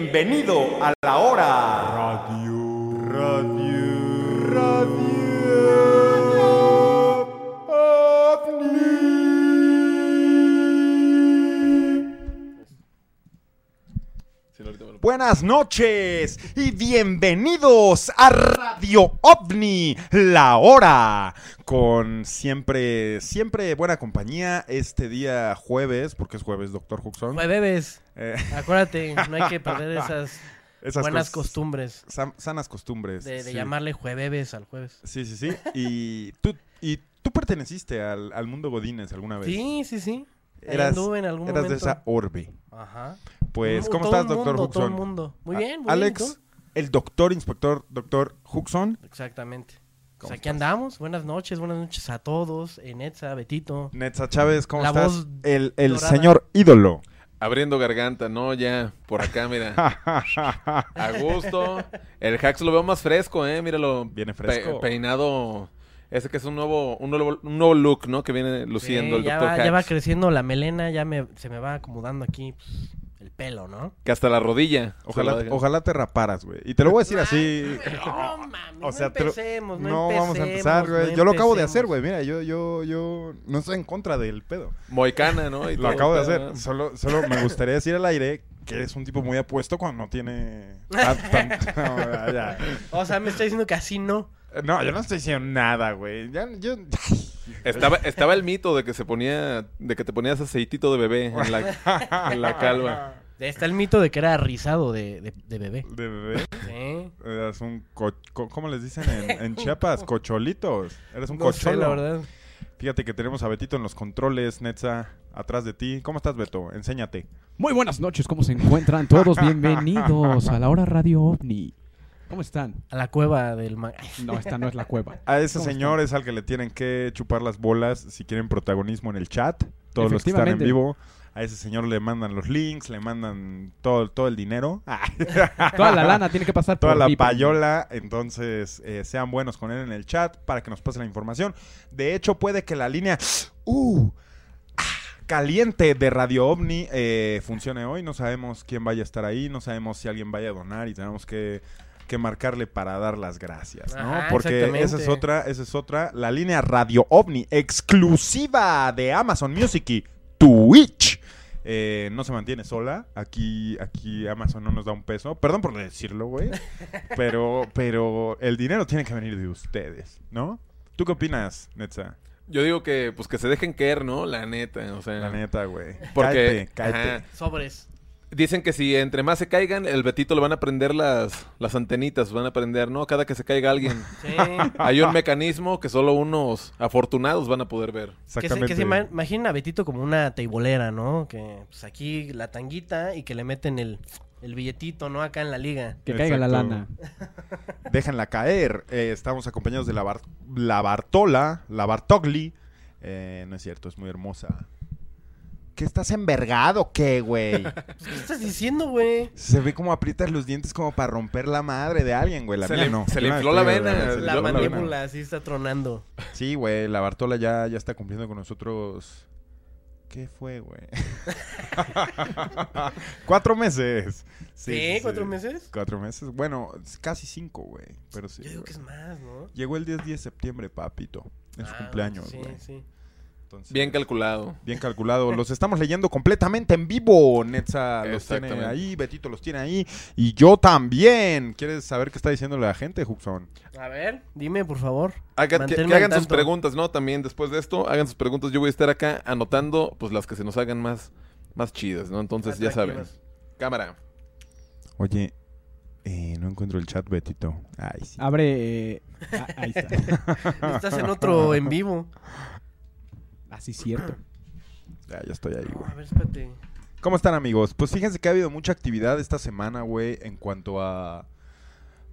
Bienvenido a la hora radio. Radio. Radio. Buenas noches y bienvenidos a Radio OVNI, la hora, con siempre, siempre buena compañía este día jueves, porque es jueves, doctor Huxon. Ay, bebes, Eh, Pues acuérdate, no hay que perder esas esas buenas cosas- costumbres san- sanas costumbres. de, de sí. llamarle jueves al jueves. Sí, sí, sí. Y tú, y tú perteneciste al, al mundo Godínez alguna vez. Sí, sí, sí. Ahí Eras, anduve en algún eras de momento. esa orbe. Ajá. Pues, Mu- ¿cómo todo estás, doctor el mundo, Todo el Huxon? mundo. Muy A- bien, muy Alex, bien. ¿y el doctor inspector, doctor Huxon. tú? Exactamente. Pues ¿Cómo aquí estás? andamos. Buenas noches, buenas noches a todos. Enetza, Betito. Netza Chávez, ¿cómo La estás? voz el el dorada. señor ídolo. Abriendo garganta, no, ya, por acá, mira. A gusto. El Hax lo veo más fresco, eh, míralo. Viene fresco. Pe- peinado. Ese que es un nuevo, un nuevo, un nuevo look, ¿no? Que viene luciendo Sí, el Eh, ya, doctor va, ya va Hax. creciendo la melena, ya me, se me va acomodando aquí pues, el pelo, ¿no? Que hasta la rodilla. Ojalá, se lo deja. ojalá te raparas, güey. Y te lo voy a decir así. No, mames, O sea, no te lo- empecemos, no, no vamos a empezar, empecemos, güey. no Yo lo acabo de empecemos. hacer, güey. Mira, yo, yo, yo no estoy en contra del pedo. Moicana, ¿no? Y Lo todo, acabo de pero, hacer. Solo, solo me gustaría decir al aire que eres un tipo muy apuesto cuando no tiene. tan- tan- no, ya. O sea, me está diciendo que así no. No, yo no estoy diciendo nada, güey. Ya- yo- Estaba, estaba el mito de que se ponía, de que te ponías aceitito de bebé en la, en la calva. Está el mito de que era rizado de, de- de bebé. De bebé. Sí. Eras un. co- co- ¿Cómo les dicen en, en Chiapas? Cocholitos. Eres un No sé, cocholo. la verdad. Fíjate que tenemos a Betito en los controles, Netza, atrás de ti. ¿Cómo estás, Beto? Enséñate. Muy buenas noches, ¿cómo se encuentran todos? Bienvenidos a la hora Radio OVNI. ¿Cómo están? A la cueva del man. No, esta no es la cueva. A ese ¿Cómo señor están? es al que le tienen que chupar las bolas si quieren protagonismo en el chat. Todos los que están en Efectivamente. vivo. A ese señor le mandan los links, le mandan todo, todo el dinero, Ah, Toda la lana tiene que pasar toda por la mí. payola. Entonces, eh, sean buenos con él en el chat para que nos pase la información. De hecho, puede que la línea uh, ah, caliente de Radio OVNI eh, funcione hoy. No sabemos quién vaya a estar ahí, no sabemos si alguien vaya a donar y tenemos que que marcarle para dar las gracias, ¿no? Ajá, Porque esa es Ah, exactamente. otra, esa es otra, la línea Radio OVNI exclusiva de Amazon Music y Twitch. Eh, no se mantiene sola, aquí aquí Amazon no nos da un peso. Perdón por decirlo, güey, pero pero el dinero tiene que venir de ustedes, ¿no? ¿Tú qué opinas, Netza? Yo digo que, pues que se dejen caer, ¿no? La neta, o sea. Ah. La neta, güey. Porque cállate, cállate. ajá, Sobres. dicen que si entre más se caigan, el Betito le van a prender las, las antenitas, van a prender, ¿no? Cada que se caiga alguien. Sí. Hay un mecanismo que solo unos afortunados van a poder ver. que se, que se ima- imaginen a Betito como una teibolera, ¿no? Que pues aquí la tanguita y que le meten el, el billetito, ¿no? Acá en la liga. Que caiga la Exacto. lana. Déjenla caer. Eh, estamos acompañados de la, Bar- la Bartola, la Bartogli. Eh, no es cierto, es muy hermosa. ¿Qué estás envergado, qué, güey? Pues, ¿Qué estás diciendo, güey? se ve como aprietas los dientes como para romper la madre de alguien, güey. La Se mía le- no. se le Yo infló estoy- la vena, se le La infló vena. mandíbula así está tronando. Sí, güey, la Bartola ya, ya está cumpliendo con nosotros. ¿Qué fue, güey? cuatro meses. Sí, ¿Cuatro meses? Cuatro meses. Bueno, es casi cinco, güey. Pero sí. Yo digo güey. que es más, ¿no? Llegó el 10 de septiembre, papito. En su Ah, cumpleaños, Sí, güey. sí. Entonces, Bien calculado. Bien calculado. Los estamos leyendo completamente en vivo. Netza los tiene Exactamente. ahí, Betito los tiene ahí. Y yo también. ¿Quieres saber qué está diciendo la gente, Juxon? A ver, dime, por favor. Hagan- que, Manténme que al hagan sus tanto. preguntas, ¿no? También después de esto, hagan sus preguntas. Yo voy a estar acá anotando, pues las que se nos hagan más, más chidas, ¿no? Entonces, ya saben. Atractivas. Cámara. Oye, eh, no encuentro el chat, Betito. Ay, sí. Abre. eh, ah, ahí está. Estás en otro en vivo. Así es Ah, cierto. Ya, ya estoy ahí, No, güey. a ver, espérate. ¿Cómo están, amigos? Pues fíjense que ha habido mucha actividad esta semana, güey, en cuanto a.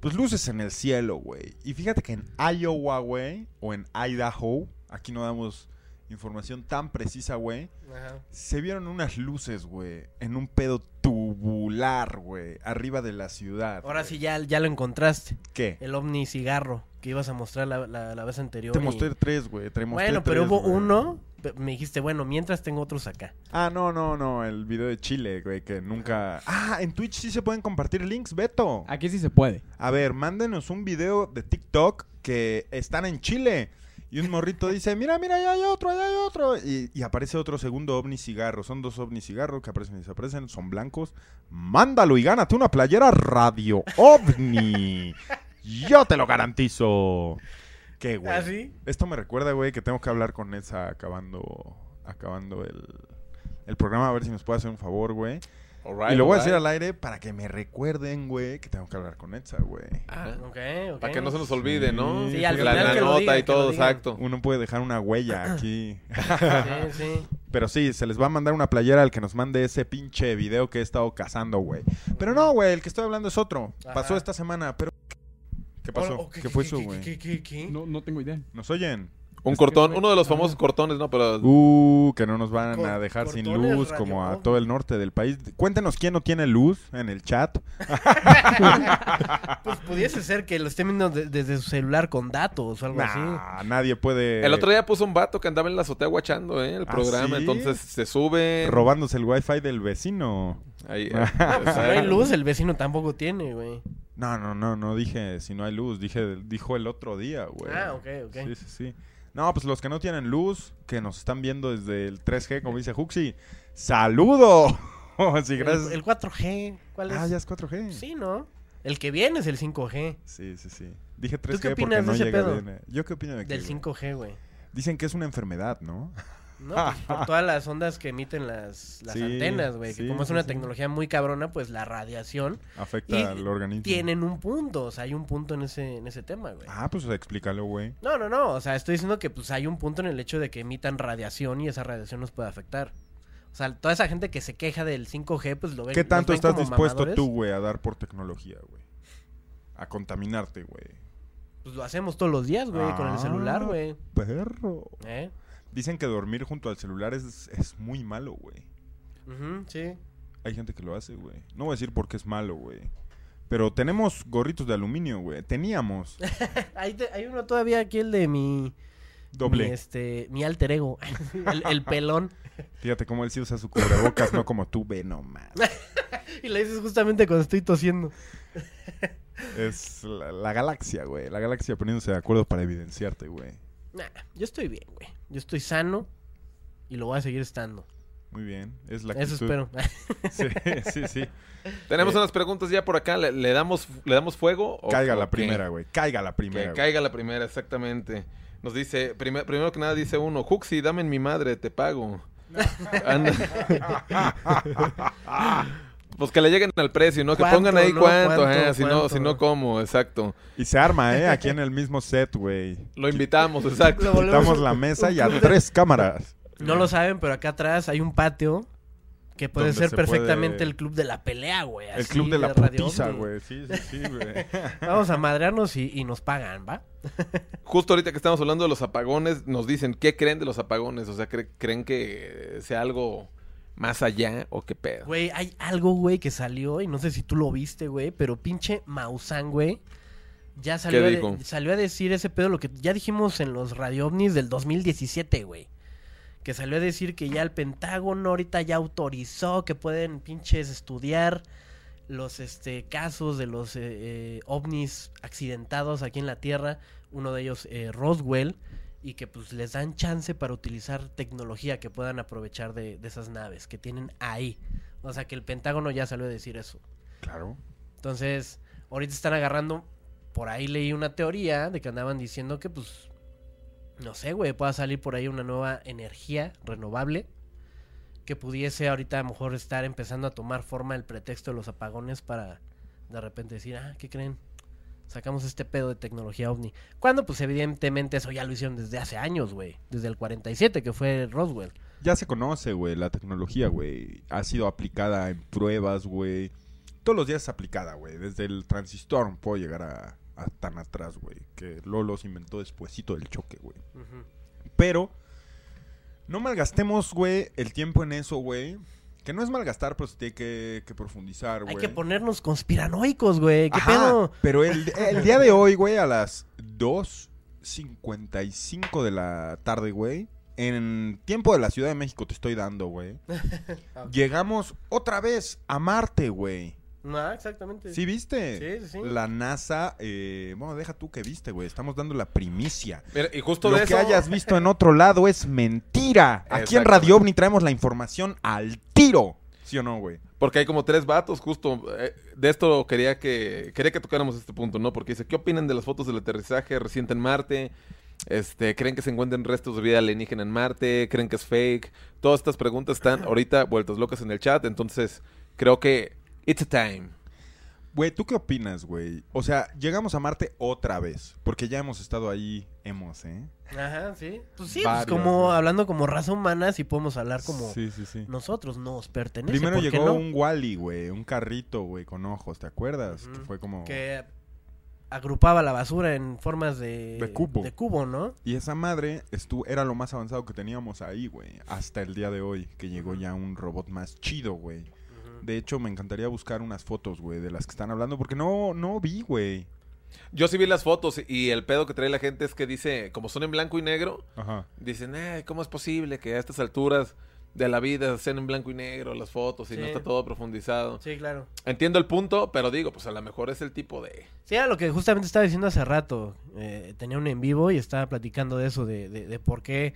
Pues luces en el cielo, güey. Y fíjate que en Iowa, güey, o en Idaho, aquí no damos información tan precisa, güey. Ajá. Se vieron unas luces, güey, en un pedo tubular, güey, arriba de la ciudad. Ahora güey. sí Eh, ya, ya lo encontraste. ¿Qué? El ovni cigarro que ibas a mostrar la, la- la vez anterior. Te y- mostré tres, güey. te mostré Bueno, pero tres, hubo güey. uno pe- me dijiste, bueno, mientras tengo otros acá. Ah, no, no, no, el video de Chile, güey, que nunca... Ah, en Twitch sí se pueden compartir links, Beto. Aquí sí se puede. A ver, mándenos un video de TikTok que están en Chile. Y un morrito dice, mira, mira, ya hay otro, ya hay otro. Y, y aparece otro segundo ovni cigarro. Son dos ovni cigarros que aparecen y desaparecen, son blancos. Mándalo y gánate una playera radio ovni. Yo te lo garantizo. Qué güey. ¿Ah, sí? Esto me recuerda, güey, que tengo que hablar con Netza acabando, acabando el, el programa. A ver si nos puede hacer un favor, güey. Alright, y lo voy a alright. decir al aire para que me recuerden, güey, que tengo que hablar con Netza, güey. Ah, Ok, ok. Para que no se nos olvide, ¿no? Sí, al la, final la que lo nota digan, y que lo todo, digan. exacto. Uno puede dejar una huella aquí. Sí, sí. Pero sí, se les va a mandar una playera al que nos mande ese pinche video que he estado cazando, güey. Pero no, güey, el que estoy hablando es otro. Ajá. Pasó esta semana, pero... ¿Qué pasó? Hola, oh, ¿Qué fue eso, ¿Qué, güey? qué, qué? No, no tengo idea. ¿Nos oyen? Un Es que, cortón, güey, uno de los ah. famosos cortones, ¿no? Pero Uh, que no nos van Cor- a dejar sin cortones luz como a radio- todo el norte del país. Cuéntenos quién no tiene luz en el chat. Pues pudiese ser que lo estén viendo de- desde su celular con datos o algo así. Nah, nadie puede... el otro día puso un vato que andaba en la azotea guachando, ¿eh? El Eh, ¿Ah, programa, sí? entonces se sube. Robándose el wifi del vecino. Ahí, eh, Pues si no hay luz, el vecino tampoco tiene, güey. No, no, no, no dije si no hay luz, dije dijo el otro día, güey. Ah, ok, ok. Sí, sí, sí. No, pues los que no tienen luz, que nos están viendo desde el 3G, como dice Huxi, ¡saludo! sí, gracias. El, el 4G, ¿cuál es? Ah, ya es 4G. Sí, ¿no? El que viene es el 5G. Sí, sí, sí. Dije 3G qué porque opinas no de ese llega pedo? bien, eh. ¿Yo qué opino de qué, Del güey? 5G, güey. Dicen que es una enfermedad, ¿no? No, pues por todas las ondas que emiten las, las Sí, antenas, güey. que sí, como es sí, una sí. tecnología muy cabrona, pues la radiación Afecta Y al organismo. tienen un punto. O sea, hay un punto en ese, en ese tema, güey. Ah, pues explícalo, güey. No, no, no. O sea, estoy diciendo que pues hay un punto en el hecho de que emitan radiación y esa radiación nos puede afectar. O sea, toda esa gente que se queja del 5G, pues lo ven. ¿Qué los tanto ven estás como dispuesto mamadores, tú, güey, a dar por tecnología, güey? A contaminarte, güey. Pues lo hacemos todos los días, güey, con Ah. el celular, güey. Perro. ¿Eh? Dicen que dormir junto al celular es, es muy malo, güey. Ujú, sí. Hay gente que lo hace, güey. No voy a decir por qué es malo, güey. Pero tenemos gorritos de aluminio, güey. Teníamos. Ahí te- hay uno todavía aquí, el de mi. Mi, Doble. este, mi alter ego. el, el pelón. Fíjate cómo él sí usa su cubrebocas, no como tú, ve nomás. Y le dices justamente cuando estoy tosiendo. Es la, la galaxia, güey. La galaxia poniéndose de acuerdo para evidenciarte, güey. Nah, yo estoy bien, güey. Yo estoy sano y lo voy a seguir estando. Muy bien. Es la Eso actitud. espero. Sí, sí, sí. Tenemos Eh. unas preguntas ya por acá. ¿Le, le damos, ¿Le damos fuego? o- Caiga o la qué? primera, güey. Caiga la Que primera. güey. caiga la primera, exactamente. Nos dice, prime- primero que nada dice uno, Juxi, dame en mi madre, te pago. Anda. pues que le lleguen al precio, ¿no? Que ¿Cuánto, pongan ahí no? cuánto, ¿Cuánto, ajá, si no, cuánto? si no cómo, exacto. Y se arma, ¿eh? Aquí en el mismo set, güey. Lo invitamos, exacto. Lo volvemos Quitamos un- la mesa un y a club de- tres cámaras. No lo saben, pero acá atrás hay un patio que puede Donde ser se perfectamente puede- el club de la pelea, güey. El así, club de la Radio putiza, Ovni. güey. Sí, sí, sí, güey. Vamos a madrearnos y, y nos pagan, ¿va? Justo ahorita que estamos hablando de los apagones, nos dicen, ¿qué creen de los apagones? O sea, cre- ¿creen que sea algo más allá o qué pedo? Güey, hay algo, güey, que salió y no sé si tú lo viste, güey, pero pinche Maussan, güey. Ya salió, a de- dijo? salió a decir ese pedo, lo que ya dijimos en los radiovnis del 2017, güey. Que salió a decir que ya el Pentágono ahorita ya autorizó que pueden pinches estudiar los este casos de los eh, eh, ovnis accidentados aquí en la Tierra, uno de ellos eh, Roswell, y que pues les dan chance para utilizar tecnología que puedan aprovechar de, de esas naves que tienen ahí. O sea que el Pentágono ya salió a decir eso. Claro. Entonces, ahorita están agarrando, por ahí leí una teoría de que andaban diciendo que pues, no sé, güey, pueda salir por ahí una nueva energía renovable que pudiese ahorita a lo mejor estar empezando a tomar forma el pretexto de los apagones para de repente decir, ah, ¿qué creen? Sacamos este pedo de tecnología ovni. Cuando, pues, evidentemente, eso ya lo hicieron desde hace años, güey. Desde el 47, que fue Roswell. Ya se conoce, güey, la tecnología, güey. Ha sido aplicada en pruebas, güey. Todos los días es aplicada, güey. Desde el transistor puedo llegar a, a tan atrás, güey. Que Lolo se inventó despuesito del choque, güey. Ujú. Pero no malgastemos, güey, el tiempo en eso, güey. Que no es malgastar, pero se tiene que, que profundizar, güey. Hay que ponernos conspiranoicos, güey. ¿Qué Ajá, pedo? Pero el, el día de hoy, güey, a las 2.55 de la tarde, güey, en tiempo de la Ciudad de México te estoy dando, güey. Ah, Llegamos otra vez a Marte, güey. No, exactamente. ¿Sí viste? Sí, sí, sí. La NASA, eh, bueno, deja tú que viste, güey. Estamos dando la primicia. Mira, y justo Lo de que eso. hayas visto en otro lado es mentira. Aquí en Exactamente. Radio OVNI traemos la información al tiro. ¿Sí o no, güey? Porque hay como tres vatos, justo. eh, de esto quería que quería que tocáramos este punto, ¿no? Porque dice, ¿qué opinan de las fotos del aterrizaje reciente en Marte? Este, ¿creen que se encuentren restos de vida alienígena en Marte? ¿Creen que es fake? Todas estas preguntas están ahorita vueltas locas en el chat, entonces creo que it's a time. Güey, ¿tú qué opinas, güey? O sea, llegamos a Marte otra vez. Porque ya hemos estado ahí, hemos, ¿eh? Ajá, sí. Pues sí, Varios, pues como güey. hablando como raza humana, sí podemos hablar como Sí, sí, sí. nosotros nos pertenece. Primero ¿por qué llegó no? un Wally, güey. Un carrito, güey, con ojos, ¿te acuerdas? Ujú. Que fue como... que agrupaba la basura en formas de, De cubo. de cubo, ¿no? Y esa madre estu- era lo más avanzado que teníamos ahí, güey. Hasta el día de hoy, que llegó ya un robot más chido, güey. De hecho, me encantaría buscar unas fotos, güey, de las que están hablando, porque no, no vi, güey. Yo sí vi las fotos y el pedo que trae la gente es que dice, como son en blanco y negro, Ajá. dicen, "Ay, ¿cómo es posible que a estas alturas de la vida sean en blanco y negro las fotos y no Sí. está todo profundizado? Sí, claro. Entiendo el punto, pero digo, pues a lo mejor es el tipo de... Sí, era lo que justamente estaba diciendo hace rato. Eh, tenía un en vivo y estaba platicando de eso, de, de, de por qué.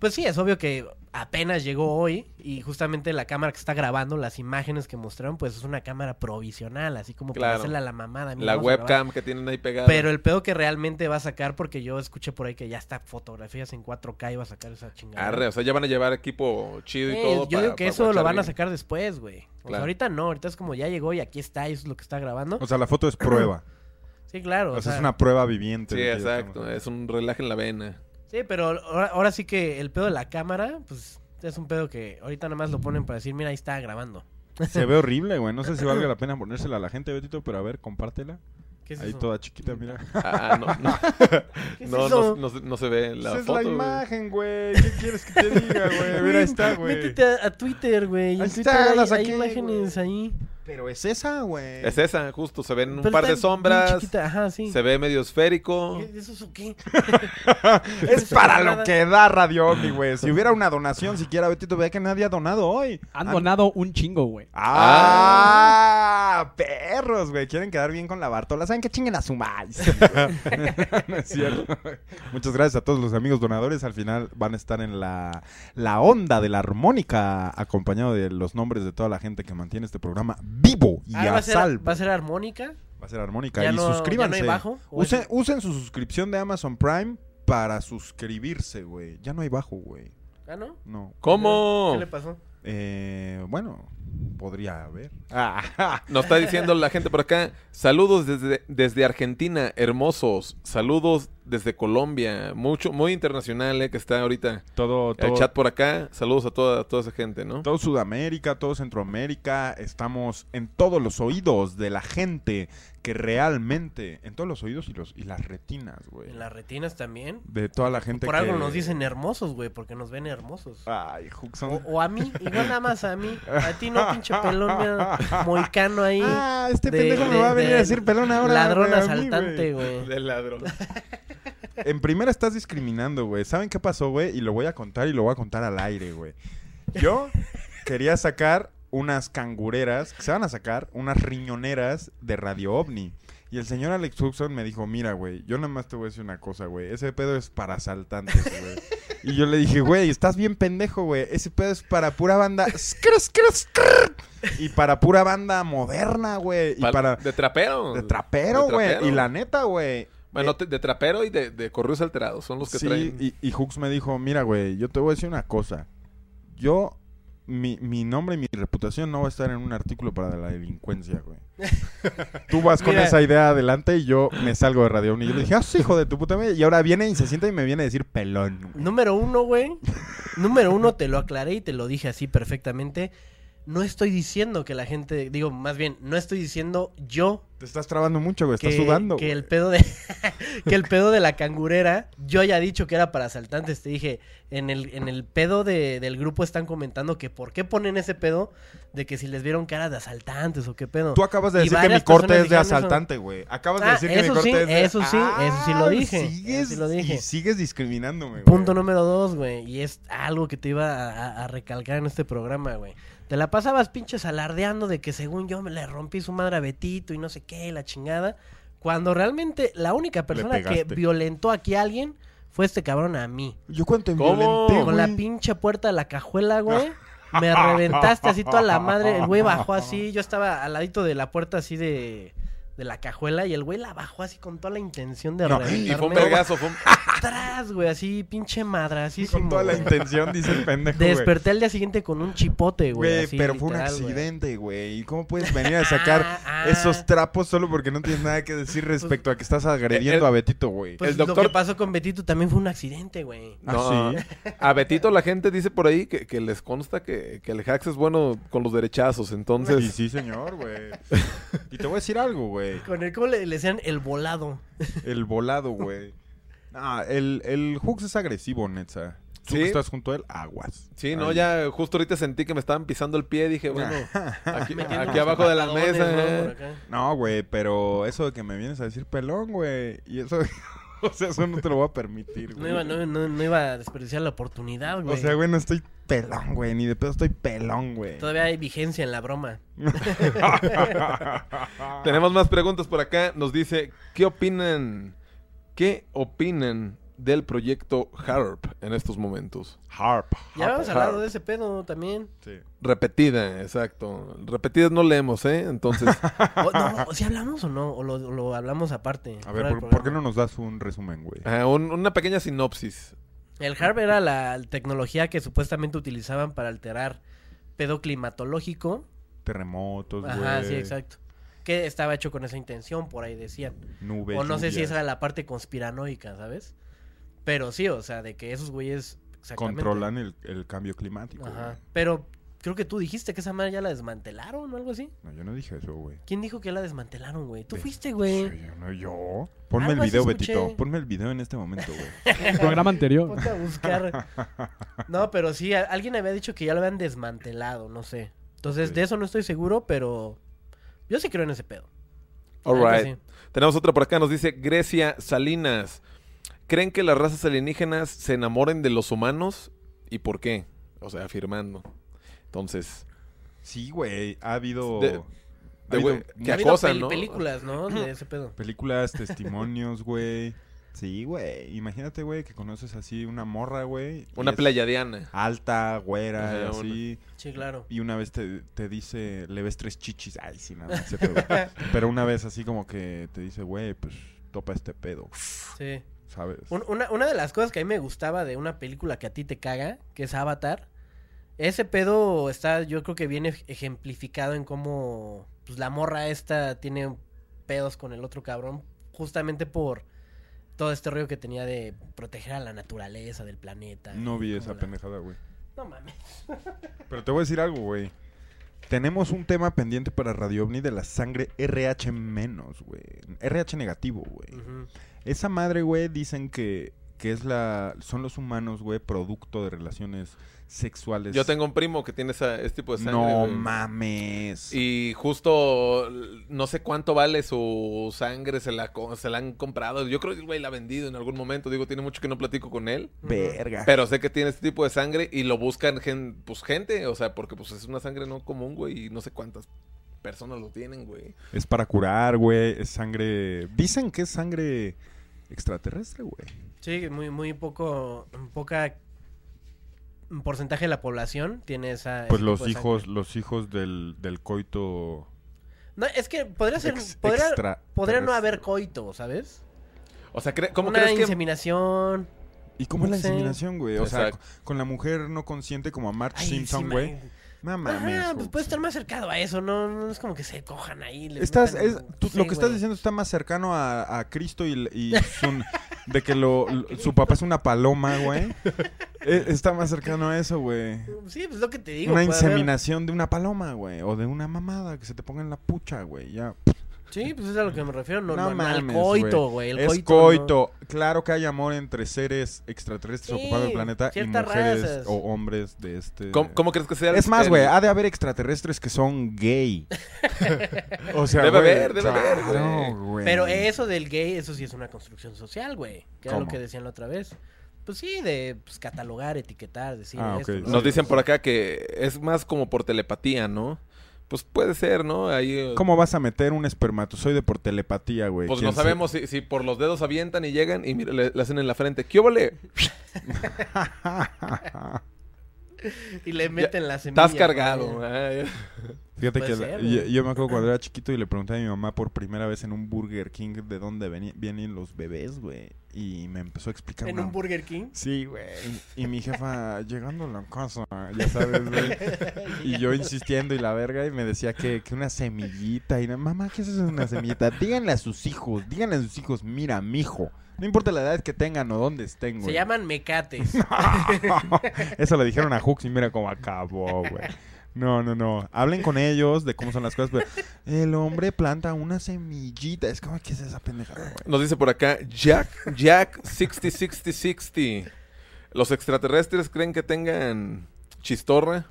Pues sí, es obvio que apenas llegó hoy y justamente la cámara que está grabando, las imágenes que mostraron, pues es una cámara provisional, así como para Claro. hacerle a la mamada. mira, La vamos a grabar. webcam que tienen ahí pegada. Pero el pedo que realmente va a sacar, porque yo escuché por ahí que ya está fotografías en 4K y va a sacar esa chingada. Arre, o sea, ya van a llevar equipo chido y Eh, todo. yo digo que eso lo van a sacar después, güey. O sea, Claro. ahorita no, ahorita es como ya llegó y aquí está y eso es lo que está grabando. O sea, la foto es prueba. Sí, claro. o o sea, es sea, una prueba viviente. Sí, de que ya exacto. estamos- Es un relaje en la vena. Sí, pero ahora, ahora sí que el pedo de la cámara, pues es un pedo que ahorita nada más lo ponen para decir, mira, ahí está grabando. Se ve horrible, güey. No sé si valga la pena ponérsela a la gente, Betito, pero a ver, compártela. ¿Qué es ahí eso? toda chiquita, mira. Ah, no, no. ¿Qué es No, eso? no, no, se- no se ve la Esa foto. es la güey. imagen, güey. ¿Qué quieres que te diga, güey? Mira, ahí está, güey. Métete a, a Twitter, güey. En Ahí Twitter está, hay, las hay saqué, imágenes ahí. Pero es esa, güey. Es esa, justo. Se ven un Pero par está de bien sombras. chiquita, Ajá, sí. Se ve medio esférico. ¿Qué- ¿Eso es o qué? Es para lo que da Radio Omni, güey. Si hubiera una donación siquiera, Betito, vea que nadie ha donado hoy. Han donado un chingo, güey. ¡Ah! Perros, güey. Quieren quedar bien con la Bartola. ¿Saben qué chinguen a su maíz? no es cierto. Muchas gracias a todos los amigos donadores. Al final van a estar en la, la onda de la armónica, acompañado de los nombres de toda la gente que mantiene este programa vivo y Ah, va, a a ser, salvo. va a ser armónica. Va a ser armónica. Ya y no- ya no hay suscríbanse. bajo, ¿o Usen, es- usen su suscripción de Amazon Prime para suscribirse, güey. Ya no hay bajo, güey. ¿Ah, no? No. ¿Cómo? ¿Qué le pasó? Eh, bueno, podría haber. Ah, Nos está diciendo la gente por acá. Saludos desde, desde Argentina, hermosos. Saludos desde Colombia. Mucho, muy internacional, eh, que está ahorita todo, el todo, chat por acá. Saludos a toda, toda esa gente, ¿no? todo Sudamérica, todo Centroamérica. Estamos en todos los oídos de la gente que realmente. En todos los oídos y, los, y las retinas, güey. En las retinas también. De toda la gente Por algo que- Ah. nos dicen hermosos, güey, porque nos ven hermosos. Ay, Huxon. O, o a mí, igual nada más a mí. A ti no, pinche pelón, mira, moicano ahí. Ah, este de- pendejo me de- va a venir de a decir pelón ahora. Ladrón güey, a mí, asaltante, güey. güey. Del ladrón. En primera estás discriminando, güey. ¿Saben qué pasó, güey? Y lo voy a contar y lo voy a contar al aire, güey. Yo quería sacar unas cangureras, que se van a sacar unas riñoneras de Radio OVNI. Y el señor Alex Hudson me dijo, mira, güey, yo nada más te voy a decir una cosa, güey. Ese pedo es para asaltantes, güey. Y yo le dije, güey, estás bien pendejo, güey. Ese pedo es para pura banda... skr, skr, skr, Y para pura banda moderna, güey. Y Pal- para... De trapero. De trapero, De güey. trapero. Y la neta, güey. Bueno, te- de trapero y de, de correos alterados son los que sí, traen. y, y Hooks me dijo, mira, güey, yo te voy a decir una cosa. Yo, mi, mi nombre y mi reputación no va a estar en un artículo para la delincuencia, güey. Tú vas con Mira. esa idea adelante y yo me salgo de Radio Omni. Yo le dije, ah, sí, hijo de tu puta madre. Y ahora viene y se sienta y me viene a decir pelón. güey. Número uno, güey. Número uno, te lo aclaré y te lo dije así perfectamente. No estoy diciendo que la gente, digo, más bien, no estoy diciendo yo Te estás trabando mucho, güey. Estás que, sudando. que güey. el pedo de que el pedo de la cangurera, yo ya he dicho que era para asaltantes, te dije, en el, en el pedo de- del grupo están comentando que por qué ponen ese pedo de que si les vieron cara de asaltantes o qué pedo. Tú acabas de Y decir que mi varias corte personas es de dijeron eso. asaltante, güey. Acabas de Ah, decir que mi eso corte sí, es de... eso sí, eso sí lo Ah, dije, Sigues, eso sí lo dije. Y sigues discriminándome, güey. Punto número dos, güey. Y es algo que te iba a, a- a recalcar en este programa, güey. Te la pasabas pinches alardeando de que según yo me le rompí su madre a Betito y no sé qué, la chingada. Cuando realmente la única persona que pegaste. violentó aquí a alguien fue este cabrón a mí. Yo cuánto ¿Cómo? violenté, Con la güey. pinche puerta de la cajuela, güey. Me reventaste así toda la madre. El güey bajó así. Yo estaba al ladito de la puerta así de, de la cajuela y el güey la bajó así con toda la intención de No, Y fue un reventarme. vergazo, fue un- atrás, güey, así pinche madrasísimo. Con toda la güey. intención, dice el pendejo, güey. Desperté al día siguiente con un chipote, güey. Güey, así, pero fue un literal, güey. accidente, güey. ¿Y ¿Cómo puedes venir a sacar Ah, ah. esos trapos solo porque no tienes nada que decir respecto a que estás agrediendo el- a Betito, güey? Pues El lo doctor- que pasó con Betito también fue un accidente, güey. Ah, No. sí. A Betito la gente dice por ahí que, que les consta que, que el Hax es bueno con los derechazos, Y pues. entonces... sí, señor, güey. Y te voy a decir algo, güey. Con el, ¿cómo le, le decían? El volado. El volado, güey. Ah, el, el Hooks es agresivo, Netza. Tú Sí. que estás junto a él, aguas. Sí, no, Ahí. ya justo ahorita sentí que me estaban pisando el pie, dije, bueno, aquí, Me quedan aquí unos abajo de la patadones, mesa. ¿no? eh. Por acá. No, güey, pero eso de que me vienes a decir pelón, güey. Y eso, o sea, eso no te lo voy a permitir, No güey. iba, no, no- no iba a desperdiciar la oportunidad, güey. o sea, güey, no estoy pelón, güey. Ni de pedo estoy pelón, güey. Todavía hay vigencia en la broma. Tenemos más preguntas por acá. Nos dice, ¿qué opinan? ¿Qué opinan del proyecto HARP en estos momentos? Harp. Ya habíamos Harp. ah. hablado de ese pedo también. Sí. Repetida, exacto. Repetidas no leemos, ¿eh? Entonces, O, no, o si hablamos o no, o lo, lo hablamos aparte. A fuera ver, ¿por, del por qué programa. no nos das un resumen, güey? ah, un- una pequeña sinopsis. El HARP era la tecnología que supuestamente utilizaban para alterar pedo climatológico. Terremotos, Pues, güey. Ajá, sí, exacto. Que estaba hecho con esa intención, por ahí decían. Nubes. o no sé si lluvias. esa era la parte conspiranoica, ¿sabes? Pero sí, o sea, de que esos güeyes exactamente- Controlan el, el cambio climático. Ajá. Ajá. Pero creo que tú dijiste que esa madre ya la desmantelaron o algo así. No, yo no dije eso, güey. ¿Quién dijo que la desmantelaron, güey? Tú Ve- fuiste, güey. Sí, yo no, yo. Ponme el Algo así video, escuché. Betito. Ponme el video en este momento, güey. El programa anterior. Ponte a buscar. No, pero sí, a- alguien había dicho que ya lo habían desmantelado, no sé. Entonces, Ok. de eso no estoy seguro, pero yo sí creo en ese pedo. All La neta right. sí. Tenemos otra por acá, nos dice Grecia Salinas. ¿Creen que las razas alienígenas se enamoren de los humanos? ¿Y por qué? O sea, afirmando. Entonces, Sí, güey. Ha habido. De- ha de habido güey, mu- que Ha habido acosan, pel- ¿no? películas, ¿no? De ese pedo. películas, testimonios, güey. Sí, güey. Imagínate, güey, que conoces así una morra, güey. y una es pleyadiana. Alta, güera, Ajá, y así. Sí, claro. Y una vez te, te dice, le ves tres chichis. Ay, sí, nada, más, cierto, güey. Pero una vez así como que te dice, güey, pues topa este pedo, Sí. ¿sabes? Un- una, una de las cosas que a mí me gustaba de una película que a ti te caga, que es Avatar, ese pedo está, yo creo que viene ej- ejemplificado en cómo pues, la morra esta tiene pedos con el otro cabrón, justamente por todo este rollo que tenía de proteger a la naturaleza del planeta. No vi Como esa la- pendejada, güey. No mames. Pero te voy a decir algo, güey. Tenemos un tema pendiente para Radio OVNI de la sangre RH menos, güey. RH negativo, güey. Ujú. Esa madre, güey, dicen que, que es la son los humanos, güey, producto de relaciones sexuales. Yo tengo un primo que tiene esa, ese tipo de sangre. No güey. mames. Y justo l- no sé cuánto vale su sangre, se la, co- se la han comprado. Yo creo que el güey la ha vendido en algún momento. Digo, tiene mucho que no platico con él. Verga. Pero sé que tiene este tipo de sangre y lo buscan gen- pues, gente. O sea, porque pues es una sangre no común, güey. Y no sé cuántas personas lo tienen, güey. Es para curar, güey. Es sangre. Dicen que es sangre extraterrestre, güey. Sí, muy, muy poco, poca un porcentaje de la población tiene esa... Pues ese tipo los de hijos, sangre. los hijos del, del coito. No, es que podría ser... ex- podría- extra- podría no haber coito, ¿sabes? O sea, cre- ¿cómo una crees que inseminación. ¿Y cómo es la Sí. inseminación, güey? O sea, Exacto. con- con la mujer no consciente como a Marge Ay, sí, Simpson, ma- güey. No mames. Ajá, güey. pues puede estar más cercado a eso, no, no es como que se cojan ahí. les Estás, metan- es- tú- Sí, lo que estás güey. diciendo está más cercano a, a Cristo y, y su- de que lo, lo- su papá es una paloma, güey. Eh, Está más cercano a eso, güey. Sí, pues lo que te digo. Una puede haber- inseminación de una paloma, güey. O de una mamada que se te ponga en la pucha, güey. Ya. Sí, pues es a lo que me refiero. No, no, No no, mames, al coito, güey. El es coito. coito. no. Claro que hay amor entre seres extraterrestres Sí, ocupando el planeta y ciertas mujeres razas. o hombres de este. ¿Cómo, cómo crees que sea? el- Es más, güey, el- ha de haber extraterrestres que son gay. o sea, Debe güey, haber, debe haber, claro, güey. Pero eso del gay, eso sí es una construcción social, güey. Que era lo ¿Cómo? que decían la otra vez. Pues sí, de pues, catalogar, etiquetar, decir Ah, esto, ok. lo Nos otro. dicen por acá que es más como por telepatía, ¿no? Pues puede ser, ¿no? Ahí, eh, ¿Cómo vas a meter un espermatozoide por telepatía, güey? Pues ¿Quién no se- sabemos si, si por los dedos avientan y llegan y mira, le, le hacen en la frente. ¿Qué óvole? Y le meten la semilla. Estás cargado. Ah, güey. Ay. Fíjate Puede que la- ser, yo, güey. yo me acuerdo cuando era chiquito y le pregunté a mi mamá por primera vez en un Burger King de dónde veni- vienen los bebés, güey. Y me empezó a explicar. En una- un Burger King. Sí, güey. Y mi jefa llegando a la casa, ya sabes, güey. Y yo insistiendo y la verga, y me decía que, que una semillita. Y na- mamá, ¿qué es eso de una semillita? Díganle a sus hijos, díganle a sus hijos, mira, mijo. No importa la edad que tengan o dónde estén, güey. Se llaman mecates. Eso le dijeron a Hooks y mira cómo acabó, güey. No, no, no. Hablen con ellos de cómo son las cosas. Pero el hombre planta una semillita. Es como, ¿qué es esa pendejada, güey? Nos dice por acá Jack, Jack 606060. ¿Los extraterrestres creen que tengan chistorra?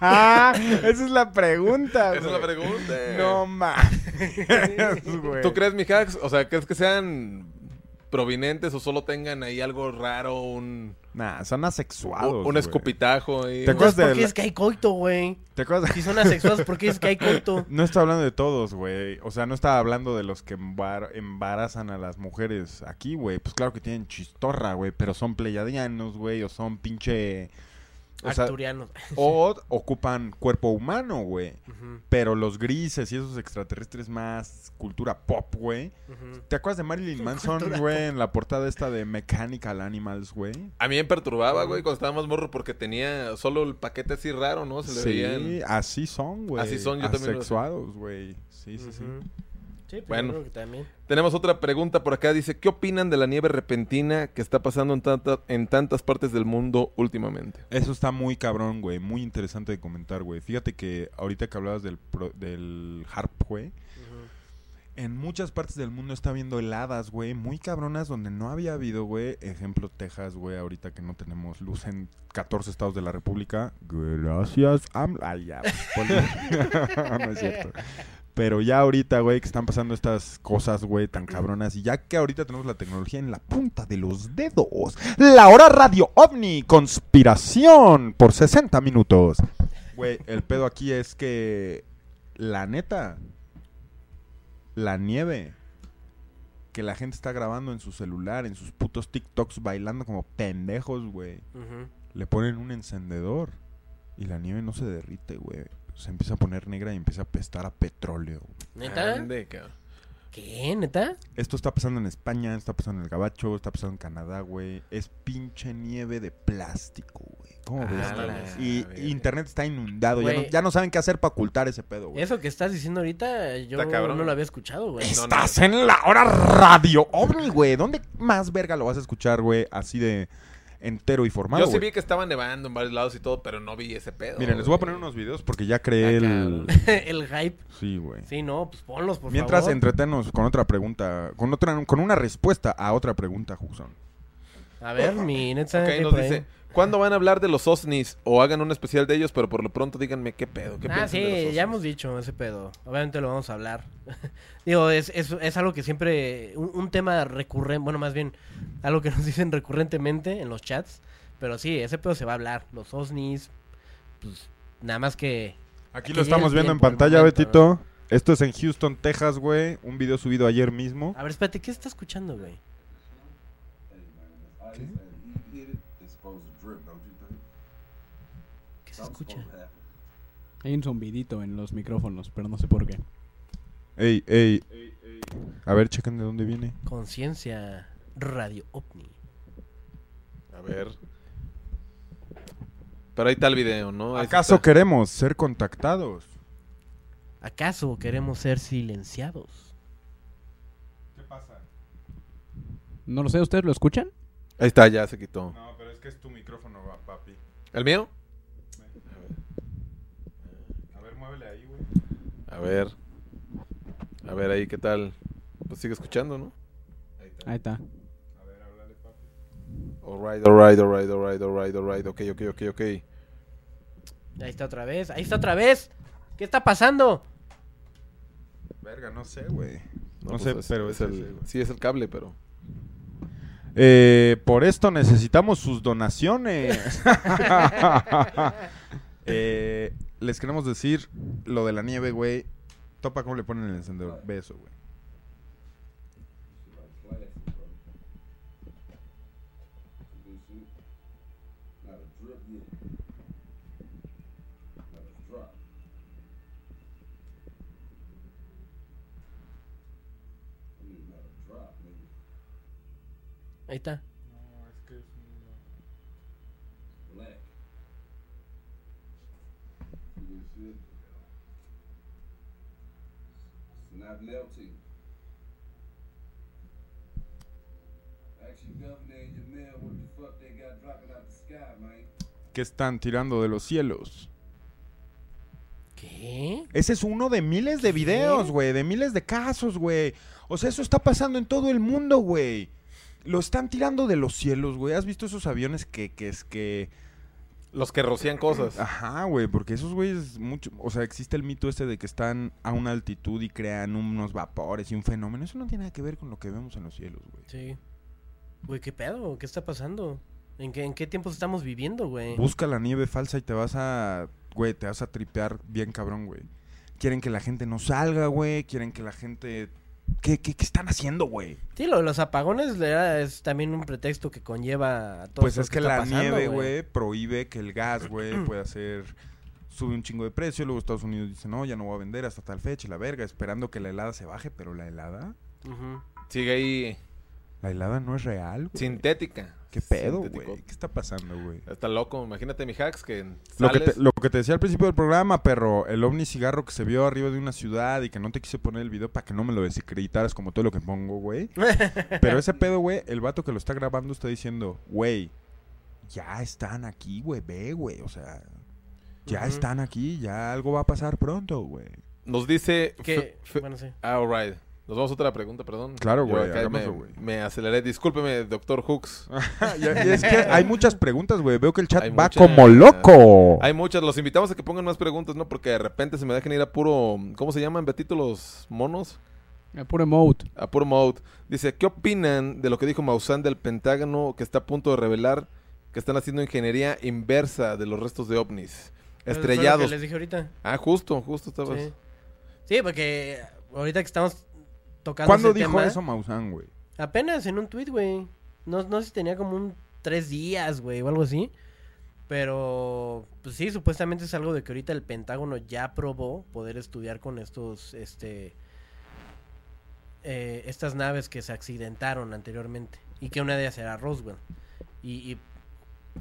¡Ah! Esa es la pregunta, Esa es la güey. pregunta. No mames, güey. ¿Tú crees, mi hacks? O sea, ¿crees que sean provinentes o solo tengan ahí algo raro, un, Nah, son asexuados. un, güey. escupitajo? ahí? ¿Te acuerdas? Entonces, de ¿Por qué la- es que hay coito, güey? ¿Te acuerdas? Si son asexuados, ¿por qué es que hay coito? No estoy hablando de todos, güey. O sea, no estaba hablando de los que embar- embarazan a las mujeres aquí, güey. Pues claro que tienen chistorra, güey. Pero son pleyadianos, güey. O son pinche. O sea, Arturianos. o ocupan cuerpo humano, güey. Ujú, Pero los grises y esos extraterrestres más cultura pop, güey. ujú. ¿Te acuerdas de Marilyn Manson, güey? En la portada esta de Mechanical Animals, güey. A mí me perturbaba, güey, cuando estaba más morro porque tenía solo el paquete así raro, ¿no? Se le Sí, veían. así son, güey. Así son, yo también lo- Asexuados, güey. Sí, sí, sí. Ujú. Sí, pues Bueno. yo creo que también. Tenemos otra pregunta por acá. Dice, ¿qué opinan de la nieve repentina que está pasando en, tanta- en tantas partes del mundo últimamente? Eso está muy cabrón, güey. Muy interesante de comentar, güey. Fíjate que ahorita que hablabas del, pro- del harp, güey. Ujú. En muchas partes del mundo está habiendo heladas, güey. Muy cabronas donde no había habido, güey. Ejemplo, Texas, güey. Ahorita que no tenemos luz en 14 estados de la República. Gracias. AMLO. Ay, ya. ponle. no es cierto. Pero ya ahorita, güey, que están pasando estas cosas, güey, tan cabronas. Y ya que ahorita tenemos la tecnología en la punta de los dedos. La hora radio ovni. Conspiración por 60 minutos. Güey, el pedo aquí es que... La neta, la nieve que la gente está grabando en su celular, en sus putos TikToks bailando como pendejos, güey. Ujú. Le ponen un encendedor y la nieve no se derrite, güey. Se empieza a poner negra y empieza a pestar a petróleo. ¿Neta? Ande, cabrón. ¿Qué? ¿Neta? Esto está pasando en España, está pasando en el Gabacho, está pasando en Canadá, güey. Es pinche nieve de plástico, güey. ¿Cómo Ah, ves? la güey? verga. y y internet está inundado. Ya no, Güey. ya no saben qué hacer para ocultar ese pedo, güey. Eso que estás diciendo ahorita, yo Está cabrón. no lo había escuchado, güey. Es- no. Estás en la hora radio ovni, güey. ¿Dónde más verga lo vas a escuchar, güey? Así de entero y formado. Yo sí güey? vi que estaba nevando en varios lados y todo, pero no vi ese pedo. Miren, les voy a poner güey. unos videos porque ya creé Ah, el. El hype. Sí, güey. Sí, no, pues ponlos, por Mientras favor. entretenos con otra pregunta, con otra, con una respuesta a otra pregunta, Huxon. A ver, mi neta. Ok, ¿qué nos Ah, por ahí? dice, ¿cuándo van a hablar de los OSNIs o hagan un especial de ellos? Pero por lo pronto díganme qué pedo, qué Ah, piensan de los sí, OSNIs? ya hemos dicho ese pedo. Obviamente lo vamos a hablar. Digo, es, es, es algo que siempre. Un, un tema recurrente. Bueno, más bien, algo que nos dicen recurrentemente en los chats. Pero sí, ese pedo se va a hablar. Los OSNIs. Pues nada más que. Aquí Que lo llegue estamos el viendo en tiempo, el pantalla, momento, Betito. Esto es en Houston, Texas, güey. Un video subido ayer mismo. A ver, espérate, ¿qué está escuchando, güey? ¿Qué se escucha? Hay un zombidito en los micrófonos, pero no sé por qué. Ey, ey. A ver, chequen de dónde viene. Conciencia Radio OVNI. A ver. Pero ahí está el video, ¿no? Ahí ¿Acaso está. queremos ser contactados? ¿Acaso queremos ser silenciados? ¿Qué pasa? No lo sé, ¿ustedes lo escuchan? Ahí está, ya se quitó. No, pero es que es tu micrófono, papi. ¿El mío? A ver, muévele ahí, güey. A ver. A ver ahí qué tal. Pues sigue escuchando, ¿no? Ahí está. Alright, alright, alright, alright, alright, alright. Ok, ok, ok, ok. Ahí está otra vez, ahí está otra vez. ¿Qué está pasando? Verga, no sé, güey. No, pues sé, es- pero es es ese, el, güey. sí es el cable, pero Eh, por esto necesitamos sus donaciones. Eh, les queremos decir lo de la nieve, güey. Topa cómo le ponen el encendedor. Ve eso, güey. Ahí está. not melting. Actually, Governor and your man, what the fuck they got dropping out the sky, man? ¿Qué están tirando de los cielos? ¿Qué? Ese es uno de miles de videos, güey, de miles de casos, güey. O sea, eso está pasando en todo el mundo, güey. Lo están tirando de los cielos, güey. ¿Has visto esos aviones que, que es que... los que rocían Pues, cosas. Ajá, güey, porque esos güeyes mucho... O sea, existe el mito este de que están a una altitud y crean unos vapores y un fenómeno. Eso no tiene nada que ver con lo que vemos en los cielos, güey. Sí. Güey, ¿qué pedo? ¿Qué está pasando? ¿En qué, en qué tiempos estamos viviendo, güey? Busca la nieve falsa y te vas a... Güey, te vas a tripear bien cabrón, güey. Quieren que la gente no salga, güey. Quieren que la gente... ¿Qué, qué, qué están haciendo, güey? Sí, lo de los apagones le da- es también un pretexto que conlleva a todo Pues esto es que está la pasando, nieve, güey, prohíbe que el gas, güey, pueda ser... Sube un chingo de precio, luego Estados Unidos dice, no, ya no voy a vender hasta tal fecha, y la verga, esperando que la helada se baje, pero la helada... Ujú. Sigue ahí La helada no es real, güey. sintética. ¿Qué pedo, Sintético. güey? ¿Qué está pasando, güey? Está loco, imagínate mi hacks que Lo que, sales- te, lo que te decía al principio del programa, perro, el ovni cigarro que se vio arriba de una ciudad y que no te quise poner el video para que no me lo desacreditaras como todo lo que pongo, güey. Pero ese pedo, güey, el vato que lo está grabando está diciendo, güey, ya están aquí, güey, ve, güey, o sea, ya Ujú. están aquí, ya algo va a pasar pronto, güey. nos dice Que, Fe- Fe- bueno, sí. Ah, alright. Nos vamos a otra pregunta, perdón. Claro, Yo güey, acá hagamos Me, eso, güey. me aceleré. Discúlpeme, doctor Hooks. y es que hay muchas preguntas, güey, veo que el chat Hay va muchas- como loco. Hay muchas. Los invitamos a que pongan más preguntas, ¿no? Porque de repente se me dejan ir a puro... ¿Cómo se llaman, Betito, los monos? El puro emote. A puro mode. Dice, ¿qué opinan de lo que dijo Maussan del Pentágono que está a punto de revelar que están haciendo ingeniería inversa de los restos de ovnis? Pero fue lo que Estrellados. Les dije ahorita. Ah, justo, justo estabas... Sí. Sí, porque ahorita que estamos tocando ¿Cuándo ese dijo tema, eso Maussan, güey? Apenas en un tweet, güey. No, no sé si tenía como un tres días, güey, o algo así. Pero, pues sí, supuestamente es algo de que ahorita el Pentágono ya probó poder estudiar con estos, este, eh, estas naves que se accidentaron anteriormente. Y que una de ellas era Roswell. Y, y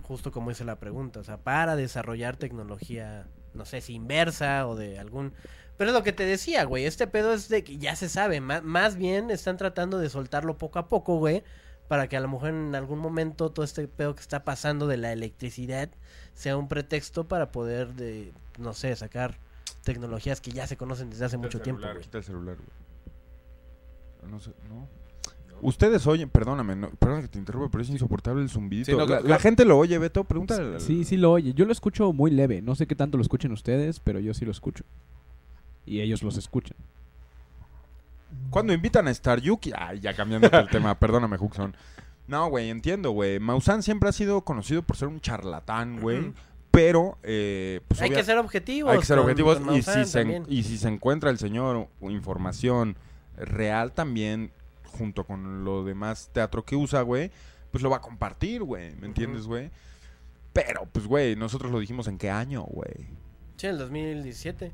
justo como dice la pregunta, o sea, para desarrollar tecnología, no sé si inversa o de algún pero es lo que te decía, güey. Este pedo es de que ya se sabe. ma- Más, bien están tratando de soltarlo poco a poco, güey. Para que a lo mejor en algún momento todo este pedo que está pasando de la electricidad sea un pretexto para poder, de, no sé, sacar tecnologías que ya se conocen desde hace mucho tiempo, güey. Quita el celular, güey. No sé, no. Ustedes oyen, perdóname, no, perdona que te interrumpa, pero es insoportable el zumbidito. Sí, no, la, creo- la gente lo oye, Beto, pregúntale. Sí, sí lo oye. Yo lo escucho muy leve. No sé qué tanto lo escuchen ustedes, pero yo sí lo escucho. Y ellos los escuchan. Cuando invitan a Star Yuki, ay, ya cambiando el tema, perdóname, Huxon. No, güey, entiendo, güey. Maussan siempre ha sido conocido por ser un charlatán, güey. Ujú. Pero, eh, pues Hay obvia- que ser objetivos. hay que ser con- objetivos. con y, si Maussan se, en- también. y si se encuentra el señor o información real también, junto con lo demás teatro que usa, güey, pues lo va a compartir, güey. ¿Me entiendes, güey? Pero, pues, güey, nosotros lo dijimos en qué año, güey. Sí, en el 2017.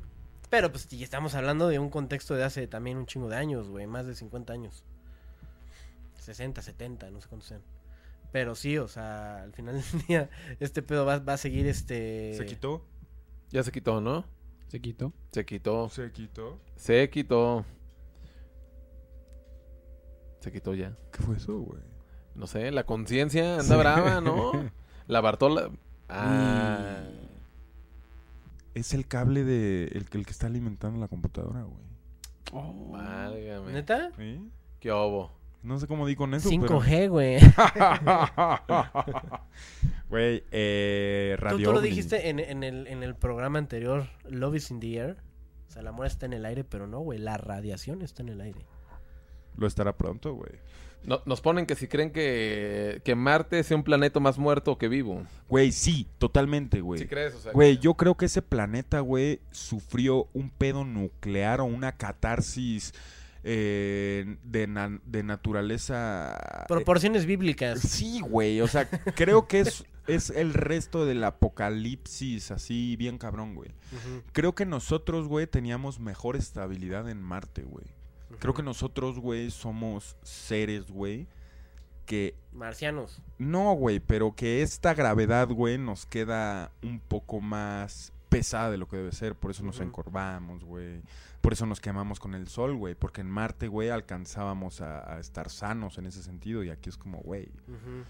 Pero pues y estamos hablando de un contexto de hace también un chingo de años, güey. Más de 50 años. 60, 70, no sé cuántos sean. Pero sí, o sea, al final del día, este pedo va, va a seguir este. ¿Se quitó? Ya se quitó, ¿no? Se quitó. Se quitó. Se quitó. Se quitó. Se quitó ya. ¿Qué fue eso, güey? No sé, la conciencia anda brava, ¿no? La Bartola. Ah. Es el cable de el, que- el que está alimentando la computadora, güey. Válgame. ¿Neta? ¿Sí? ¿Qué obo? No sé cómo di con eso, pero- 5G, güey. Güey, eh, Tú, radio. tú lo OVNI. dijiste en, en el, en el programa anterior, Love is in the air. O sea, el amor está en el aire, pero no, güey. La radiación está en el aire. Ah, Lo estará pronto, güey. No- nos ponen que si creen que, que Marte sea un planeta más muerto que vivo. Güey, sí, totalmente, güey. Si crees, o sea. Güey, yo creo que ese planeta, güey, sufrió un pedo nuclear o una catarsis eh, de, na- de naturaleza. Proporciones Eh, bíblicas. sí, güey. O sea, creo que es, es el resto del apocalipsis, así bien cabrón, güey. Ujú, Creo que nosotros, güey, teníamos mejor estabilidad en Marte, güey. ujú. Creo que nosotros, güey, somos seres, güey, que Marcianos. no, güey, pero que esta gravedad, güey, nos queda un poco más pesada de lo que debe ser. Por eso nos Ujú. encorvamos, güey. Por eso nos quemamos con el sol, güey. Porque en Marte, güey, alcanzábamos a, a estar sanos en ese sentido. Y aquí es como, güey. Ujú.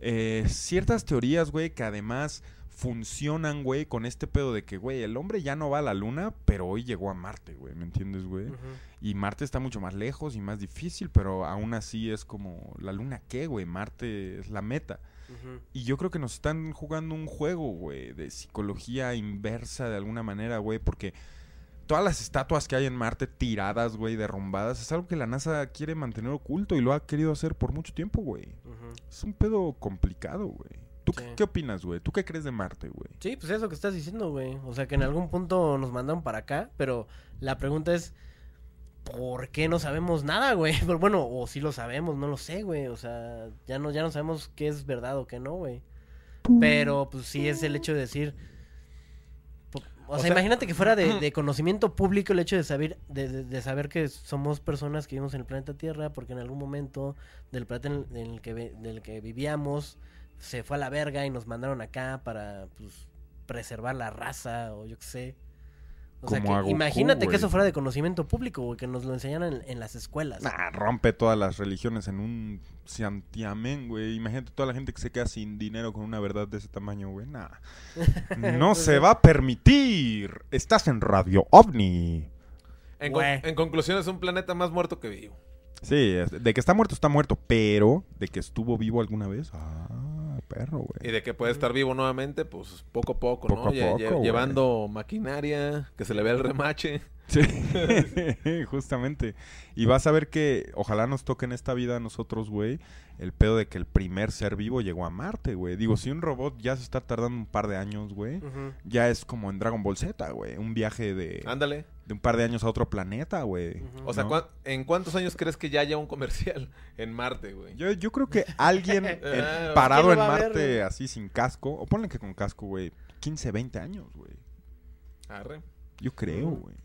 Eh, ciertas teorías, güey, que además funcionan, güey, con este pedo de que, güey, el hombre ya no va a la luna, pero hoy llegó a Marte, güey. ¿Me entiendes, güey? Ujú. Y Marte está mucho más lejos y más difícil, pero aún así es como, ¿la luna qué, güey? Marte es la meta. Ujú. Y yo creo que nos están jugando un juego, güey, de psicología inversa de alguna manera, güey, porque todas las estatuas que hay en Marte tiradas, güey, derrumbadas, es algo que la NASA quiere mantener oculto y lo ha querido hacer por mucho tiempo, güey. Ujú. Es un pedo complicado, güey. ¿Tú Sí. qué, qué opinas, güey? ¿Tú qué crees de Marte, güey? Sí, pues eso que estás diciendo, güey. O sea, que en algún punto nos mandaron para acá, pero la pregunta es, ¿por qué no sabemos nada, güey? Pero bueno, o si lo sabemos, no lo sé, güey. O sea, ya no, ya no sabemos qué es verdad o qué no, güey. Pero pues sí es el hecho de decir... po- O, sea, sea- imagínate que fuera de, de conocimiento público el hecho de saber, de, de- de saber que somos personas que vivimos en el planeta Tierra, porque en algún momento del planeta en el, en el que, ve- del que vivíamos se fue a la verga y nos mandaron acá para pues, preservar la raza o yo qué sé. O sea, Como a que Goku, imagínate que güey. eso fuera de conocimiento público, güey, que nos lo enseñaran en, en las escuelas. Nah, rompe todas las religiones en un santiamén, güey. Imagínate toda la gente que se queda sin dinero con una verdad de ese tamaño, güey. Nah. No se va a permitir. Estás en Radio OVNI. En, con- Güey. en conclusión, es un planeta más muerto que vivo. Sí, es- de que está muerto, está muerto. Pero, de que estuvo vivo alguna vez. Ah, perro, Y güey. de que puede estar vivo nuevamente, pues poco a poco, Poco ¿no? a Lle- lle- poco, güey. llevando maquinaria, que se le vea el remache. Sí, justamente. Y vas a ver que ojalá nos toque en esta vida a nosotros, güey, el pedo de que el primer ser vivo llegó a Marte, güey. Digo, si un robot ya se está tardando un par de años, güey, Ujú. ya es como en Dragon Ball Z, güey. Un viaje de, Ándale. de un par de años a otro planeta, güey. Ujú. O sea, ¿no? ¿cuán- ¿en cuántos años crees que ya haya un comercial en Marte, güey? Yo, yo creo que alguien eh, ¿quién parado lo en va a ver, Marte güey? así sin casco, o ponle que con casco, güey, 15, 20 años, güey. Arre. Yo creo, Ujú. güey.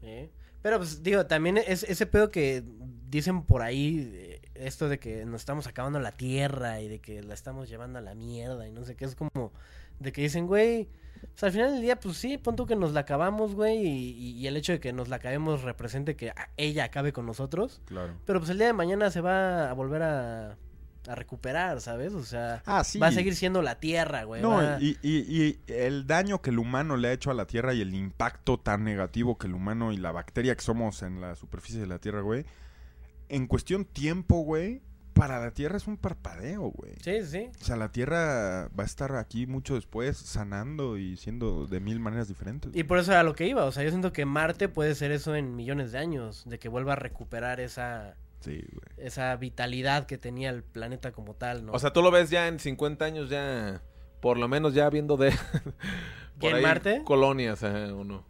Sí. Pero pues digo, también es ese pedo que dicen por ahí, eh, esto de que nos estamos acabando la tierra y de que la estamos llevando a la mierda y no sé qué, es como de que dicen, güey, pues al final del día, pues sí, pon tú que nos la acabamos, güey, y, y- y el hecho de que nos la acabemos represente que a- ella acabe con nosotros, Claro. pero pues el día de mañana se va a volver a, a recuperar, ¿sabes? O sea, Ah, sí. va a seguir siendo la tierra, güey. va- No, y, y- y el daño que el humano le ha hecho a la Tierra y el impacto tan negativo que el humano y la bacteria que somos en la superficie de la Tierra, güey. En cuestión tiempo, güey, para la Tierra es un parpadeo, güey. Sí, sí. O sea, la Tierra va a estar aquí mucho después sanando y siendo de mil maneras diferentes. Y por eso era lo que iba, o sea, yo siento que Marte puede ser eso en millones de años, de que vuelva a recuperar esa, Sí, güey. esa vitalidad que tenía el planeta como tal, ¿no? O sea, tú lo ves ya en 50 años, ya. Por lo menos ya viendo de. ¿Ya en Marte? Colonias, ajá, o no.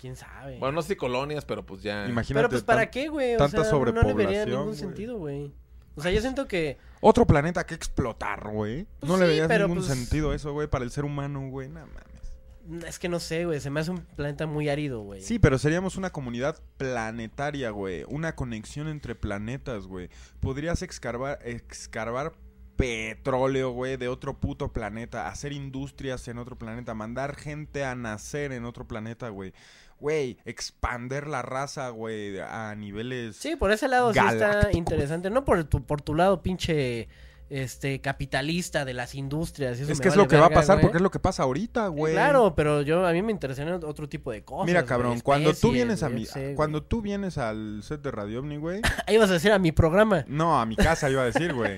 quién sabe. Bueno, no sé si colonias, pero pues ya. Imagínate. Pero pues para tan- qué, güey, o tanta sea, no- no le vería sobrepoblación, ningún güey. sentido, güey. O sea, yo siento que Otro planeta que explotar, güey. Pues no le sí, veías pero, ningún pues- sentido eso, güey, para el ser humano, güey. No mames. es que no sé, güey, se me hace un planeta muy árido, güey. Sí, pero seríamos una comunidad planetaria, güey. Una conexión entre planetas, güey. Podrías excavar, excavar petróleo, güey, de otro puto planeta. Hacer industrias en otro planeta. Mandar gente a nacer en otro planeta, güey. Güey, expander la raza, güey, a niveles... Sí, por ese lado sí está Galácticos. interesante, no por tu, por tu lado pinche este capitalista de las industrias. y eso es me que es vale lo que va a verga, pasar güey. porque es lo que pasa ahorita, Sí, güey. Claro, pero yo a mí me interesan otro tipo de cosas. Mira, güey, cabrón, cuando tú especies, vienes a güey, mi yo qué sé, güey. cuando tú vienes al set de Radio Omni, güey. Ahí vas a decir a mi programa. No, a mi casa iba a decir, güey.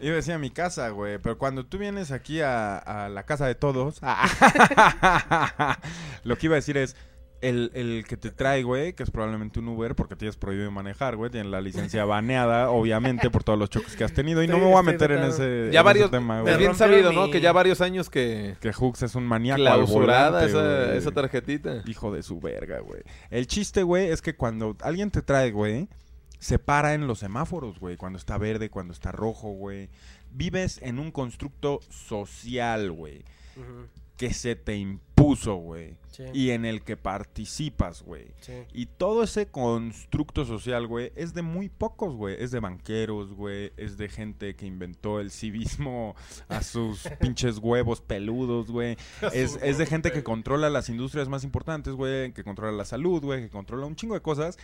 Iba a decir a mi casa, güey. Pero cuando tú vienes aquí a, a la casa de todos, lo que iba a decir es, el, el que te trae, güey, que es probablemente un Uber, porque tienes prohibido manejar, güey. Tienes la licencia baneada, obviamente, por todos los choques que has tenido. Y no Estoy- me voy a estoy meter en tratando. ese, en Ya ese varios, tema, es güey. bien rompieron sabido, ¿no? mi- Que ya varios años que Que Hooks es un maníaco. al clausurada volante, esa, güey. esa tarjetita. Hijo de su verga, güey. El chiste, güey, es que cuando alguien te trae, güey, se para en los semáforos, güey. Cuando está verde, cuando está rojo, güey. Vives en un constructo social, güey. Ujú, Que se te impuso, güey. sí, Y en el que participas, güey. sí. Y todo ese constructo social, güey, es de muy pocos, güey. Es de banqueros, güey. Es de gente que inventó el civismo a sus pinches huevos peludos, güey. Es, es de gente que controla las industrias más importantes, güey. Que controla la salud, güey. Que controla un chingo de cosas.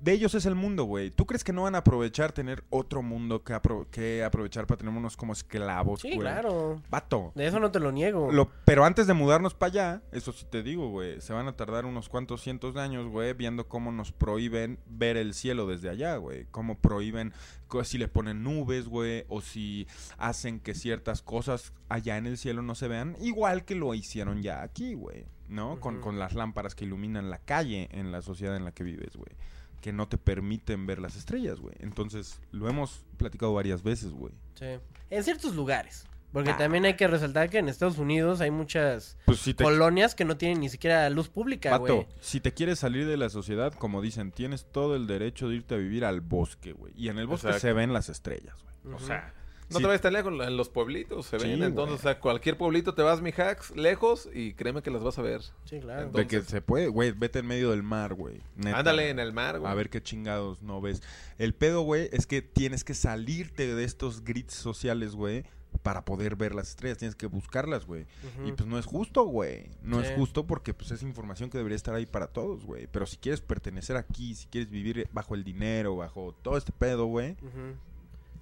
De ellos es el mundo, güey. ¿Tú crees que no van a aprovechar tener otro mundo que, apro- que aprovechar para tener unos como esclavos, Sí, pues, güey? claro. Vato. De eso no te lo niego. Lo- pero antes de mudarnos para allá, eso sí te digo, güey, se van a tardar unos cuantos cientos de años, güey, viendo cómo nos prohíben ver el cielo desde allá, güey. Cómo prohíben, co- si le ponen nubes, güey, o si hacen que ciertas cosas allá en el cielo no se vean, igual que lo hicieron ya aquí, güey, ¿no? con, Ujú. con las lámparas que iluminan la calle en la sociedad en la que vives, güey. Que no te permiten ver las estrellas, güey. Entonces, lo hemos platicado varias veces, güey. Sí. En ciertos lugares. Porque Ah. también hay que resaltar que en Estados Unidos hay muchas Pues si te colonias que no tienen ni siquiera luz pública, Pato, güey. si te quieres salir de la sociedad, como dicen, tienes todo el derecho de irte a vivir al bosque, güey. Y en el bosque Exacto. se ven las estrellas, güey. O Ujú. sea, No sí, te vayas tan lejos, en los puebltos se Sí, ven. güey. Entonces, a cualquier pueblito te vas, mi hacks, lejos y créeme que las vas a ver. Sí, claro. de que entonces. se puede, güey, vete en medio del mar, güey. neta. Ándale en el mar, güey. A ver qué chingados no ves. El pedo, güey, es que tienes que salirte de estos grids sociales, güey, para poder ver las estrellas. Tienes que buscarlas, güey. Ujú. Y pues no es justo, güey. No Sí. es justo porque pues es información que debería estar ahí para todos, güey. Pero si quieres pertenecer aquí, si quieres vivir bajo el dinero, bajo todo este pedo, güey, Ujú.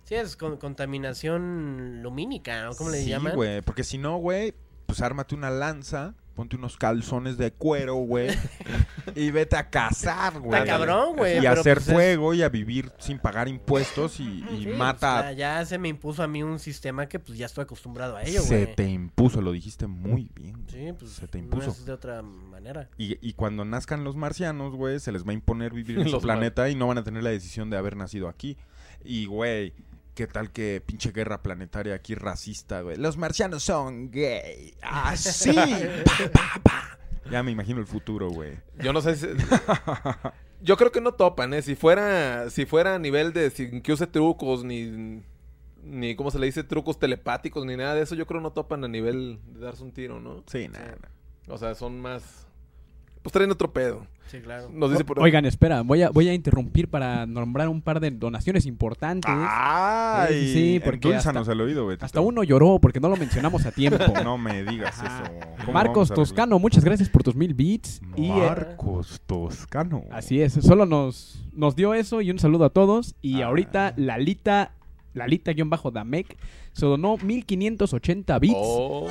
Sí, es con- contaminación lumínica, ¿no? ¿Cómo le Sí, llaman? güey, porque si no, güey, pues ármate una lanza, ponte unos calzones de cuero, güey, y vete a cazar, güey. Está cabrón, güey. Y a pero, hacer pues, es- fuego y a vivir sin pagar impuestos y, y Sí, pues, mata. ya- ya se me impuso a mí un sistema que pues ya estoy acostumbrado a ello, se güey. te impuso, lo dijiste muy bien. güey. Sí, pues se te no impuso. es de otra manera. Y, y cuando nazcan los marcianos, güey, se les va a imponer vivir en su Los mar- planeta y no van a tener la decisión de haber nacido aquí. Y, güey, ¿qué tal que pinche guerra planetaria aquí racista, güey? Los marcianos son gay. Así. Pa, pa, pa. Ya me imagino el futuro, güey. Yo no sé si... Yo creo que no topan, ¿eh? Si fuera, si fuera a nivel de sin que use trucos, ni, ni, ¿cómo se le dice? Trucos telepáticos, ni nada de eso, yo creo no topan a nivel de darse un tiro, ¿no? Sí, nada. O sea, son más... Pues traen otro pedo. Sí, claro. Nos dice por... Oigan, espera, voy a, voy a interrumpir para nombrar un par de donaciones importantes. Ah, Ay, Sí, sí, porque endulzanos hasta- el oído, güey. Hasta uno lloró porque no lo mencionamos a tiempo. No me digas eso. ¿Cómo vamos Marcos a arreglar? Toscano, muchas gracias por tus mil beats. Y, eh, Marcos Toscano. así es, solo nos, nos dio eso y un saludo a todos. Y Ah. ahorita Lalita, Lalita-Damec, se donó 1580 bits. Oh,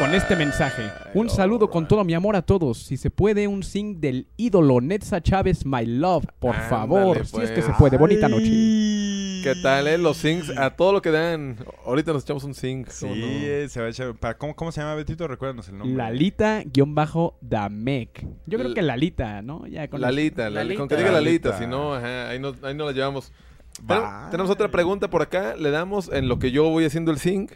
Con este mensaje, un saludo con todo mi amor a todos. Si se puede, un sing del ídolo Netza Chávez, My Love, por Ándale, favor. Si pues. es que se puede, bonita noche. ¿Qué tal, eh? Los sings, a todo lo que dan. Ahorita nos echamos un sing. Sí, ¿cómo no? eh, se va a echar. para- ¿cómo, cómo se llama Betito? Recuérdanos el nombre. Lalita-Damec. Yo creo L- que Lalita, ¿no? Ya con Lalita, Lalita, Lalita. con que diga Lalita, Lalita. si no, ajá, ahí no, ahí no la llevamos. Bueno, Va. tenemos otra pregunta por acá, le damos en lo que yo voy haciendo el sync.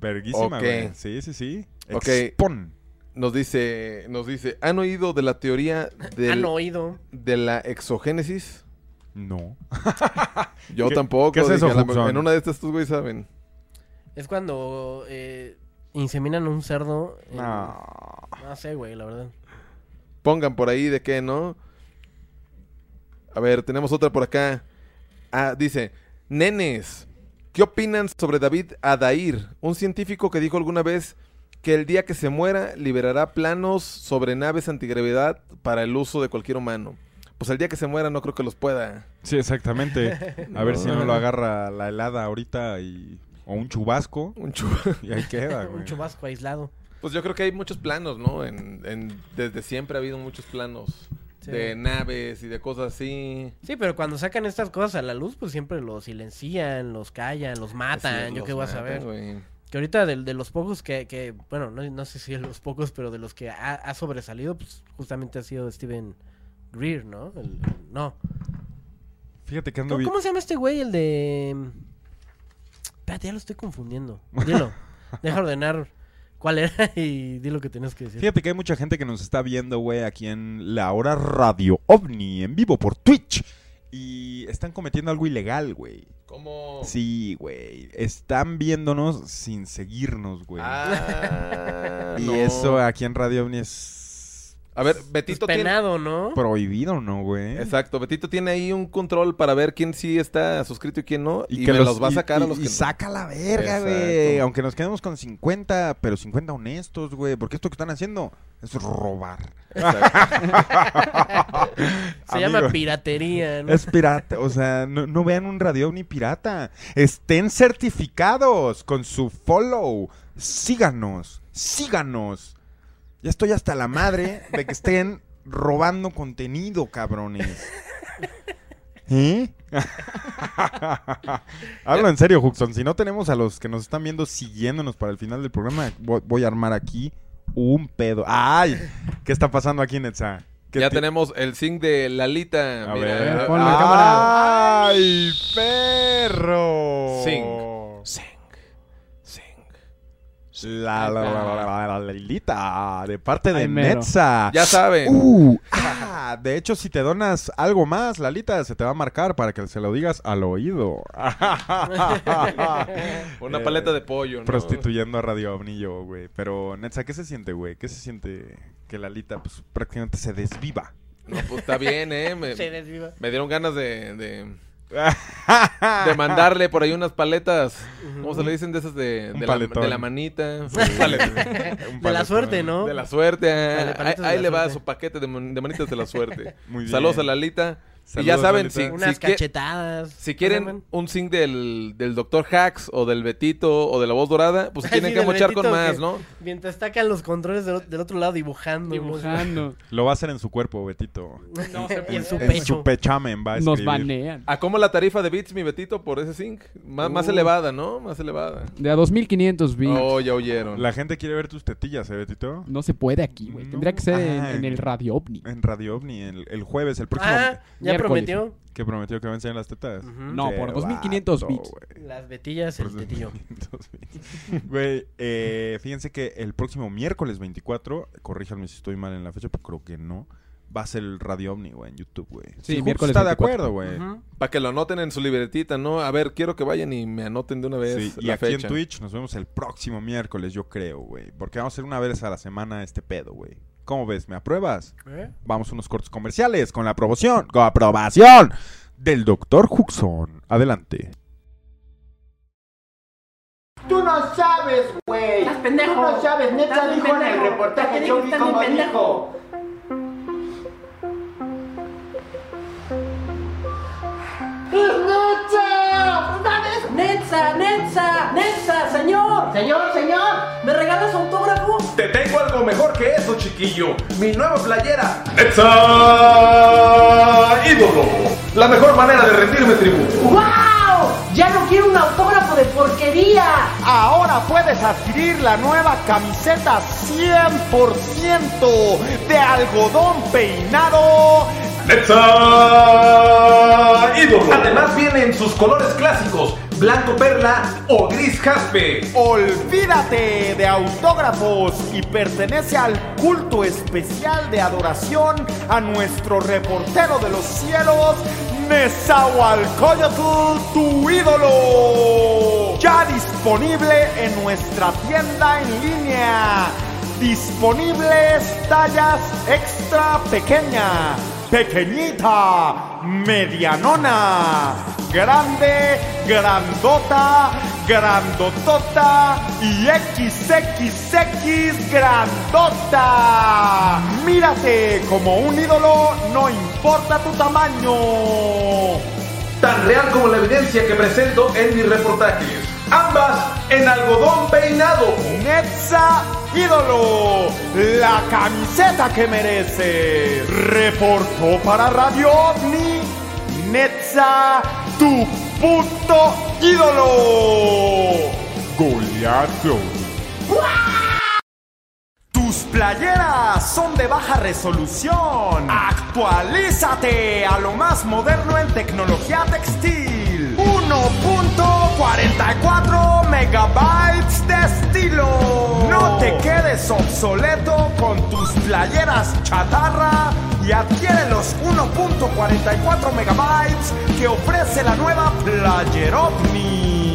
Verguísima, Ok. güey. Sí, sí, sí. Ok. Expon. Nos dice, nos dice, ¿han oído de la teoría del- Han oído. de la exogénesis? No. Yo ¿Qué- tampoco. qué es dije, eso, a la- Hobson? en una de estas estos güeyes saben. Es cuando eh, inseminan un cerdo. en- No. No sé, güey, la verdad. Pongan por ahí de qué, ¿no? A ver, tenemos otra por acá. Ah, dice, nenes, ¿qué opinan sobre David Adair? Un científico que dijo alguna vez que el día que se muera liberará planos sobre naves antigravedad para el uso de cualquier humano. pues el día que se muera no creo que los pueda. Sí, exactamente. A ver si no lo agarra la helada ahorita y... o un chubasco Un chulo. y ahí queda, güey. Un chubasco aislado. Pues yo creo que hay muchos planos, ¿no? En, en- desde siempre ha habido muchos planos Sí. de naves y de cosas así. Sí, pero cuando sacan estas cosas a la luz, pues siempre los silencian, los callan, los matan. Así, yo los qué voy a matan, saber. güey. Que ahorita del- de, los pocos que, que- bueno, no, no sé si de los pocos, pero de los que ha, ha sobresalido, pues justamente ha sido Steven Greer, ¿no? El- el- no. Fíjate que ando ¿Cómo, vi- cómo se llama este güey? El de... mm, Espérate, ya lo estoy confundiendo. Dilo. Deja ordenar cuál era y di lo que tenías que decir. Fíjate que hay mucha gente que nos está viendo, güey, aquí en la hora radio ovni, en vivo por Twitch. Y están cometiendo algo ilegal, güey. ¿Cómo? Sí, güey. Están viéndonos sin seguirnos, güey. Ah, y no. Pues eso aquí en Radio Ovni es A ver, Es Betito tiene... Pues, penado, ¿no? prohibido, ¿no, güey? Exacto, Betito tiene ahí un control para ver quién sí está suscrito y quién no. Y, que me los, va a y- sacar y, a los y que no. saca la verga, Exacto. güey. Aunque nos quedemos con 50, pero 50 honestos, güey. Porque esto que están haciendo es robar. Exacto. Se llama Amigo. piratería, ¿no? Es pirata, o sea, no, no vean un radio ni pirata. Estén certificados con su follow. Síganos, síganos. Ya estoy hasta la madre de que estén robando contenido, cabrones. ¿Eh? Hablo en serio, Huxon. Si no tenemos a los que nos están viendo siguiéndonos para el final del programa, voy, voy a armar aquí un pedo. ¡Ay! ¿Qué está pasando aquí, Netza? ¿Qué ya ti- tenemos el zinc de Lalita. a mira. ver. ponle Ah, cámara. eh. ¡Ay, perro! Cinco. Zinc. Zinc. La, la, la, la, la, la, la Lilita, de parte de Ay, mero. Netza. Ya saben. Uh, ah, de hecho, si te donas algo más, Lalita, se te va a marcar para que se lo digas al oído. Una Eh, paleta de pollo. ¿no? Prostituyendo a Radio Ovni yo, güey. Pero, Netza, ¿qué se siente, güey? ¿Qué se siente que Lalita pues, prácticamente se desviva? No, pues está bien, ¿eh? Me, Se desviva. me dieron ganas de, de, Ah. de mandarle por ahí unas paletas. ¿Cómo se le dicen de esas de, Un de, la, paletón. de la manita? Un De la palo- suerte, ¿no? De la suerte. Vale, ah, Ahí, paletas de ahí la le va suerte. su paquete de, man- de manitas de la suerte. Muy bien. Saludos a Lalita. y ya Saludos, saben, Lalita. si, Unas si quie- cachetadas. si ¿no? quieren un zinc del, del Dr. Hacks o del Betito o de la voz dorada, pues Ay, tienen sí, que del mochar con Betito, más, que- ¿no? Mientras tacan los controles del, del otro lado dibujando. Dibujando. Lo va a hacer en su cuerpo, Betito. No, y en su En pecho. su pechamen va a Nos escribir. banean. ¿A cómo la tarifa de bits, mi Betito, por ese zinc? Má- Más Uh. elevada, ¿no? Más elevada. De a 2500 bits. Oh, ya oyeron. La gente quiere ver tus tetillas, ¿eh, Betito? No se puede aquí, güey. No. Tendría que ser en, Ah, en el Radio OVNI. En Radio OVNI, el, el jueves, el próximo... Ah, ya Miércoles. prometió. Que prometió que va a enseñar las tetas. Ujú. No, Qué por 2500 vato, bits. güey. Las betillas, el Por tetillo. 2500 bits. Güey, eh, fíjense que el próximo miércoles 24, corríjanme si estoy mal en la fecha, pero creo que no, va a ser el Radio OVNI, güey, en YouTube, güey. Sí, Hux miércoles está 24. de acuerdo, güey. Ujú. Para que lo anoten en su libretita, ¿no? A ver, quiero que vayan y me anoten de una vez Sí, y la aquí fecha. en Twitch nos vemos el próximo miércoles, yo creo, güey. Porque vamos a hacer una vez a la semana este pedo, güey. ¿Cómo ves? ¿Me apruebas? ¿Eh? Vamos a unos cortos comerciales con la aprobación, con aprobación del doctor Huxon. Adelante. Tú no sabes, güey. Estás pendejo. Tú no sabes, neta Estás bien dijo en el pendejo. Te reportaje dije yo que vi estás cómo bien pendejo. dijo. ¡Es neta! ¡Dales! ¡Netza! ¡Netza! ¡Netza! ¡Señor! Señor, señor. ¿Me regalas autógrafo? Te tengo algo mejor que eso, chiquillo. Mi nueva playera. ídolo. La mejor manera de rendirme tributo. ¡Wow! Ya no quiero un autógrafo de porquería. Ahora puedes adquirir la nueva camiseta 100% de algodón peinado. ídolo. Además viene en sus colores clásicos, blanco perla o gris jaspe. Olvídate de autógrafos y pertenece al culto especial de adoración a nuestro reportero de los cielos, Nezahualcóyotl, tu ídolo. Ya disponible en nuestra tienda en línea. Disponibles tallas extra pequeña, pequeñita, medianona, grande, grandota, Grandotota y XXX Grandota. Mírate como un ídolo, no importa tu tamaño. tan real como la evidencia que presento en mis reportajes. Ambas en algodón peinado. Netza Ídolo, la camiseta que merece. Reportó para Radio OVNI, Netza, tu puto ídolo. Goliato. Tus playeras son de baja resolución. Actualízate a lo más moderno en tecnología textil. 1.44 megabytes de estilo. No te quedes obsoleto con tus playeras chatarra y adquiere los 1.44 megabytes que ofrece la nueva Playerovni.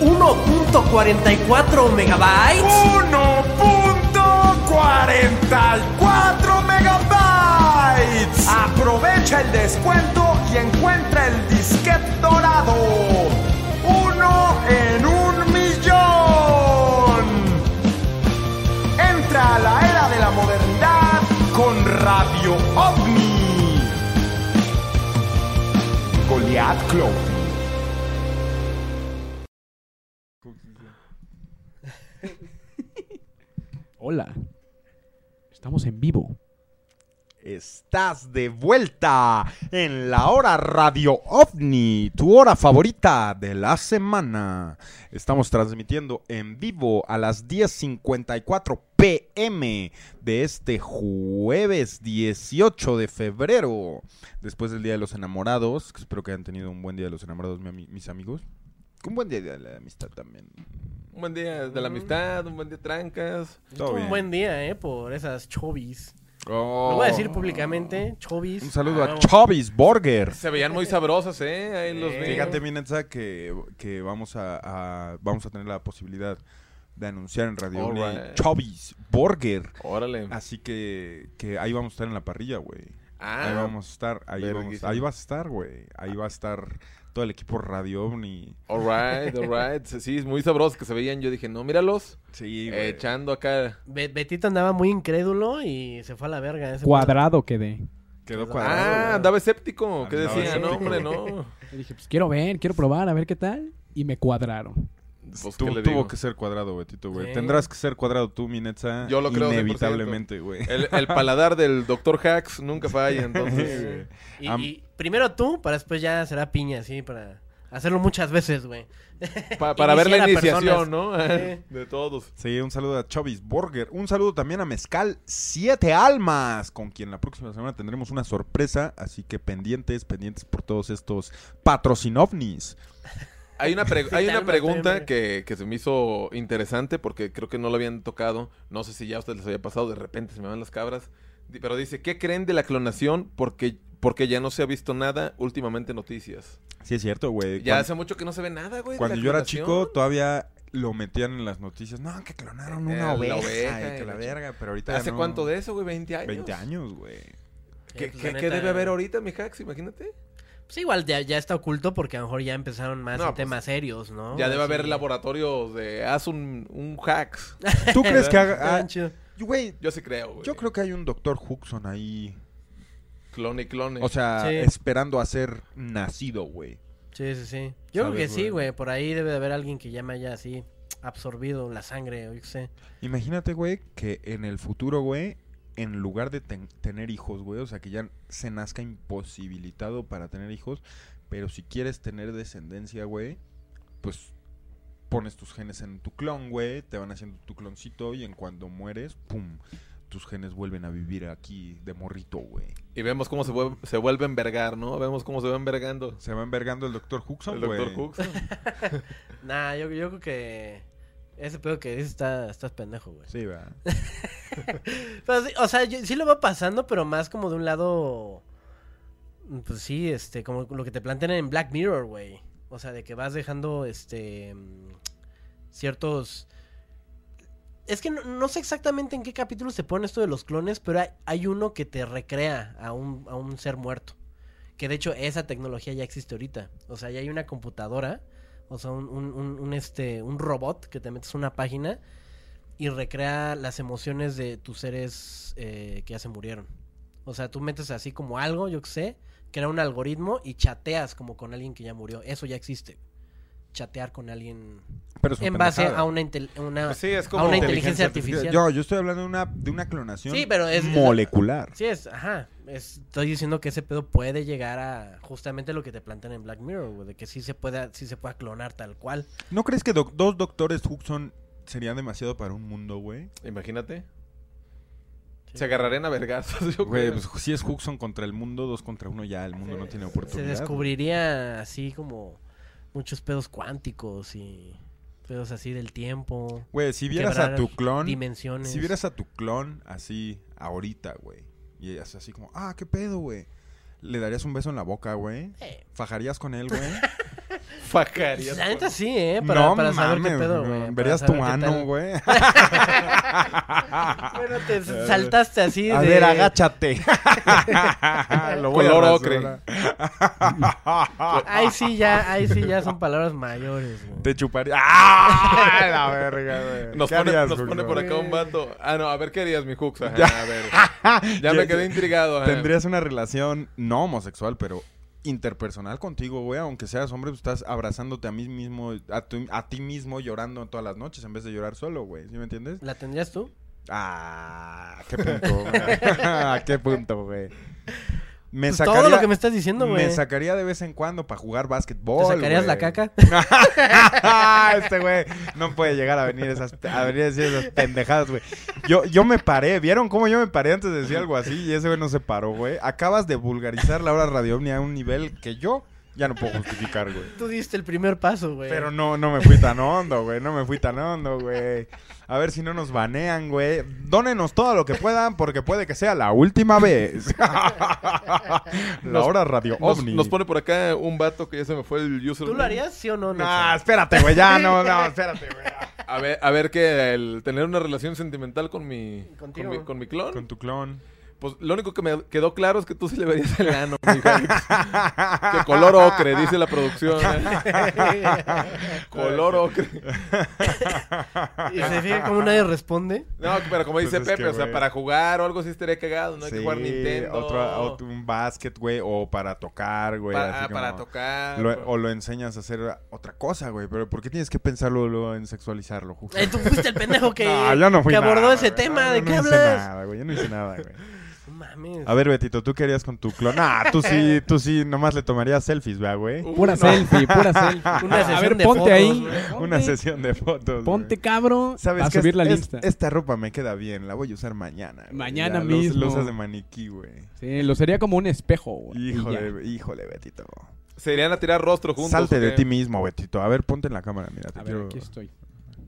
1.44 megabytes. 1.44 megabytes. Aprovecha el descuento y encuentra el disquete dorado. Uno en un millón. Entra a la era de la modernidad con Radio OVNI. Goliath Club. Hola. Estamos en vivo. Estás de vuelta en la hora Radio OVNI, tu hora favorita de la semana. Estamos transmitiendo en vivo a las 10.54 pm de este jueves 18 de febrero, después del Día de los Enamorados. que Espero que hayan tenido un buen Día de los Enamorados, mi ami- mis amigos. Un buen Día de la Amistad también. Un buen día de la amistad, un buen día trancas. Todo un bien. buen día, ¿eh? Por esas chovis. Oh. Oh. Lo voy a decir públicamente, chovis. Un saludo a Ah, Chobis Borger. Se veían muy sabrosas, ¿eh? Ahí los veo. Fíjate, mi Netza, que, que vamos, a, a- vamos a tener la posibilidad de anunciar en Radio All Uni right. Chubby's Burger. Órale. Así que, que ahí vamos a estar en la parrilla, güey. Ah. ahí vamos a estar, ahí, vamos, verguísima. ahí vas a estar, güey. Ahí va a estar todo el equipo Radio Omni. Alright, alright. Sí, es muy sabroso que se veían. Yo dije, no, míralos. Sí, eh, echando acá. Be- Betito andaba muy incrédulo y se fue a la verga. Ese Cuadrado quedé. Quedó cuadrado. Ah, andaba escéptico. ¿Qué Andaba decía? No, escéptico. hombre, no. Y dije, pues quiero ver, quiero probar, a ver qué tal. Y me cuadraron. Pues, Tu- ¿qué le tuvo digo? que ser cuadrado, Betito, güey. Sí. Tendrás que ser cuadrado tú, mi Netza. Yo lo creo, Inevitablemente, güey. El, el paladar del Dr. Hacks nunca falla, entonces. Y, Am- y primero tú, para después ya será piña, sí, para hacerlo muchas veces, güey. pa- para ver la Iniciar a personas. iniciación, ¿no? Sí. De todos. Sí, un saludo a Chubby's Burger. Un saludo también a Mezcal Siete Almas, con quien la próxima semana tendremos una sorpresa. Así que pendientes, pendientes por todos estos patrocinovnis. Hay una, pre- hay una Cálmate, pregunta hombre. que, que se me hizo interesante porque creo que no lo habían tocado. No sé si ya a ustedes les había pasado, de repente se me van las cabras. Di- Pero dice, ¿qué creen de la clonación? Porque, porque ya no se ha visto nada últimamente en noticias. Sí, es cierto, güey. Ya Cuan- hace mucho que no se ve nada, güey. de Cuando la yo era clonación. chico, todavía lo metían en las noticias. No, que clonaron Eh, una la oveja. oveja y y que la la chingada. verga, pero ahorita ya ¿Hace no. cuánto de eso, güey? ¿20 años? 20 años, güey. Sí, ¿Qué, pues, qué- la qué neta, debe haber ahorita, mi hacks? Imagínate. Pues igual ya, ya está oculto porque a lo mejor ya empezaron más No, en pues, temas serios, ¿no? ya debe Así. haber laboratorios de... Haz un, un hacks. ¿Tú crees que haga...? Está ah, bien chido. Güey, Yo sí creo, güey. yo creo que hay un doctor Huxon ahí. Clone y clone. O sea, Sí. esperando a ser nacido, güey. Sí, sí, sí. Yo creo ¿Sabes, que sí, güey? güey. Por ahí debe de haber alguien que ya me haya así absorbido la sangre, o yo qué sé. Imagínate, güey, que en el futuro, güey, en lugar de ten- tener hijos, güey, o sea, que ya se nazca imposibilitado para tener hijos, pero si quieres tener descendencia, güey, pues pones tus genes en tu clon, güey, te van haciendo tu cloncito y en cuando mueres, pum, tus genes vuelven a vivir aquí de morrito, güey. Y vemos cómo se, vuel- se vuelve a envergar, ¿no? Vemos cómo se va envergando. Se va envergando el doctor Huxon, El güey. doctor Hooks. Nah, yo, yo creo que ese pedo que dices está, estás pendejo, güey. Sí, va. Pero Pues, sí, o sea, yo- sí lo va pasando, pero más como de un lado. mm, Pues sí, este, como lo que te plantean en Black Mirror, güey. O sea, de que vas dejando, este. mm, Ciertos. Es que no, no sé exactamente en qué capítulo se pone esto de los clones, pero hay, hay uno que te recrea a un, a un ser muerto. Que de hecho, esa tecnología ya existe ahorita. O sea, ya hay una computadora O sea, un, un- un- un, este, un robot que te metes a una página y recrea las emociones de tus seres eh, que ya se murieron. O sea, tú metes así como algo, yo qué sé, crea un algoritmo y chateas como con alguien que ya murió. Eso ya existe. Chatear con alguien Pero es una en base pendejada. a una, intel- una- Pues sí, es a como una inteligencia artificial. Yo, yo estoy hablando de una, de una clonación Sí, pero es- molecular. Sí, es, ajá. es- estoy diciendo que ese pedo puede llegar a justamente lo que te plantean en Black Mirror, güey, de que sí se pueda, sí se pueda clonar tal cual. ¿No crees que doc- dos doctores Huxon serían demasiado para un mundo, güey? Imagínate. Se agarrarían a vergazos, yo Güey, creo. pues si es Huxon contra el mundo, dos contra uno ya, el mundo no tiene Se oportunidad. descubriría así como muchos pedos cuánticos y pedos así del tiempo. Güey, si vieras a quebrar tu clon, Dimensiones. si vieras a tu clon así ahorita, güey, y es así como, ah, qué pedo, güey. Le darías un beso en la boca, güey. Eh. Fajarías con él, güey. Fajarías. La neta sí, ¿eh? Para, para saber qué pedo, güey. güey. para Verías saber tu qué ano, tal. güey. Bueno, te saltaste así. A de- ver, agáchate. Lo voy a Color hacer, ocre. ¿verdad? Ahí sí ya, ahí sí ya son palabras mayores, güey. Te chuparía. ¡Ah! La verga, güey. Nos ¿Qué pone, harías, nos pone Julio? por acá un vato. Ah, no, a ver qué harías, mi Hux. Ajá, a ver. Ya me quedé intrigado. eh. ajá. Tendrías una relación no homosexual, pero interpersonal contigo, güey. Aunque seas hombre, pues, estás abrazándote a mí mismo, a, tu- a ti mismo llorando todas las noches en vez de llorar solo, güey. ¿Sí me entiendes? ¿La tendrías tú? Ah, qué punto. güey. ¿A qué punto, güey? Me Pues todo lo que me estás diciendo, güey. Me sacaría de vez en cuando para jugar básquetbol. ¿Te sacarías güey. la caca? este güey no puede llegar a venir esas, a venir a decir esas pendejadas, güey. Yo, yo me paré, ¿vieron cómo yo me paré antes de decir algo así? Y ese güey no se paró, güey. Acabas de vulgarizar la hora radioovnia a un nivel que yo ya no puedo justificar, güey. Tú diste el primer paso, güey. Pero no, no me fui tan hondo, güey. No me fui tan hondo, güey. A ver si no nos banean, güey. Dónenos todo lo que puedan porque puede que sea la última vez. la Nos- hora radio Nos, ovni. nos pone por acá un vato que ya se me fue el user. ¿Tú lo harías, sí o no? No, Nexa? Ah, espérate, güey. Ya, no, no, espérate, güey. A ver, a ver que el tener una relación sentimental con mi, con Contigo. mi, con mi clon. Con tu clon. Pues lo único que me quedó claro es que tú sí le verías el ano, mi Alex. Que color ocre, dice la producción. ¿eh? color ocre. Y se fija como nadie responde. No, pero como dice Pues es Pepe, que, o sea, güey. para jugar o algo sí estaría cagado, no hay que jugar Nintendo. Otro, otro- un básquet, güey, o para tocar, güey. para, así ah, para como- tocar. pues, lo- para- o lo enseñas a hacer otra cosa, güey. Pero ¿por qué tienes que pensarlo luego en sexualizarlo, justo? Eh, tú fuiste el pendejo que, No, yo no fui que abordó nada, ese güey. tema. No, ¿De yo qué no hice hablas? nada, Ah, güey. Yo no hice nada, güey. No mames. A ver, Betito, ¿tú querías con tu clon? Ah, tú sí, tú sí, nomás le tomarías selfies, ¿verdad, güey? Uh, Pura no. selfie, pura selfie. Una sesión a ver, de ponte fotos, ahí. güey. Una sesión de fotos. güey. Ponte cabro. ¿Sabes a qué? subir la Es- lista. Esta ropa me queda bien, la voy a usar mañana. güey. Mañana Ya, lo- mismo. Lo usas de maniquí, güey. Sí, lo sería como un espejo, güey. y ya. Híjole, híjole, Betito. Se irían a tirar rostro juntos. Salte ¿o de qué? ti mismo, Betito. A ver, ponte en la cámara, mira. te A ver, quiero- aquí estoy.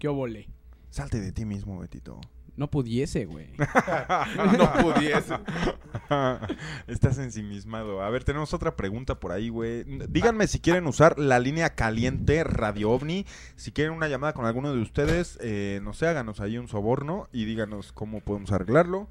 ¿Qué obole? Salte de ti mismo, Betito. No pudiese, güey. no pudiese. Estás ensimismado. A ver, tenemos otra pregunta por ahí, güey. Díganme si quieren usar la línea caliente Radio OVNI. Si quieren una llamada con alguno de ustedes, eh, no sé, háganos ahí un soborno y díganos cómo podemos arreglarlo.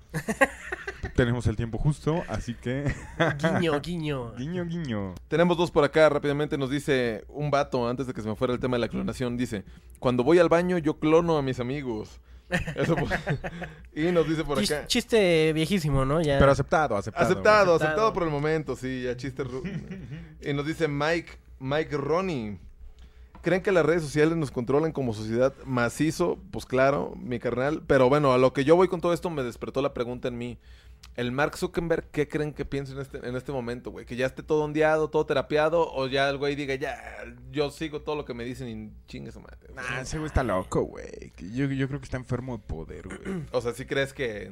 tenemos el tiempo justo, así que... Guiño, guiño. guiño, guiño. Tenemos dos por acá, rápidamente nos dice un vato, antes de que se me fuera el tema de la clonación, dice, cuando voy al baño yo clono a mis amigos. Eso fue- y nos dice por Chis- acá. chiste viejísimo, ¿no? Ya. Pero aceptado, aceptado. güey. Aceptado, aceptado, Aceptado. por el momento, sí, ya chiste. ru- y nos dice Mike, Mike Ronnie. ¿Creen que las redes sociales nos controlan como sociedad macizo? Pues claro, mi carnal. Pero bueno, a lo que yo voy con todo esto me despertó la pregunta en mí. ¿El Mark Zuckerberg qué creen que piensa en este, en este momento, güey? ¿Que ya esté todo ondeado, todo terapiado? ¿O ya el güey diga, ya, yo sigo todo lo que me dicen y chingue su madre? Nah, ese güey está loco, güey. Yo, yo creo que está enfermo de poder, güey. O sea, si crees que.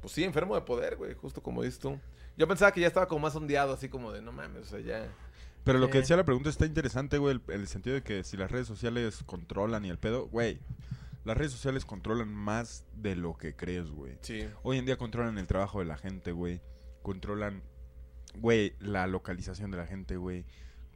Pues sí, enfermo de poder, güey, justo como dices tú. Yo pensaba que ya estaba como más ondeado, así como de no mames, o sea, ya. Pero lo que Sí. decía la pregunta está interesante, güey, el, el sentido de que si las redes sociales controlan y el pedo, güey, las redes sociales controlan más de lo que crees, güey. Sí. Hoy en día controlan el trabajo de la gente, güey. Controlan, güey, la localización de la gente, güey.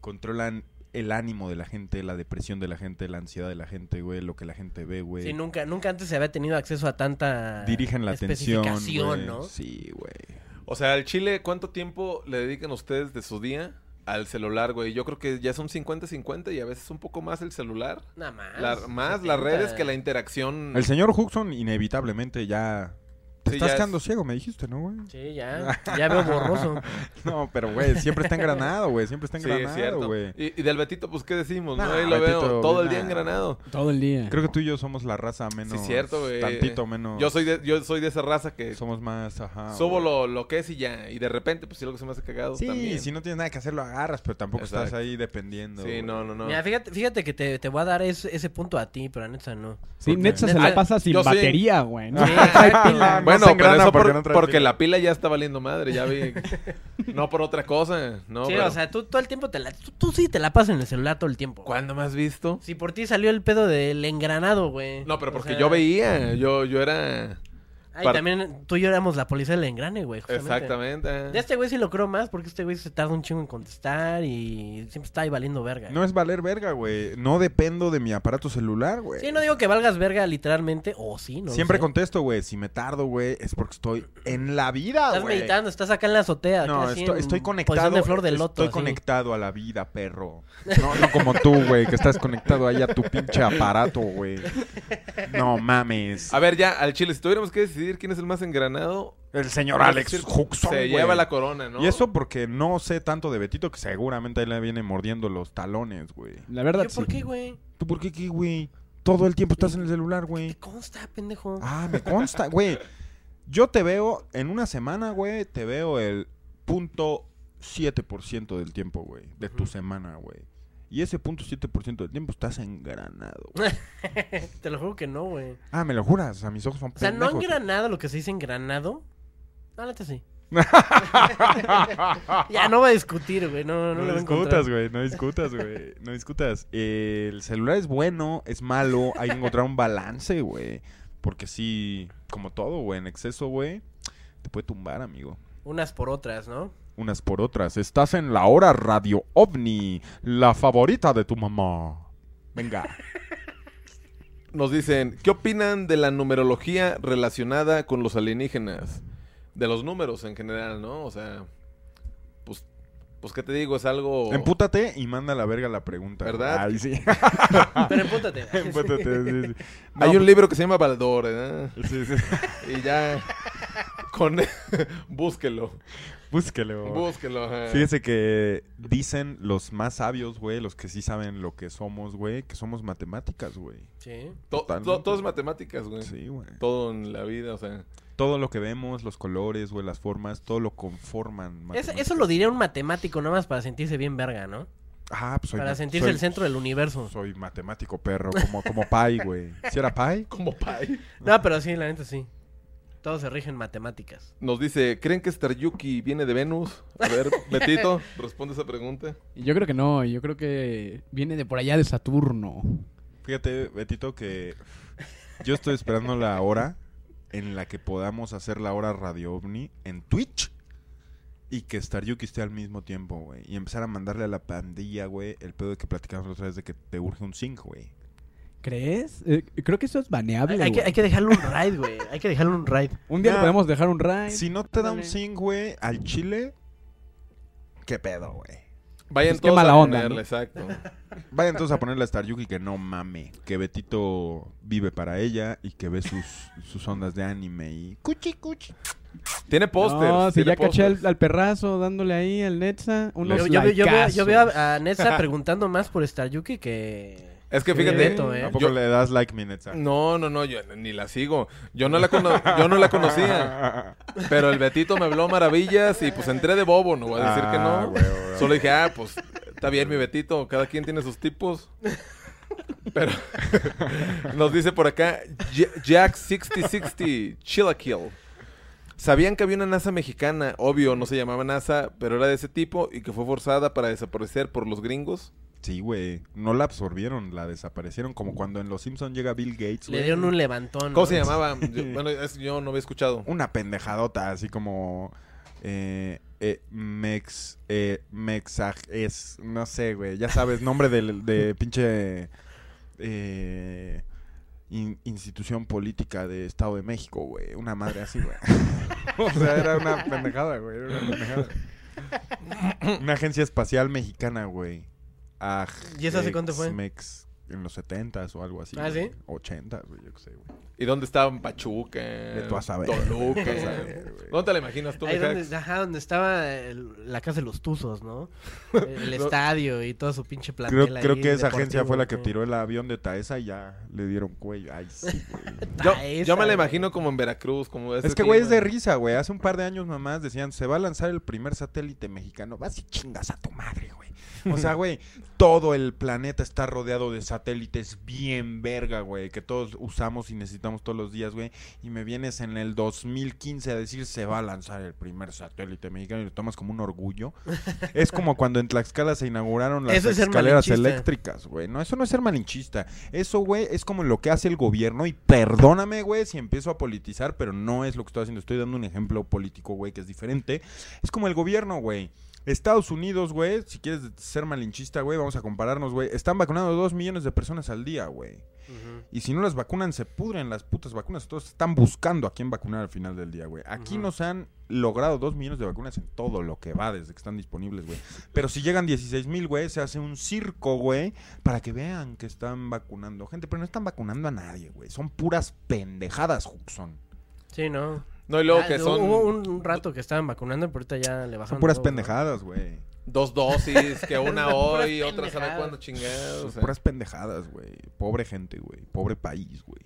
Controlan el ánimo de la gente, la depresión de la gente, la ansiedad de la gente, güey, lo que la gente ve, güey. Sí, nunca, nunca antes se había tenido acceso a tanta Dirigen la atención, especificación, güey. ¿no? Sí, güey. O sea, al chile, ¿cuánto tiempo le dedican ustedes de su día al celular, güey. Yo creo que ya son 50-50 y a veces un poco más el celular. Nada más. La- más 70. las redes que la interacción. El señor Huxon inevitablemente ya... Te Mm. Sí, estás ya es- quedando ciego, me dijiste, ¿no, güey? Sí, ya. Ya veo borroso. No, pero, güey, siempre está engranado, güey. Siempre está Sí, es engranado, cierto. güey. Y, y del Betito, pues, ¿qué decimos? Nah, no, ahí lo Betito, veo todo el nah. día engranado. Todo el día. Creo que tú y yo somos la raza menos... Sí, cierto, güey. Tantito menos... Yo soy de, yo soy de esa raza que Somos más, ajá. subo güey. lo, lo que es y ya. Y de repente, pues, sí, lo que se me hace cagado Sí, también. si no tienes nada que hacer lo agarras, pero tampoco estás Exacto. ahí dependiendo. Sí, güey. no, no, no. Mira, fíjate, fíjate que te, te voy a dar ese, ese punto a ti, pero la neta no. Sí, Netza se Neta, la pasa sin yo soy- batería, güey. ¿no? Sí, trae pila. Ah, No Bueno, se pero engrana eso porque por- no trae porque pila. la pila ya está valiendo madre, ya vi. no por otra cosa, ¿no? sí, pero- o sea, tú todo el tiempo te la... Tú, tú sí te la pasas en el celular todo el tiempo. ¿Cuándo me has visto? Si por ti salió el pedo del engranado, güey. No, pero O porque sea, mm. yo veía, yo, yo era... Ay, par- también tú y yo éramos la policía del engrane, güey. justamente. Exactamente. De este güey sí lo creo más porque este güey se tarda un chingo en contestar y siempre está ahí valiendo verga. No es valer verga, güey. No dependo de mi aparato celular, güey. Sí, no digo que valgas verga literalmente, o sí, no. lo Siempre sé. contesto, güey. Si me tardo, güey, es porque estoy en la vida, Estás güey. meditando, estás acá en la azotea. No, acá así estoy, Ah, en estoy posición conectado. de flor de loto, estoy así. conectado a la vida, perro. No, no como tú, güey, que estás conectado ahí a tu pinche aparato, güey. No mames. A ver, ya, al Chile, si tuviéramos que decidir quién es el más engranado... El señor vamos a Alex decir, Huxon, Se güey. lleva la corona, ¿no? Y eso porque no sé tanto de Betito, que seguramente ahí le viene mordiendo los talones, güey. La verdad, ¿Yo sí. por qué, güey? ¿Tú por qué, qué, güey? Todo el tiempo estás en el celular, güey. ¿Te consta, pendejo? Ah, me consta, güey. Yo te veo en una semana, güey, te veo el punto 7% del tiempo, güey, de tu semana, güey. Y ese punto 7% del tiempo estás engranado. güey. Te lo juro que no, güey. Ah, me lo juras, o sea, mis ojos son O sea, no pendejos. engranado lo que se dice engranado. No, la neta sí. ya no va a discutir, güey. No, no, No, lo va a encontrar. discutas, güey, no discutas, güey, no discutas. Eh, el celular es bueno, es malo, hay que encontrar un balance, güey. Porque sí, como todo, güey, en exceso, güey, te puede tumbar, amigo. Unas por otras, ¿no? unas por otras. Estás en la hora Radio OVNI, la favorita de tu mamá. Venga. Nos dicen, ¿qué opinan de la numerología relacionada con los alienígenas? De los números en general, ¿no? O sea, pues, pues ¿qué te digo? Es algo... Empútate y manda a la verga la pregunta. ¿Verdad? Ay, sí. Pero empúntate. Empútate, sí, sí. No, pues Hay un libro que se llama Baldor, ¿eh? sí, sí. Y ya... Con... Búsquelo. Búsquelo. Búsquelo. ajá. Fíjese que dicen los más sabios, güey, los que sí saben lo que somos, güey, que somos matemáticas, güey. Sí. To- Totalmente. to- todo es matemáticas, güey. Sí, güey. Todo en la vida, o sea. Todo lo que vemos, los colores, güey, las formas, todo lo conforman. Es- matemáticas. eso lo diría un matemático nada más para sentirse bien verga, ¿no? Ah, pues soy para ma- sentirse soy- el centro del universo. Soy matemático, perro, como, como Pai, güey. ¿Si era Pai? Como pay. No, pero sí, la neta sí. Todo se rige en matemáticas. Nos dice, ¿creen que Staryuki viene de Venus? A ver, Betito, responde esa pregunta. Yo creo que no, yo creo que viene de por allá de Saturno. Fíjate, Betito, que yo estoy esperando la hora en la que podamos hacer la hora Radio OVNI en Twitch y que Staryuki esté al mismo tiempo, güey. Y empezar a mandarle a la pandilla, güey, el pedo de que platicamos la otra vez de que te urge un zinc, güey. ¿Crees? Eh, creo que eso es baneable. Hay, hay que, güey. hay Ah. que dejarle un raid, güey. Hay que dejarle un raid. Un día Nah. le podemos dejar un ride. Si no te da un Ándale. zinc, güey, al chile, ¿qué pedo, güey? Vayan Pues qué todos mala a onda, ponerle, ¿no? exacto. Vaya entonces a ponerle a Staryuki que no mame, que Betito vive para ella y que ve sus, sus ondas de anime y... Cuchi, cuchi. Tiene póster. No, si tiene ya caché al, pósters. al perrazo dándole ahí al Netza. Unos Yo, yo veo- yo veo, yo veo likeazos. a, a Netza preguntando más por Staryuki que... Es que Sí, fíjate. Beto, ¿eh? ¿A poco yo- le das like, Minetza? No, no, no, yo ni la sigo. Yo no la, cono- yo no la conocía. Pero el Betito me habló maravillas y pues entré de bobo, no voy a decir que Ah, no. güey, güey. Solo dije, ah, pues está bien mi Betito, cada quien tiene sus tipos. Pero nos dice por acá Ja- Jack 6060 Chilaquil. Sabían que había una NASA mexicana, obvio, no se llamaba NASA, pero era de ese tipo y que fue forzada para desaparecer por los gringos. Sí, güey. No la absorbieron, la desaparecieron. Como cuando en Los Simpsons llega Bill Gates, Le güey. dieron un levantón. ¿Cómo ¿no? se llamaba? Yo- bueno, es- yo no había escuchado. Una pendejadota, así como... Eh, eh, mex... Eh, mexaj... Es... No sé, güey. Ya sabes, nombre del- de, pinche... Eh, in- institución política de Estado de México, güey. Una madre así, güey. o sea, era una pendejada, güey. Era una pendejada. Una agencia espacial mexicana, güey. ¿Y esa hace cuánto fue? Mex, en los 70s o algo así. Ah, güey. ¿sí? 80s, güey, yo qué sé, güey. ¿Y dónde estaban Pachuca? De tú a saber. Toluca. Tú a saber, güey. ¿Dónde te la imaginas tú, Ahí Mijax? donde, ajá, donde estaba el- la casa de los Tuzos, ¿no? El estadio y todo su pinche plantel Creo, creo ahí, que esa agencia deportivo, fue la que sí. tiró el avión de Taesa y ya le dieron cuello. Ay, sí, güey. Yo, Taesa, yo me la Ah, güey. imagino como en Veracruz, como ese Es que, güey, es clima. de risa, güey. Hace un par de años mamás decían, se va a lanzar el primer satélite mexicano. Vas y chingas a tu madre, güey. O sea, güey, todo el planeta está rodeado de satélites bien verga, güey, que todos usamos y necesitamos todos los días, güey. Y me vienes en el 2015 a decir, se va a lanzar el primer satélite mexicano y lo tomas como un orgullo. Es como cuando en Tlaxcala se inauguraron las Eso es ser escaleras malinchista. eléctricas, güey. No, eso no es ser malinchista. Eso, güey, es como lo que hace el gobierno. Y perdóname, güey, si empiezo a politizar, pero no es lo que estoy haciendo. Estoy dando un ejemplo político, güey, que es diferente. Es como el gobierno, güey. Estados Unidos, güey, si quieres ser malinchista, güey, vamos a compararnos, güey. Están vacunando dos millones de personas al día, güey. Ujú. Y si no las vacunan, se pudren las putas vacunas. Todos están buscando a quién vacunar al final del día, güey. Aquí Ujú. nos han logrado dos millones de vacunas en todo lo que va desde que están disponibles, güey. Pero si llegan 16 mil, güey, se hace un circo, güey, para que vean que están vacunando gente. Pero no están vacunando a nadie, güey. Son puras pendejadas, Juxon. Sí, ¿no? No, y luego Ah, que son Hubo un un rato que estaban vacunando, pero ahorita ya le bajaron. Son puras todo, ¿no? pendejadas, güey. dos dosis, que una Puras hoy, otra sabe pendejadas. cuándo chingados. o Son sea. puras pendejadas, güey. Pobre gente, güey. Pobre país, güey.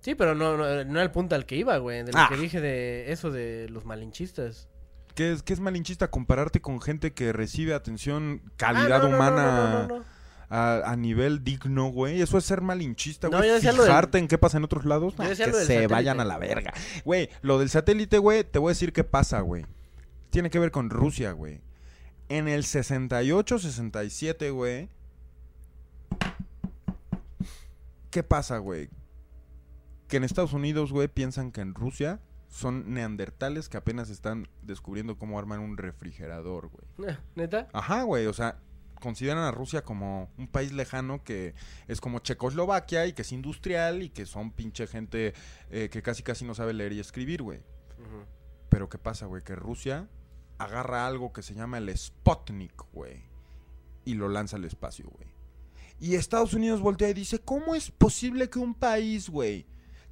Sí, pero no, no, no era el punto al que iba, güey. De lo Ah. que dije de eso de los malinchistas. ¿Qué es, ¿Qué es malinchista compararte con gente que recibe atención, Ah, calidad no, no, no, humana? no, no, no. a, a nivel digno, güey. Eso es ser malinchista, No, güey. yo decía lo del- Fijarte en qué pasa en otros lados. Yo no, que decía se lo del satélite. vayan a la verga. Güey, lo del satélite, güey, te voy a decir qué pasa, güey. Tiene que ver con Rusia, güey. En el 68, 67, güey. ¿Qué pasa, güey? Que en Estados Unidos, güey, piensan que en Rusia son neandertales que apenas están descubriendo cómo arman un refrigerador, güey. Ah, ¿Neta? Ajá, güey, o sea, consideran a Rusia como un país lejano que es como Checoslovaquia y que es industrial y que son pinche gente eh, que casi casi no sabe leer y escribir, güey. Ujú. Pero ¿qué pasa, güey? Que Rusia agarra algo que se llama el Sputnik, güey. Y lo lanza al espacio, güey. Y Estados Unidos voltea y dice, ¿cómo es posible que un país, güey,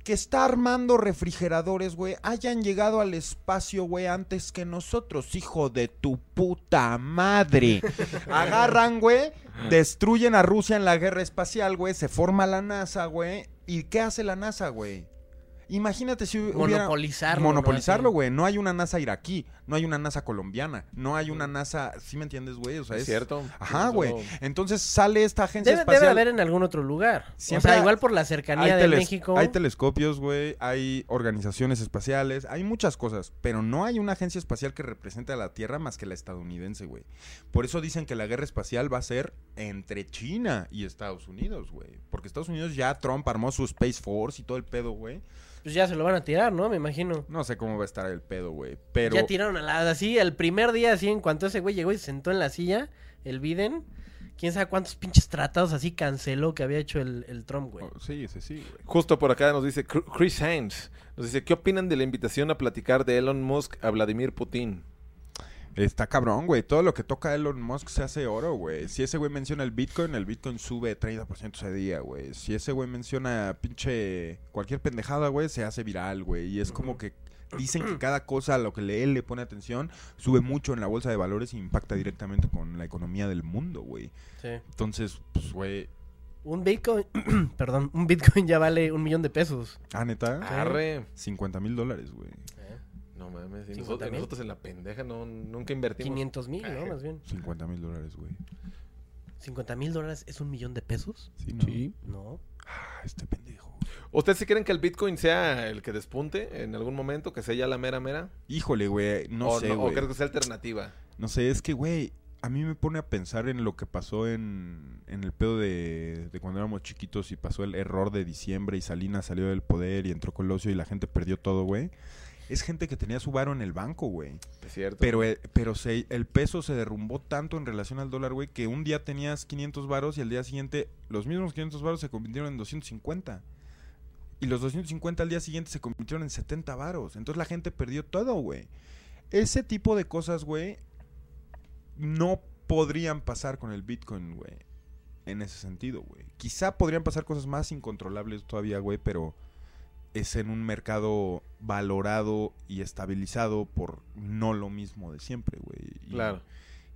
que está armando refrigeradores, güey, hayan llegado al espacio, güey, antes que nosotros, hijo de tu puta madre? Agarran, güey, destruyen a Rusia en la guerra espacial, güey, se forma la NASA, güey. ¿Y qué hace la NASA, güey? Imagínate si hubiera... Monopolizarlo. Monopolizarlo, ¿no? güey. pues, No hay una NASA iraquí, no hay una NASA colombiana, no hay una NASA, ¿sí me entiendes, güey? O sea, Es es- cierto. Ajá, Es güey. algo- Entonces sale esta agencia Debe, debe espacial. haber en algún otro lugar. Siempre o ha- sea, igual por la cercanía de teles- México. hay telescopios, güey, hay organizaciones espaciales, hay muchas cosas, pero no hay una agencia espacial que represente a la Tierra más que la estadounidense, güey. Por eso dicen que la guerra espacial va a ser entre China y Estados Unidos, güey. Porque Estados Unidos ya Trump armó su Space Force y todo el pedo, güey. Pues ya se lo van a tirar, ¿no? Me imagino. No sé cómo va a estar el pedo, güey, pero... Ya tiraron a la, así, el primer día, así, en cuanto ese güey llegó y se sentó en la silla, el Biden, quién sabe cuántos pinches tratados así canceló que había hecho el, el Trump, güey. Oh, sí, sí, sí, güey. Justo por acá nos dice Cr- Chris Hames. Nos dice, ¿qué opinan de la invitación a platicar de Elon Musk a Vladimir Putin? Está cabrón, güey. Todo lo que toca Elon Musk se hace oro, güey. Si ese güey menciona el Bitcoin, el Bitcoin sube 30% ese día, güey. Si ese güey menciona pinche cualquier pendejada, güey, se hace viral, güey. Y es como que dicen que cada cosa a lo que le- él le pone atención sube mucho en la bolsa de valores y impacta directamente con la economía del mundo, güey. Sí. Entonces, pues, güey. Un Bitcoin, perdón, un Bitcoin ya vale un millón de pesos. Ah, neta. Arre. 50 mil dólares, güey. No mames. y ¿Cincuenta nosotros, mil? nosotros en la pendeja no, nunca invertimos. 500 mil, ¿no? Ajá. Más bien. 50 mil dólares, güey. 50 mil dólares es un millón de pesos. Sí, ¿no? Sí. No. Ah, este pendejo. ¿Ustedes sí quieren que el Bitcoin sea el que despunte en algún momento? ¿Que sea ya la mera mera? Híjole, güey. No ¿O, sé, no- o güey. crees que sea alternativa? No sé, es que, güey, a mí me pone a pensar en lo que pasó en, en el pedo de, de cuando éramos chiquitos y pasó el error de diciembre y Salinas salió del poder y entró Colosio y la gente perdió todo, güey. Es gente que tenía su varo en el banco, güey. Es cierto. Pero, eh, pero se- el peso se derrumbó tanto en relación al dólar, güey, que un día tenías 500 varos y al día siguiente los mismos 500 varos se convirtieron en 250. Y los 250 al día siguiente se convirtieron en 70 varos. Entonces la gente perdió todo, güey. Ese tipo de cosas, güey, no podrían pasar con el Bitcoin, güey. En ese sentido, güey. Quizá podrían pasar cosas más incontrolables todavía, güey, pero es en un mercado valorado y estabilizado por no lo mismo de siempre, güey. Y- Claro.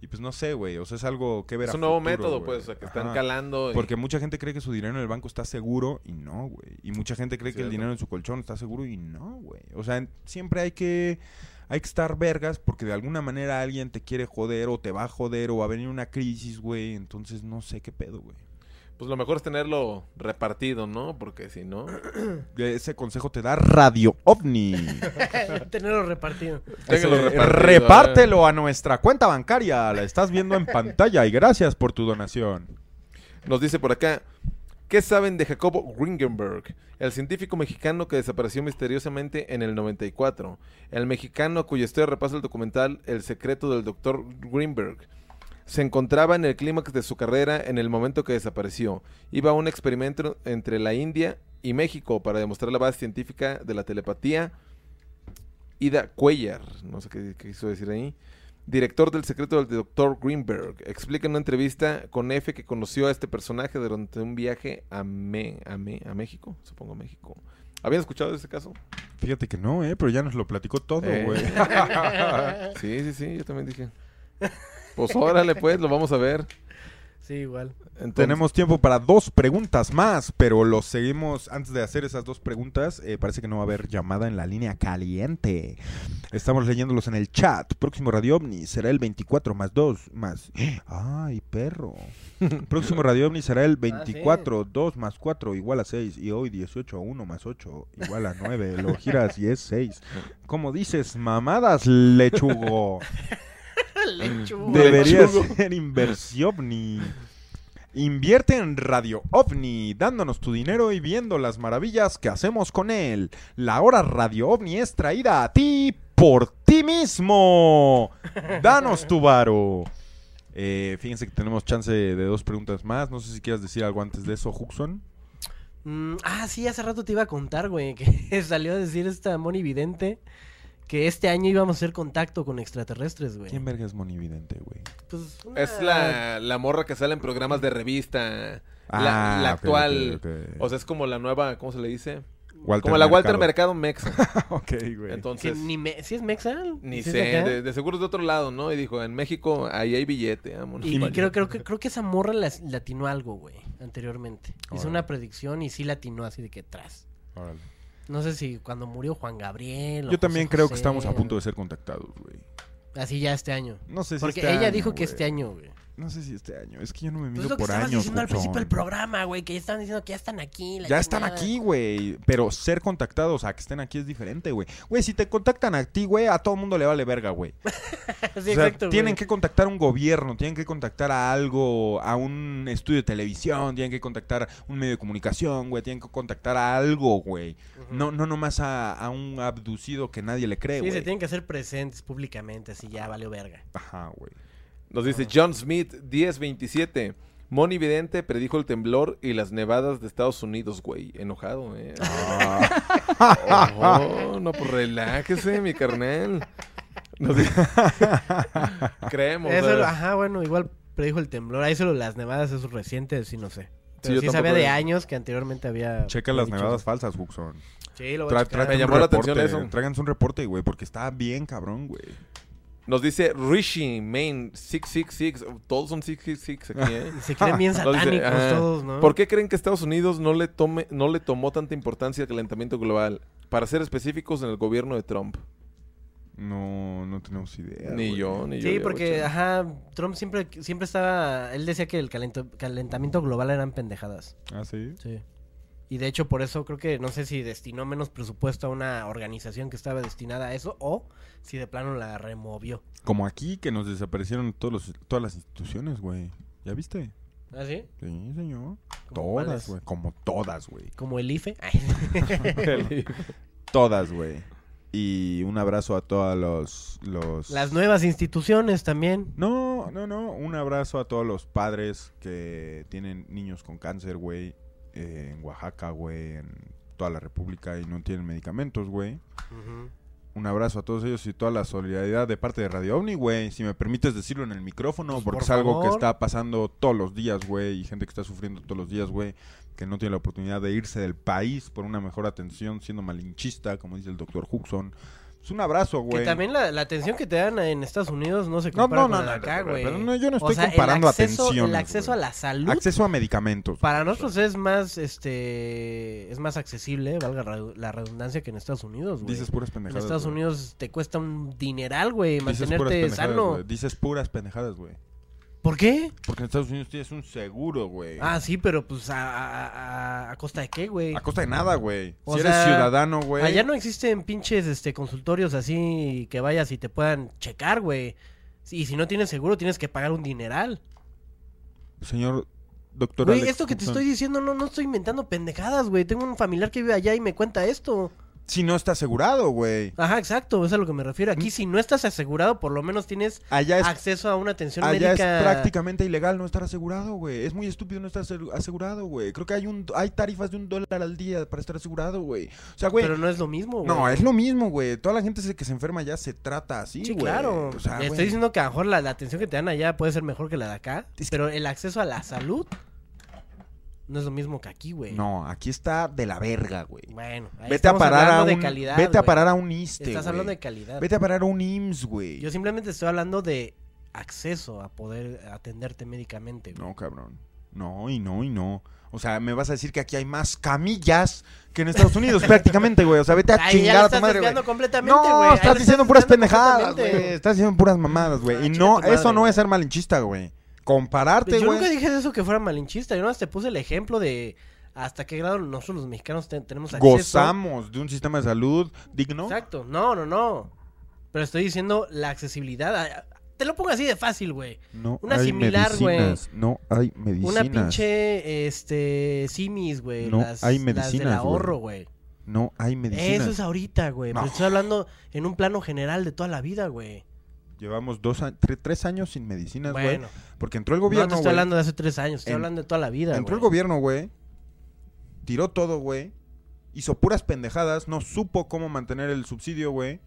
Y pues no sé, güey. O sea, es algo que ver a Es un nuevo futuro, método, güey. pues, o sea, que están Ajá. calando. y- Porque mucha gente cree que su dinero en el banco está seguro y no, güey. Y mucha gente cree que el Cierto. dinero en su colchón está seguro y no, güey. O sea, en- siempre hay que hay que estar vergas porque de alguna manera alguien te quiere joder o te va a joder o va a venir una crisis, güey. Entonces no sé qué pedo, güey. Pues lo mejor es tenerlo repartido, ¿no? Porque si no. pues, Eh, Ese consejo te da Radio OVNI. Tenerlo repartido. téngalo Ese- eh, repartido, eh. repártelo a nuestra cuenta bancaria. La estás viendo en pantalla y gracias por tu donación. Nos dice por acá, ¿qué saben de Jacobo Gringenberg, el científico mexicano que desapareció misteriosamente en el 94? El mexicano a cuya historia repasa el documental El secreto del doctor Greenberg. Se encontraba en el clímax de su carrera en el momento que desapareció. Iba a un experimento entre la India y México para demostrar la base científica de la telepatía. Ida Cuellar, no sé qué, qué quiso decir ahí, director del secreto del doctor Greenberg, explica en una entrevista con F que conoció a este personaje durante un viaje a, Me- a, Me- a México, supongo México. ¿Habían escuchado de este caso? Fíjate que no, eh, pero ya nos lo platicó todo, Eh. güey. Eh. Sí, sí, sí, yo también dije. Pues órale, pues, lo vamos a ver. Sí, igual. Entonces, Tenemos tiempo para dos preguntas más, pero los seguimos. Antes de hacer esas dos preguntas, eh, parece que no va a haber llamada en la línea caliente. Estamos leyéndolos en el chat. Próximo Radio OVNI será el 24 más 2 más. ¡Ay, perro! Próximo Radio OVNI será el 24, 2 más 4 igual a 6. Y hoy 18, 1 más 8 igual a 9. Lo giras y es 6. Como dices, mamadas, lechugo. Mm. Debería ser Inversiovni. Invierte en Radio OVNI, dándonos tu dinero y viendo las maravillas que hacemos con él. La hora Radio OVNI es traída a ti por ti mismo. Danos tu varo. Eh, fíjense que tenemos chance de dos preguntas más. No sé si quieras decir algo antes de eso, Huxon. Mm, ah, sí, hace rato te iba a contar, güey, que salió a decir esta Moni Vidente que este año íbamos a hacer contacto con extraterrestres, güey. ¿Quién verga es monividente, güey? Pues, una- Es la, la morra que sale en programas de revista. La, Ah, la ok, actual. ok, ok. O sea, es como la nueva, ¿cómo se le dice? Walter como la Walter Mercado. Mercado Mex. ok, güey. que Entonces, ni me- ¿Sí es Mexa? ni ¿Sí es sé, de acá? de, de seguro es de otro lado, ¿no? Y dijo, en México ahí hay billete, vámonos. Y creo, creo, que- creo que esa morra las- latinó algo, güey, anteriormente. Hizo Órale. una predicción y sí latinó así de que atrás. Órale. No sé si cuando murió Juan Gabriel. o Yo también José creo que José, estamos a punto o- de ser contactados, güey. Así ya este año. No sé si Porque este ella año, dijo que güey. este año, güey. No sé si este año. Es que yo no me Pues mido lo que por estabas años. diciendo al principio del Hudson. programa, güey, que ya estaban diciendo que ya están aquí. la Ya están chingada. aquí, güey. Pero ser contactados a que estén aquí es diferente, güey. Güey, si te contactan a ti, güey, a todo mundo le vale verga, güey. Sí, O sea, exacto, tienen güey. que contactar a un gobierno, tienen que contactar a algo, a un estudio de televisión, tienen que contactar un medio de comunicación, güey, tienen que contactar a algo, güey. No no nomás a, a un abducido que nadie le cree, Sí, güey. se tienen que hacer presentes públicamente, así ya valió verga. Ajá, güey. Nos dice John Smith, 1027. Moni Vidente predijo el temblor y las nevadas de Estados Unidos, güey. Enojado, ¿eh? Oh, no, pues relájese, mi carnal. Nos dice... Creemos. Eso ¿verdad? lo- ajá, bueno, igual predijo el temblor. Ahí solo las nevadas es reciente, sí no sé. Pero yo sí, sabía tampoco- de años que anteriormente había. Checa las Pues dicho. nevadas falsas, Huxon. Sí, lo voy a Tra- checar. tráete Me un llamó la atención reporte, eso. Tráiganse un reporte, güey, porque está bien cabrón, güey. Nos dice Rishi, Main, 666. Todos son 666 aquí, ¿eh? Se creen bien Nos dice, satánicos ajá, todos, ¿no? ¿Por qué creen que Estados Unidos no le, tome, no le tomó tanta importancia al calentamiento global? Para ser específicos, en el gobierno de Trump. No, no tenemos idea. Ni güey. yo, ni yo. Sí, yo, porque, chale. ajá, Trump siempre, siempre estaba. Él decía que el calento- calentamiento global eran pendejadas. Ah, sí. Sí. Y de hecho, por eso creo que no sé si destinó menos presupuesto a una organización que estaba destinada a eso o si de plano la removió. Como aquí que nos desaparecieron todos los, todas las instituciones, güey. ¿Ya viste? ¿Ah, sí? Sí, señor. ¿Cómo Todas, cuáles? güey. Como todas, güey. Como el E. IFE. Todas, güey. Y un abrazo a todos los, los... Las nuevas instituciones también. No, no, no. Un abrazo a todos los padres que tienen niños con cáncer, güey. eh, en Oaxaca, güey. En toda la República y no tienen medicamentos, güey. Un abrazo a todos ellos y toda la solidaridad de parte de Radio OVNI, güey. Si me permites decirlo en el micrófono, Pues, porque por es algo que favor. está pasando todos los días, güey. Y gente que está sufriendo todos los días, güey. Que no tiene la oportunidad de irse del país por una mejor atención, siendo malinchista, como dice el doctor Huxon. Es un abrazo, güey. Que también la, la atención que te dan en Estados Unidos no se No, compara no, no, con la de no, acá, no, güey. pero no, yo no O estoy sea, el comparando acceso- atenciones, El acceso güey. a la salud Acceso a medicamentos. para nosotros es más, este, es más accesible, valga ra- la redundancia, que en Estados Unidos, güey. Dices puras En pendejadas. Estados güey. Unidos te cuesta un dineral, güey, Dices puras mantenerte pendejadas, sano. güey. Dices puras pendejadas, güey. ¿Por qué? Porque en Estados Unidos tienes un seguro, güey. Ah, sí, pero pues a, a- a- a costa de qué, güey. A costa de nada, güey. O si eres sea, ciudadano, güey. Allá no existen pinches este consultorios así que vayas y te puedan checar, güey. Y si no tienes seguro, tienes que pagar un dineral. Señor doctor Güey, Alex esto que te Thompson, estoy diciendo, no, no estoy inventando pendejadas, güey. Tengo un familiar que vive allá y me cuenta esto. Si no está asegurado, güey. Ajá, exacto, eso es a lo que me refiero. Aquí, si no estás asegurado, por lo menos tienes Allá Mm. es, acceso a una atención allá es médica. prácticamente ilegal no estar asegurado, güey. Es muy estúpido no estar ase- asegurado, güey. Creo que hay un hay tarifas de un dólar al día para estar asegurado, güey. O sea, güey. Pero no es lo mismo, güey. No, es lo mismo, güey. Toda la gente se- que se enferma ya se trata así, Sí, güey. claro. O sea, Le estoy güey. diciendo que a lo mejor la, la atención que te dan allá puede ser mejor que la de acá. Es que- Pero el acceso a la salud no es lo mismo que aquí, güey. No, aquí está de la verga, güey. Bueno, ahí Vete a estamos parar a hablando un de calidad. Vete a güey. parar a un ISTE, Estás güey. hablando de calidad. Vete a parar a un IMSS, güey. Yo simplemente estoy hablando de acceso a poder atenderte médicamente, güey. No, cabrón. No, y no, y no. O sea, me vas a decir que aquí hay más camillas que en Estados Unidos, prácticamente, güey. O sea, vete a Ay, ya chingar lo a tu estás madre, güey. desviando completamente, güey. No, Ahí lo estás diciendo puras desviando pendejadas, completamente. güey. Estás diciendo puras mamadas, güey. Ah, y chinga no, tu madre, eso no güey. es ser malinchista, güey. Compararte, Pues yo güey. nunca dije eso que fuera malinchista. Yo nomás te puse el ejemplo de hasta qué grado nosotros los mexicanos te- tenemos acceso. Gozamos de un sistema de salud digno. Exacto. No, no, no. Pero estoy diciendo la accesibilidad. a- a- Te lo pongo así de fácil, güey. No Una hay similar, güey. medicinas. No hay medicinas. Una pinche, este, simis, güey. No, las, hay las del medicinas, ahorro, güey. No hay medicinas. Eso es ahorita, güey. Pero No. estoy hablando en un plano general de toda la vida, güey. Llevamos dos, a- tre- tres años sin medicinas, güey. Bueno, Porque entró el no gobierno, te estoy güey. hablando de hace tres años. Estoy En- hablando de toda la vida, Entró el güey. gobierno, güey. Tiró todo, güey. Hizo puras pendejadas. No supo cómo mantener el subsidio, güey.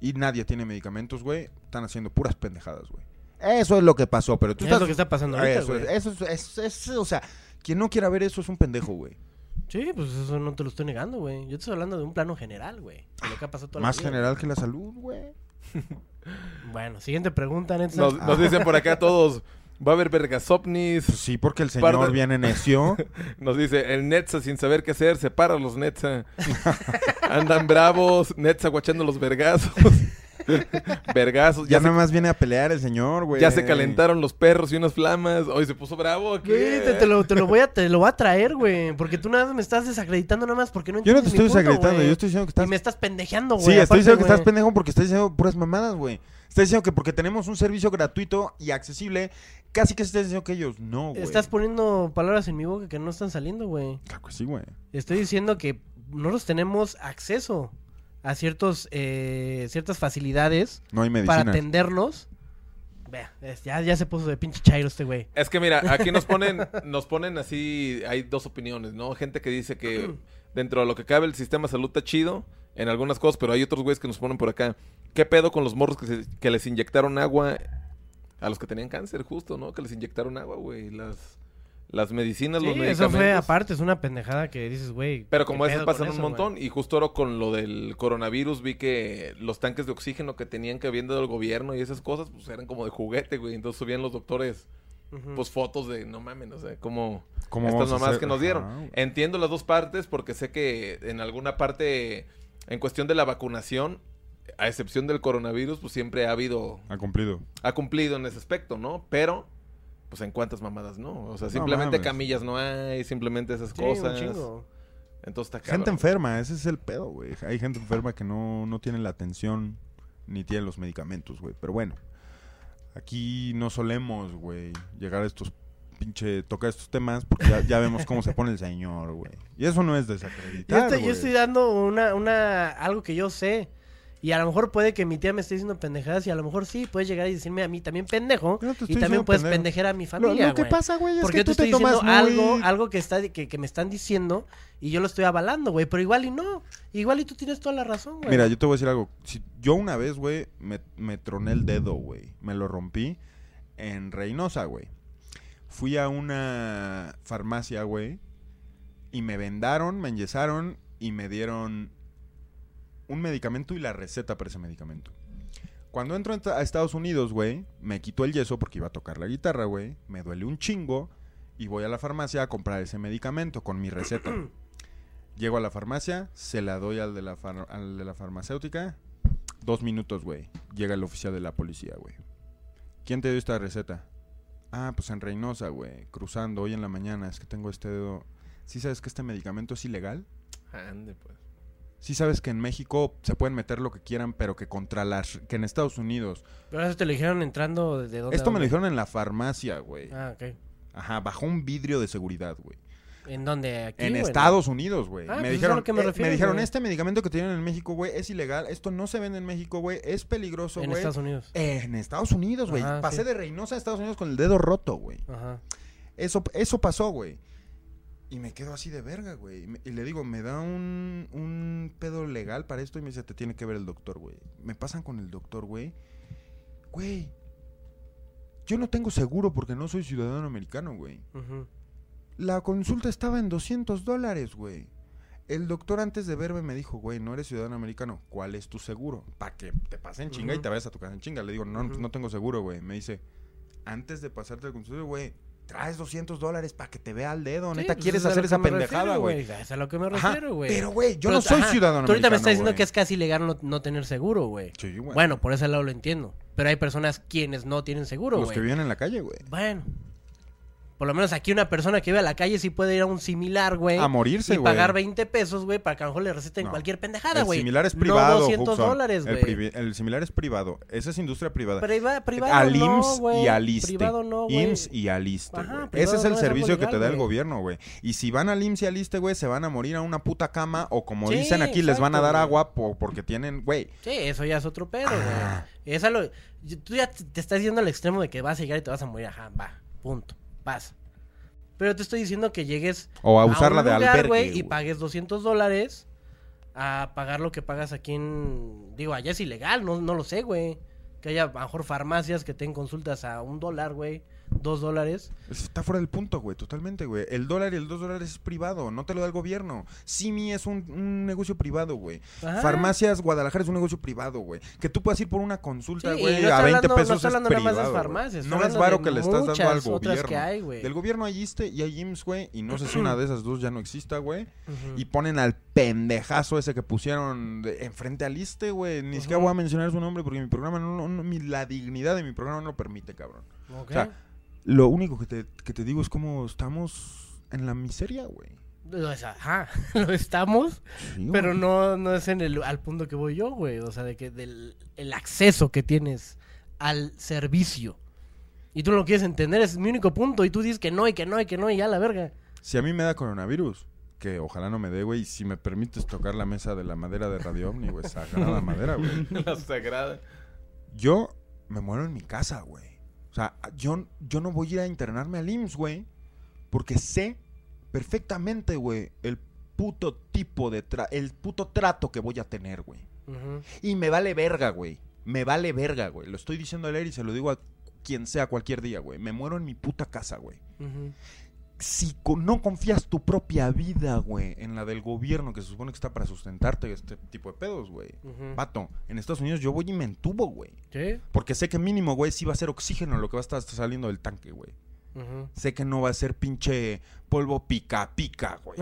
Y nadie tiene medicamentos, güey. Están haciendo puras pendejadas, güey. Eso es lo que pasó, pero tú Es estás... lo que está pasando ahorita, eso, güey. es, eso, es, eso es- eso- o sea, quien no quiera ver eso es un pendejo, güey. Sí, pues eso no te lo estoy negando, güey. Yo te estoy hablando de un plano general, güey. De lo que ha pasado toda la Más vida. general que la salud, güey. Bueno, siguiente pregunta, Nelson. Nos, nos dicen por acá todos, va a haber vergasovnis. Pues sí, porque el señor Parte- viene necio. Nos dice, el Netza sin saber qué hacer, separa a los Netza. Andan bravos, Netza guachando los vergazos. vergazos, ya ya, se, nada más viene a pelear el señor, güey. ya se calentaron los perros y unas flamas. Hoy se puso bravo aquí. ¿eh? Güey, te, te lo, te lo voy a, te lo voy a traer, güey. Porque tú nada más me estás desacreditando nada más porque no Yo no entiendes te mi estoy punto, desacreditando, güey. yo estoy diciendo que estás Y me estás pendejeando, güey. Sí, estoy aparte, diciendo que estás güey. pendejo porque estás diciendo puras mamadas, güey. Estás diciendo que porque tenemos un servicio gratuito y accesible, casi que estás diciendo que ellos no, güey. Estás poniendo palabras en mi boca que no están saliendo, güey. Claro que sí, güey. Estoy diciendo que nosotros tenemos acceso a ciertos, eh, ciertas facilidades No hay para medicina. atendernos. Vea, es- ya, ya se puso de pinche chairo este güey. Es que mira, aquí nos ponen, nos ponen así, hay dos opiniones, ¿no? Gente que dice que dentro de lo que cabe el sistema de salud está chido en algunas cosas, pero hay otros güeyes que nos ponen por acá. ¿Qué pedo con los morros que, se- que les inyectaron agua a los que tenían cáncer, justo, ¿no? Que les inyectaron agua, güey. Las, las medicinas, los Sí, medicamentos. eso fue aparte, es una pendejada que dices, güey. Pero como ¿qué esas pedo pasan con un eso, montón. güey? Y justo ahora con lo del coronavirus vi que los tanques de oxígeno que tenían que habiendo del gobierno y esas cosas, pues eran como de juguete, güey. Entonces subían los doctores Ujú. pues fotos de no mames, o sea, como ¿Cómo estas vamos a mamás hacer? que nos dieron. Ajá, güey. Entiendo las dos partes porque sé que en alguna parte, en cuestión de la vacunación, a excepción del coronavirus, pues siempre ha habido, Ha cumplido. ha cumplido en ese aspecto, ¿no? Pero, pues en cuántas mamadas, ¿no? O sea, No simplemente mames. camillas no hay, simplemente esas Sí, un cosas. chingo. Entonces está Gente cabrón. enferma, ese es el pedo, güey. Hay gente enferma que no, no tiene la atención ni tiene los medicamentos, güey. Pero bueno, aquí no solemos, güey, llegar a estos pinche, tocar estos temas porque ya, ya vemos cómo se pone el señor, güey. Y eso no es Yo desacreditar, estoy, yo güey. estoy dando una, una, algo que yo sé. Y a lo mejor puede que mi tía me esté diciendo pendejadas y a lo mejor sí, puedes llegar y decirme a mí también pendejo Yo no te estoy y también diciendo puedes pendejo. pendejar a mi Lo, familia, lo que güey. pasa, güey, es que Porque yo te tú estoy te tomas diciendo muy... algo, algo que, está, que, que me están diciendo y yo lo estoy avalando, güey. Pero igual y no. Igual y tú tienes toda la razón, güey. Mira, yo te voy a decir algo. Si yo una vez, güey, me, me troné el dedo, güey. Me lo rompí en Reynosa, güey. Fui a una farmacia, güey. Y me vendaron, me enyesaron y me dieron un medicamento y la receta para ese medicamento. Cuando entro en- a Estados Unidos, güey, me quitó el yeso porque iba a tocar la guitarra, güey. Me duele un chingo y voy a la farmacia a comprar ese medicamento con mi receta. Llego a la farmacia, se la doy al de la, far- al de la farmacéutica. Dos minutos, güey. Llega el oficial de la policía, güey. ¿Quién te dio esta receta? Ah, pues en Reynosa, güey. Cruzando hoy en la mañana. Es que tengo este dedo. ¿Sí sabes que este medicamento es ilegal? Ande, pues. ¿Sí sabes que en México se pueden meter lo que quieran, pero que contra las... que en Estados Unidos... Pero eso te lo dijeron entrando de dónde. a Esto me lo dónde? dijeron en la farmacia, güey. Ah, ok. Ajá, bajo un vidrio de seguridad, güey. ¿En dónde? Aquí, en güey, ¿no? Estados Unidos, güey. Ah, me, pues es a dijeron, lo que me eh, refiero, me dijeron, güey. este medicamento que tienen en México, güey, es ilegal. Esto no se vende en México, güey. Es peligroso, En güey. Estados Unidos. Eh, En Estados Unidos, güey. Ajá, Pasé sí. de Reynosa a Estados Unidos con el dedo roto, güey. Ajá. Eso, eso pasó, güey. Y me quedo así de verga, güey. Y me- Y le digo, me da un, un pedo legal para esto y me dice, te tiene que ver el doctor, güey. Me pasan con el doctor, güey. Güey. Yo no tengo seguro porque no soy ciudadano americano, güey. ujú. La consulta estaba en 200 dólares, güey. El doctor antes de verme me dijo, güey, no eres ciudadano americano, ¿cuál es tu seguro? Para que te pasen chinga y Ujú. te vayas a tu casa en chinga. Le digo, no, Ujú. no tengo seguro, güey. Me dice, antes de pasarte al consultorio, güey, traes 200 dólares para que te vea al dedo, Sí, neta, pues, quieres es a lo hacer que esa me refiero, pendejada, güey. Es a lo que me Ajá, refiero, güey. Pero, güey, yo no Pero, soy ajá, ciudadano americano. Tú ahorita me estás diciendo güey. que es casi legal no, no tener seguro, güey. Sí, güey. Bueno, por ese lado lo entiendo. Pero hay personas quienes no tienen seguro, los güey. que viven en la calle, güey. Bueno. Por lo menos aquí una persona que vive a la calle sí puede ir a un similar, güey. A morirse, Y güey. pagar 20 pesos, güey, para que a lo mejor le receten No. cualquier pendejada, El güey. similar es privado. No 200 Huxon. dólares, el, güey. privi- el similar es privado. Esa es industria privada. Priva- privado al no, IMSS güey. y al ISSSTE. Privado no, güey. IMSS y al ISSSTE, Ajá, güey. privado Ese es no el es algo servicio que te legal, da el güey. gobierno, güey. Y si van al IMSS y al ISSSTE, güey, se van a morir a una puta cama o como Sí, dicen aquí, les van a exacto, dar güey. agua po- porque tienen, güey. Sí, eso ya es otro pedo, Ah. güey. Esa lo... yo- Tú ya te te estás yendo al extremo de que vas a llegar y te vas a morir. Ajá, va. Punto. Vas. Pero te estoy diciendo que llegues O a usarla un de lugar, albergue, güey, y güey. pagues 200 dólares a pagar lo que pagas aquí en... Digo, allá es ilegal, no, no lo sé, güey. Que haya a lo mejor farmacias que tengan consultas a un dólar, güey, dos dólares. Eso Está fuera del punto, güey, totalmente, güey. El dólar y el dos dólares es privado, no te lo da el gobierno. Simi es un, un negocio privado, güey. Ajá. Farmacias Guadalajara es un negocio privado, güey. Que tú puedas ir por una consulta, Sí, y güey, no está a 20 hablando- no pesos está hablando es nada más de privado, güey. farmacias, está No es hablando varo de que le estás dando al muchas otras que gobierno. hay, güey. Del gobierno hay ISSSTE y hay IMSS, güey, y no sé si una de esas dos ya no exista, güey. Ujú. Y ponen al pendejazo ese que pusieron de- enfrente al ISSSTE, güey. Ni siquiera Ujú. voy a mencionar su nombre porque mi programa no, no- no- mi- la dignidad de mi programa no lo permite, cabrón. Ok. O sea, lo único que te, que te digo es cómo estamos en la miseria, güey. O sea, ajá, lo estamos, Sí, pero güey. no, no es en el, al punto que voy yo, güey. O sea, de que del el acceso que tienes al servicio. Y tú no lo quieres entender, es mi único punto. Y tú dices que no, y que no, y que no, y ya la verga. Si a mí me da coronavirus, que ojalá no me dé, güey, si me permites tocar la mesa de la madera de Radio Omni, güey, sagrada madera, güey. La sagrada. Yo me muero en mi casa, güey. O sea, yo, yo no voy a ir a internarme al IMSS, güey. Porque sé perfectamente, güey, el puto tipo de tra- el puto trato que voy a tener, güey. Ujú. Y me vale verga, güey. Me vale verga, güey. Lo estoy diciendo al aire y se lo digo a quien sea cualquier día, güey. Me muero en mi puta casa, güey. Ujú. Si co- no confías tu propia vida, güey, en la del gobierno que se supone que está para sustentarte este tipo de pedos, güey. Ujú. Vato, en Estados Unidos yo voy y me entubo, güey. ¿Sí? Porque sé que mínimo, güey, sí va a ser oxígeno lo que va a estar saliendo del tanque, güey. Ujú. Sé que no va a ser pinche polvo pica pica, güey.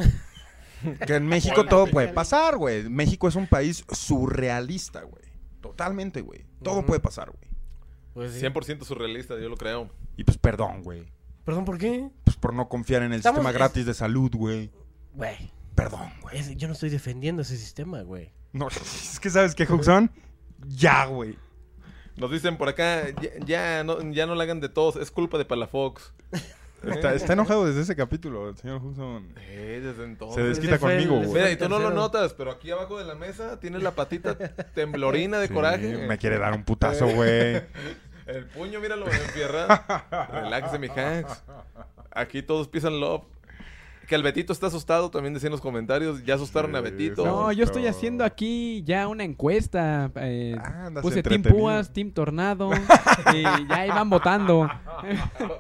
que en México todo puede pasar, güey. México es un país surrealista, güey. Totalmente, güey. Todo Ujú. puede pasar, güey. Pues sí. 100% surrealista, yo lo creo. Y pues perdón, güey. Perdón, ¿por qué? Pues por no confiar en el Estamos- sistema gratis de salud, güey. Güey, Perdón, güey. es- yo no estoy defendiendo ese sistema, güey. No, es que sabes que Huxon ya, güey. Nos dicen por acá, ya, ya no, ya no la hagan de todos, es culpa de Palafox. Está, está enojado desde ese capítulo, el señor Hudson. Eh, desde entonces. Se desquita Ese fue el- conmigo, ese güey. Mira, y tú no lo Tercero. notas, pero aquí abajo de la mesa tienes la patita temblorina de Sí, coraje. Eh. me quiere dar un putazo, güey. El puño, míralo, enfierrado. Relájese, mi hacks. Aquí todos pisan love. Que el Betito está asustado, también decían los comentarios. Ya asustaron a Sí, Betito. No, yo estoy Pero- haciendo aquí ya una encuesta. eh, Ah, andas puse Team entretenido. Púas, Team Tornado. y ya iban votando.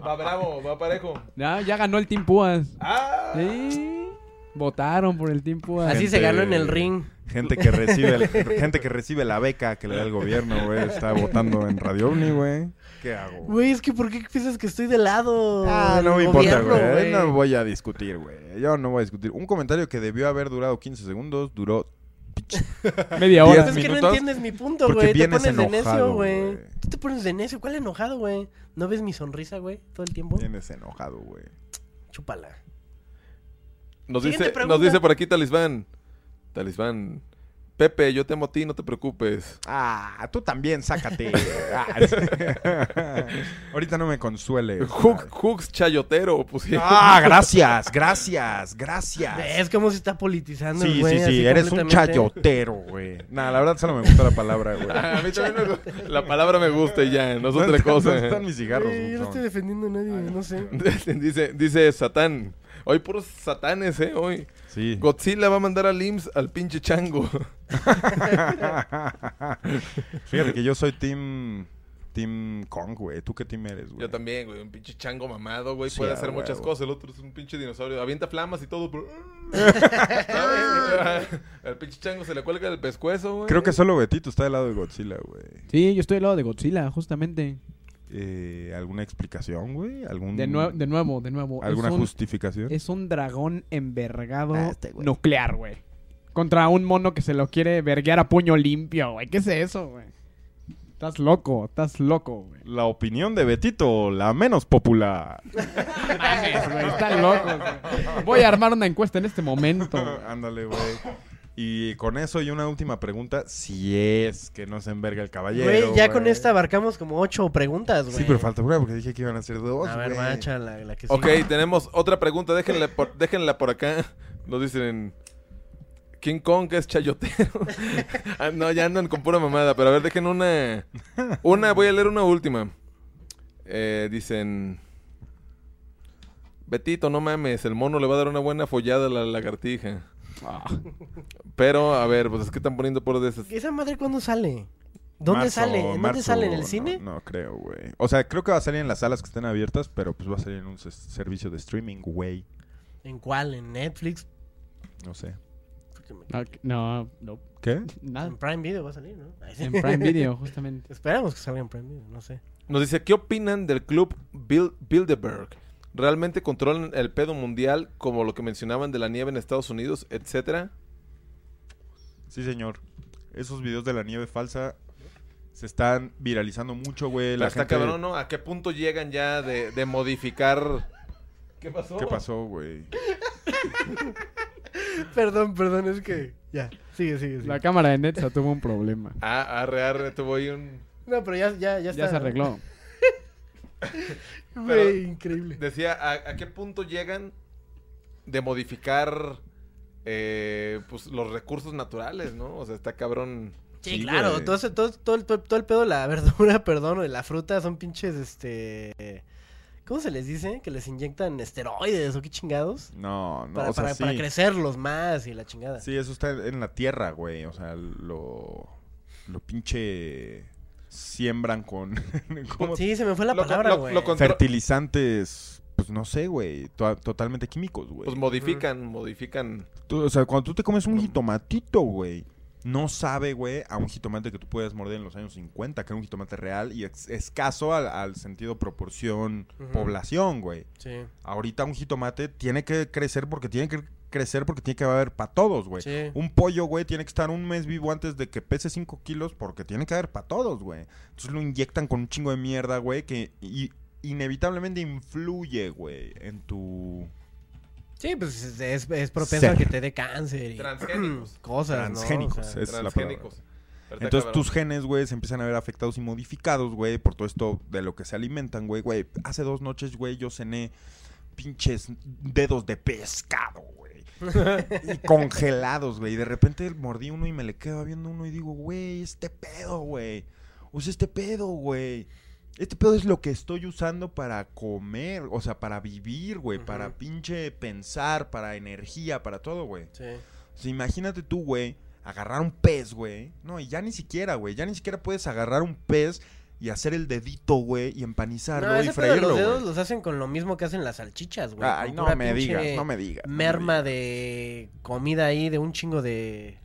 Va bravo, va parejo. Ya, ya ganó el Team Púas. ¡Ah! Sí, votaron por el Team Púas. Así se Gente- ganó en el ring. Gente que recibe el- gente que recibe la beca que le da el gobierno, güey, está votando en Radio OVNI, güey. ¿Qué hago? güey? Güey, es que ¿por qué piensas que estoy de lado? Ah, no me del importa, gobierno, güey. No voy a discutir, güey. Yo no voy a discutir. Un comentario que debió haber durado 15 segundos duró Media Diez hora. Es que no minutos, entiendes mi punto, porque güey. Te vienes pones de enojado, necio, güey. güey. Tú te pones de necio. ¿Cuál enojado, güey? ¿No ves mi sonrisa, güey? Todo el tiempo. Tienes enojado, güey. Chúpala. Nos Siguiente dice, pregunta. nos dice por aquí Talismán. Talismán. Pepe, yo te amo a ti, no te preocupes. Ah, tú también, sácate. Ah, Ahorita no me consuele. Hook, hooks chayotero, pues, pusieron. Ah, gracias, gracias, gracias. Es como se está politizando, Sí, güey. sí, así sí, eres un completamente. chayotero, güey. Nah, la verdad solo me gusta la palabra, güey. A mí también me gu- la palabra me gusta y ya, no es ¿Dónde otra están- cosa. dónde están mis cigarros? Güey, yo no Guzmán? estoy defendiendo a nadie, no sé. dice, dice Satán. Hoy puros satanes, ¿eh? Hoy. Sí. Godzilla va a mandar al IMSS al pinche chango. Fíjate que yo soy team team Kong, güey. ¿Tú qué team eres, güey? Yo también, güey. Un pinche chango mamado, güey. Sí, puede a hacer muchas huevo. cosas. El otro es un pinche dinosaurio. Avienta flamas y todo. pero- ¿Sabes? Al pinche chango se le cuelga el pescuezo, güey. Creo que solo Betito está del lado de Godzilla, güey. Sí, yo estoy al lado de Godzilla, justamente. Eh, ¿Alguna explicación, güey? ¿Algún, De, nue- de nuevo, de nuevo. Mm. ¿Alguna es, un, justificación? es un dragón envergado Ah, este güey. nuclear, güey. Contra un mono que se lo quiere verguear a puño limpio, güey. ¿Qué es eso, güey? Estás loco, estás loco, güey. La opinión de Betito, la menos popular. Mames, güey, están locos, güey. Voy a armar una encuesta en este momento. güey. Ándale, güey. Y con eso y una última pregunta, si es que no se enverga el caballero. Güey, ya con güey. esta abarcamos como ocho preguntas, güey. Sí, pero falta una porque dije que iban a ser dos, A ver, güey. macha, la, la que sí. Ok, tenemos otra pregunta. Déjenla por, déjenla por acá. Nos dicen. King Kong es chayotero. Ah, no, ya andan con pura mamada. Pero a ver, dejen una. Una, voy a leer una última. Eh, dicen. Betito, no mames, el mono le va a dar una buena follada a la lagartija. Pero, a ver, pues es que están poniendo por de esas. ¿Esa madre cuándo sale? ¿Dónde Marzo, sale? marzo, ¿En ¿Dónde sale? ¿En el no, cine? No, creo, güey. O sea, creo que va a salir en las salas que estén abiertas, pero pues va a salir en un ses- servicio de streaming, güey. ¿En cuál? ¿En Netflix? No sé. Porque me- Ah, No, no, ¿Qué? nada. En Prime Video va a salir, ¿no? Ay, sí. En Prime Video, justamente. Esperamos que salga en Prime Video, no sé. Nos dice, ¿qué opinan del club Bil- Bilderberg? ¿Realmente controlan el pedo mundial como lo que mencionaban de la nieve en Estados Unidos, etcétera? Sí, señor. Esos videos de la nieve falsa se están viralizando mucho, güey. Pero La está gente... cabrón, ¿no? ¿A qué punto llegan ya de, de modificar? ¿Qué pasó? ¿Qué pasó, güey? Perdón, perdón, es que. Ya, sigue, sigue, sigue. La cámara de Netza tuvo un problema. Ah, arre, arre, tuvo ahí un... No, pero ya, ya, ya está. Ya se arregló. Güey, Pero- increíble. Decía, ¿a, a qué punto llegan de modificar eh, pues, los recursos naturales, no? O sea, está cabrón. Sí, Sí, claro, güey. todo, ese- todo, todo, el, todo el pedo, de la verdura, perdón, o de la fruta, son pinches, este... ¿Cómo se les dice? Que les inyectan esteroides o qué chingados. No, no, para, o sea, para, sí. para crecerlos más y la chingada. Sí, eso está en la tierra, güey. O sea, lo. Lo pinche. Siembran con. ¿cómo? Sí, se me fue la Lo- palabra, lo- güey. lo con- Fertilizantes. Pues no sé, güey. to- Totalmente químicos, güey. Pues modifican, modifican. Tú- o sea, cuando tú te comes un jitomatito, güey, no sabe, güey, a un jitomate que tú puedes morder en los años 50, que era un jitomate real y ex- escaso al, al sentido proporción Ujú. población, güey. Sí, Ahorita un jitomate tiene que crecer porque tiene que crecer porque tiene que haber para todos, güey. Sí. Un pollo, güey, tiene que estar un mes vivo antes de que pese 5 kilos porque tiene que haber para todos, güey. Entonces lo inyectan con un chingo de mierda, güey, que i- inevitablemente influye, güey, en tu... Sí, pues es, es- es propenso Ser. a que te dé cáncer y Transgénicos. cosas, ¿no? O Transgénicos, sea, esa es la palabra. transgénicos. Pero está Entonces cabrón. tus genes, güey, se empiezan a ver afectados y modificados, güey, por todo esto de lo que se alimentan, güey. Güey, hace dos noches, güey, yo cené pinches dedos de pescado, güey. y congelados, güey. Y de repente mordí uno y me le quedo viendo uno y digo, güey, este pedo, güey. O sea, este pedo, güey. Este pedo es lo que estoy usando para comer, o sea, para vivir, güey, para Ujú. pinche pensar, para energía, para todo, güey. Sí. O sea, imagínate tú, güey, agarrar un pez, güey. No, y ya ni siquiera, güey. Ya ni siquiera puedes agarrar un pez y hacer el dedito, güey, y empanizarlo No, y ese pedo de freírlo. los güey. dedos los hacen con lo mismo que hacen las salchichas, güey. Ay, con no pura me pinche digas, no me digas. no me Merma digas. de comida ahí, de un chingo de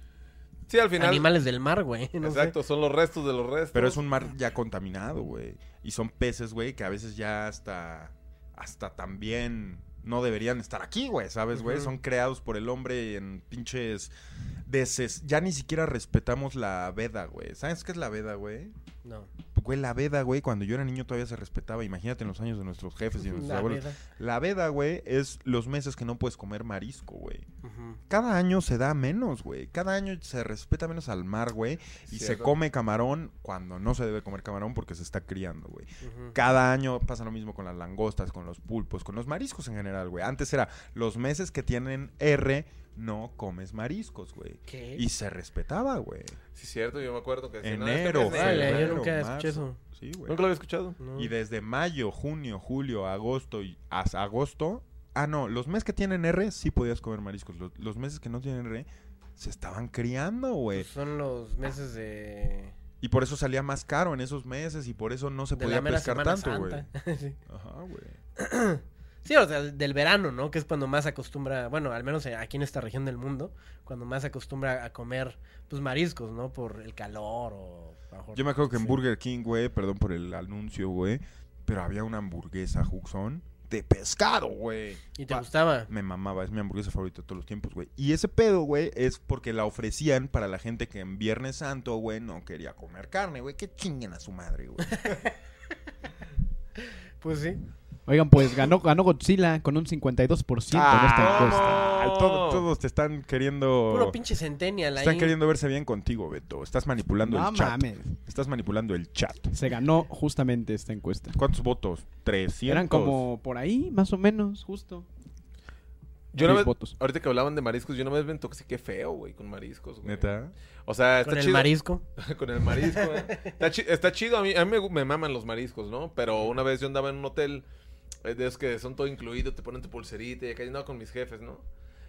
Sí, al final. animales del mar, güey. no sé. exacto, son los restos de los restos. Pero es un mar ya contaminado, güey. Y son peces, güey, que a veces ya hasta. Hasta también. No deberían estar aquí, güey, ¿sabes, güey? Ujú. Son creados por el hombre en pinches. Deses. Ya ni siquiera respetamos la veda, güey. ¿Sabes qué es la veda, güey? No. Güey, la veda, güey, cuando yo era niño todavía se respetaba. Imagínate en los años de nuestros jefes y de nuestros La abuelos. veda. La veda, güey, es los meses que no puedes comer marisco, güey. Ujú. Cada año se da menos, güey. Cada año se respeta menos al mar, güey. Y se Cierto. come camarón cuando no se debe comer camarón porque se está criando, güey. Ujú. Cada año pasa lo mismo con las langostas, con los pulpos, con los mariscos en general, güey. Antes era los meses que tienen R, no comes mariscos, güey. ¿Qué? Y se respetaba, güey. Sí, cierto, yo me acuerdo que. decían, "No, este Enero, mes de enero". Vale, yo febrero, nunca marzo. escuché eso. Sí, güey. Nunca lo había escuchado. No. Y desde mayo, junio, julio, agosto y hasta agosto. Ah, no, los meses que tienen R sí podías comer mariscos. Los, los meses que no tienen R se estaban criando, güey. Pues son los meses de. Y por eso salía más caro en esos meses y por eso no se de la podía mera pescar Semana tanto, güey. Santa. sí. Ajá, güey. Sí, o sea, del verano, ¿no? Que es cuando más se acostumbra, bueno, al menos aquí en esta región del mundo, cuando más se acostumbra a comer, pues, mariscos, ¿no? Por el calor o... a lo mejor- Yo me acuerdo que en sí. Burger King, güey, perdón por el anuncio, güey, pero había una hamburguesa Juxón de pescado, güey. ¿Y te Pa- gustaba? Me mamaba, es mi hamburguesa favorita de todos los tiempos, güey. Y ese pedo, güey, es porque la ofrecían para la gente que en Viernes Santo, güey, no quería comer carne, güey. Que chinguen a su madre, güey. Pues sí. Oigan, pues ganó, ganó Godzilla con un 52% en esta encuesta. Ah, todo- todos te están queriendo. Puro pinche centennial te ahí. Oh. están queriendo verse bien contigo, Beto. Estás manipulando No el chat. mames. Estás manipulando el chat. Se ganó justamente esta encuesta. ¿Cuántos votos? 300. Eran como por ahí, más o menos, justo. Yo una Mis vez, votos. ahorita que hablaban de mariscos, yo una vez me intoxiqué feo, güey, con mariscos, güey. Neta. O sea, está Con el chido. marisco. con el marisco, ¿eh? Está, chi- está chido, a mí, a mí me, gu- me maman los mariscos, ¿no? Pero una vez yo andaba en un hotel, eh, de esos que son todo incluido, te ponen tu pulserita y acá yo andaba con mis jefes, ¿no?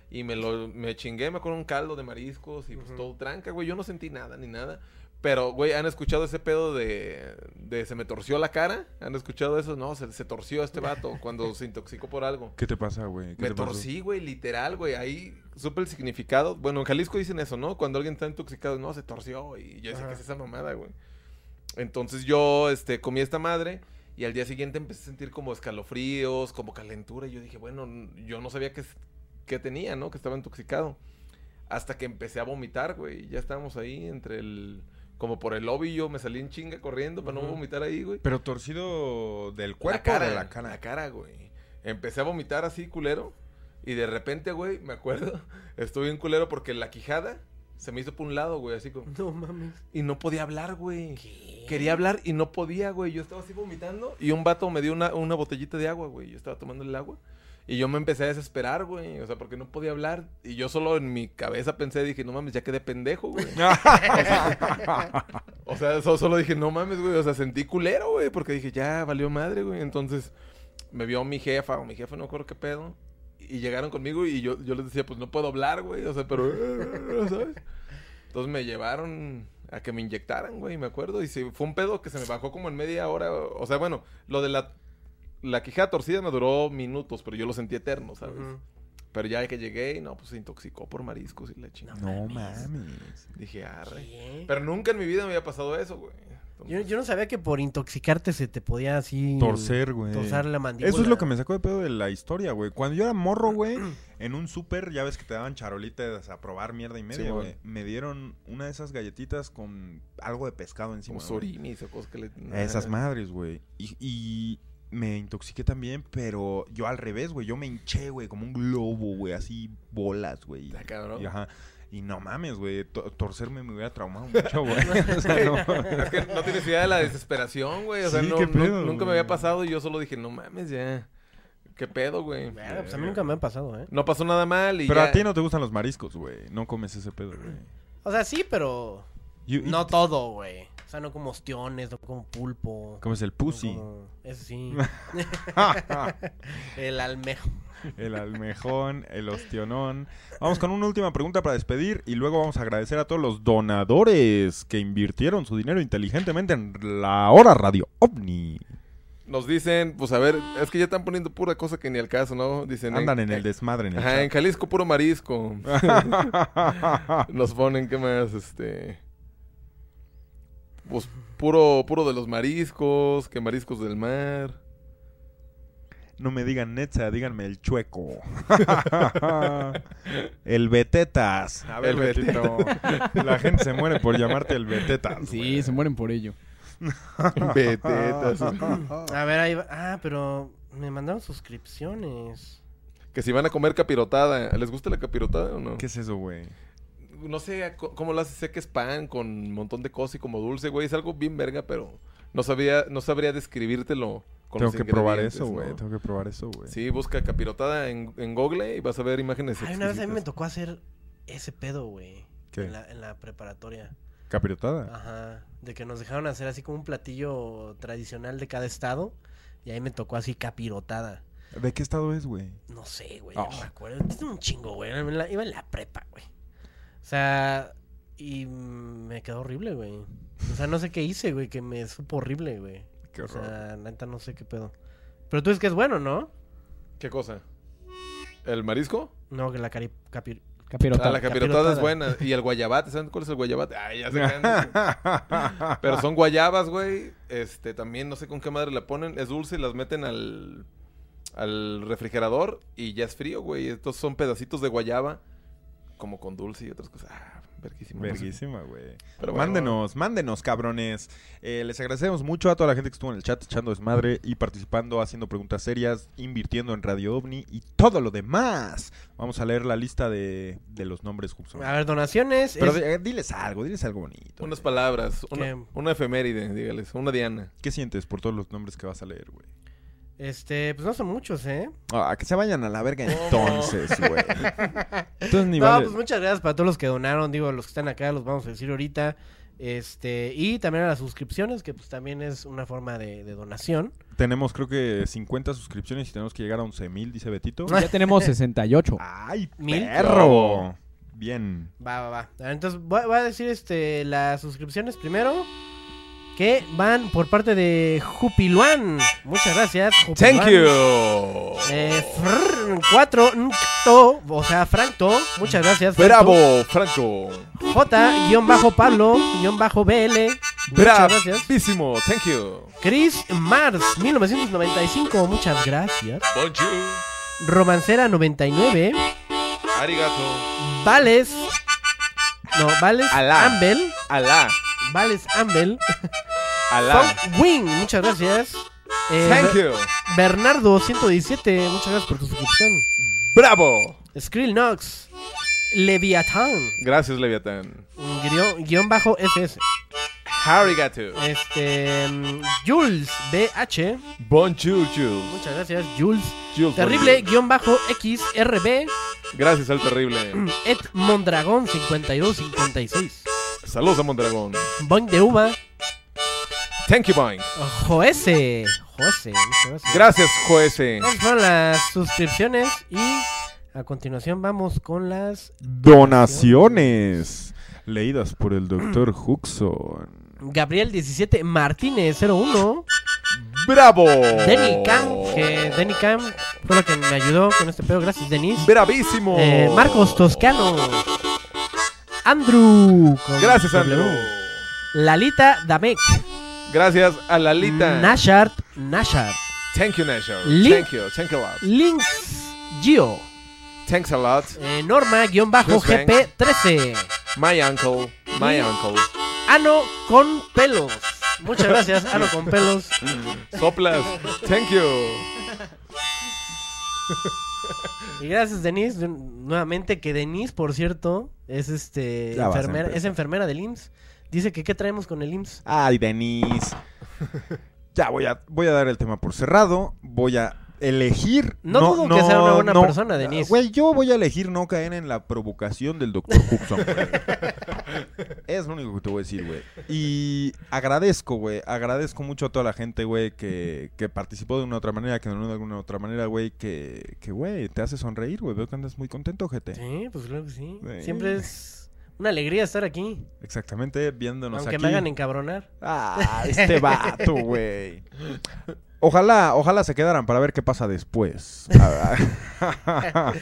Y me lo me chingué, me acuerdo un caldo de mariscos y pues todo tranca, güey. Yo no sentí nada ni nada. Pero, güey, ¿han escuchado ese pedo de, de se me torció la cara? ¿Han escuchado eso? No, se, se torció este vato cuando se intoxicó por algo. ¿Qué te pasa, güey? ¿Qué Me te pasó? torcí, güey, literal, güey. Ahí supe el significado. Bueno, en Jalisco dicen eso, ¿no? Cuando alguien está intoxicado, no, se torció. Y yo decía, Ajá. ¿qué es esa mamada, güey? Entonces yo, este, comí esta madre. Y al día siguiente empecé a sentir como escalofríos, como calentura. Y yo dije, bueno, n- yo no sabía que, que tenía, ¿no? Que estaba intoxicado. Hasta que empecé a vomitar, güey. y Ya estábamos ahí entre el... Como por el lobby yo me salí en chinga corriendo para no Ujú. vomitar ahí, güey. Pero torcido del cuerpo La cara, o de la cara. güey. Empecé a vomitar así, culero. Y de repente, güey, me acuerdo, estuve bien culero porque la quijada se me hizo por un lado, güey, así como... No mames. Y no podía hablar, güey. ¿Qué? Quería hablar y no podía, güey. Yo estaba así vomitando y un vato me dio una, una botellita de agua, güey. Yo estaba tomando el agua y yo me empecé a desesperar, güey. O sea, porque no podía hablar. Y yo solo en mi cabeza pensé, dije, no mames, ya quedé pendejo, güey. O sea, so- solo dije, no mames, güey. O sea, sentí culero, güey. Porque dije, ya, valió madre, güey. Entonces, me vio mi jefa o mi jefe, no recuerdo qué pedo. Y llegaron conmigo y yo, yo les decía, pues no puedo hablar, güey. O sea, pero, ¿sabes? Entonces me llevaron a que me inyectaran, güey, me acuerdo. Y sí, fue un pedo que se me bajó como en media hora. O sea, bueno, lo de la, la quijada torcida me duró minutos, pero yo lo sentí eterno, ¿sabes? Ujú. Pero ya que llegué, y no, pues se intoxicó por mariscos y la chingada. No mames. Dije, arre. ¿Qué? Pero nunca en mi vida me había pasado eso, güey. Yo, Entonces- yo no sabía que por intoxicarte se te podía así... Torcer, güey. Torcer la mandíbula. Eso es lo que me sacó de pedo de la historia, güey. Cuando yo era morro, güey, en un súper, ya ves que te daban charolitas a probar mierda y media, Simón. güey. Me dieron una de esas galletitas con algo de pescado encima. Como güey. sorimis o cosas que le... A Esas madres, güey. Y, y me intoxiqué también, pero yo al revés, güey. Yo me hinché, güey, como un globo, güey, así bolas, güey. Ah, cabrón. Y, ajá. Y no mames, güey, to- torcerme me hubiera traumado mucho, güey. O sea, no. Es que no tienes idea de la desesperación, güey. O sea, Sí, no, qué no- pedo, nunca güey. me había pasado y yo solo dije, no mames, ya. ¿Qué pedo, güey? Verga, pues a mí nunca me han pasado, ¿eh? No pasó nada mal y Pero ya. a ti no te gustan los mariscos, güey. No comes ese pedo, güey. O sea, sí, pero You no eat- todo, güey. O sea, no como ostiones, no como pulpo. comes el no pussy. como- Eso sí. El almejo. El almejón, el ostionón. Vamos con una última pregunta para despedir y luego vamos a agradecer a todos los donadores que invirtieron su dinero inteligentemente en la hora radio ovni. Nos dicen, pues a ver, es que ya están poniendo pura cosa que ni al caso, ¿no? Dicen. Andan en el desmadre en el Ajá, en chat. Ah. Jalisco puro marisco. Nos ponen, ¿qué más? Este. Pues puro, puro de los mariscos, que mariscos del mar. No me digan Netza, díganme el chueco. el betetas. A ver, El Betito. La gente se muere por llamarte el betetas. Sí, güey. se mueren por ello. Betetas. A ver, ahí va. Ah, pero me mandaron suscripciones. que si van a comer capirotada, ¿les gusta la capirotada o no? ¿Qué es eso, güey? No sé a co- cómo lo hace, sé que es pan con un montón de cosas y como dulce, güey. Es algo bien verga, pero no sabía, no sabría describírtelo con Tengo los que probar ingredientes, eso, güey. ¿no? Tengo que probar eso, güey. Sí, busca capirotada en, en Google y vas a ver imágenes Ay, una vez a mí me exquisitas. tocó hacer ese pedo, güey. ¿Qué? En la, en la preparatoria. Ah. Capirotada. Ajá. De que nos dejaron hacer así como un platillo tradicional de cada estado. Y ahí me tocó así capirotada. Ah. ¿De qué estado es, güey? No sé, güey. ya No Oh. me acuerdo. Tiene un chingo, güey. En la- Iba en la prepa, güey. O sea, y mm, me quedó horrible, güey. O sea, no sé qué hice, güey, que me supo horrible, güey. Qué O horror. sea, neta, no sé qué pedo. Pero tú es que es bueno, ¿no? ¿Qué cosa? ¿El marisco? No, que la cari... capi- Capirota. Ah, la capirotada. capirotada es buena. Y el guayabate, ¿saben cuál es el guayabate? Ay, ya se caen. Pero son guayabas, güey. Este, también no sé con qué madre la ponen. Es dulce y las meten al, al refrigerador y ya es frío, güey. Estos son pedacitos de guayaba, como con dulce y otras cosas. Ah, pues, verguísima. Verguísima, güey. Pero bueno. mándenos, mándenos, cabrones. Eh, les agradecemos mucho a toda la gente que estuvo en el chat echando desmadre y participando, haciendo preguntas serias, invirtiendo en Radio OVNI y todo lo demás. Vamos a leer la lista de, de los nombres, Hubson. A ver, donaciones. Pero es- di- eh, diles algo, diles algo bonito. Unas palabras, una, ¿Qué? una efeméride, dígales, una diana. ¿Qué sientes por todos los nombres que vas a leer, güey? Este, pues no son muchos, ¿eh? Ah, que se vayan a la verga ¿Cómo? entonces, güey. Entonces ni no, vale. pues muchas gracias para todos los que donaron, digo, los que están acá, los vamos a decir ahorita. Este, y también a las suscripciones, que pues también es una forma de, de donación. Tenemos creo que 50 suscripciones y tenemos que llegar a 11 mil, dice Betito. Ya tenemos 68. ¡Ay, Mil. perro! Bien. Va, va, va. A ver, Entonces, voy, voy a decir este las suscripciones primero. Que van por parte de Jupiluan. Muchas gracias. Jupiluan. Thank you. Eh, frrr, cuatro, Ncto, o sea, Francto. Muchas gracias. Francto. Bravo, Franco. J, guión bajo Pablo, guión bajo BL. Muchas gracias. Bravísimo. Thank you. Chris Mars, 1995, muchas gracias. Bonjour. Romancera 99, Arigato. Vales. No, Vales Alá. Ambel. Alá. Vales Ambel. Alá. Funk Wing, muchas gracias. Eh, Thank you. Bernardo 117, muchas gracias por tu suscripción. Bravo. Skrill Knox. Leviathan, Gracias, Leviatán. guión, guión bajo SS. Arigato. Este. mm, Jules BH, Bonjour, Jules. muchas gracias, Jules. Jules Terrible, Bonjour. guión bajo XRB. Gracias al terrible. Ed Mondragón 5256. Saludos a Mondragón. Boing de Uva. Thank you, Boing. Joese. Joese. muchas Gracias. Gracias, Joese. Esas fueron las suscripciones y a continuación vamos con las Donaciones leídas por el doctor Huxon. Gabriel 17 Martínez 01. Bravo. Oh. Denny Cam, que Denny Cam fue lo que me ayudó con este pedo. Gracias, Denis. Bravísimo. Eh, Marcos Toscano. Andrew. con Gracias, W. Andrew. Lalita Damek. Gracias a Lalita. Nashart. Nashart. Thank you, Nashar. Li- Thank you. Thank you a lot. Links Gio. Thanks a lot. Eh, Pues, Norma-GP13. My uncle. My Y- uncle. Ano con pelos. Muchas gracias, Ano con pelos. Mm. Soplas. Thank you. Y gracias, Denise, de- nuevamente, que Denise, por cierto, es este Ya vas a enfermera, es empezar. enfermera del IMSS. Dice que qué traemos con el IMSS. Ay, Denise. Ya voy a, voy a dar el tema por cerrado. Voy a elegir. No dudo que sea una buena persona, Denise. Güey, yo voy a elegir no caer en la provocación del doctor Cookson. güey. es lo único que te voy a decir, güey. Y agradezco, güey. Agradezco mucho a toda la gente, güey, que, que participó de una u otra manera, que no de alguna u otra manera, güey, que, que, güey, te hace sonreír, güey. Veo que andas muy contento, gente. Sí, pues claro que sí. Sí. Siempre es una alegría estar aquí. Exactamente, viéndonos aunque aquí. me hagan encabronar. Ah, este vato, güey. Ojalá, ojalá se quedaran para ver qué pasa después. Ah,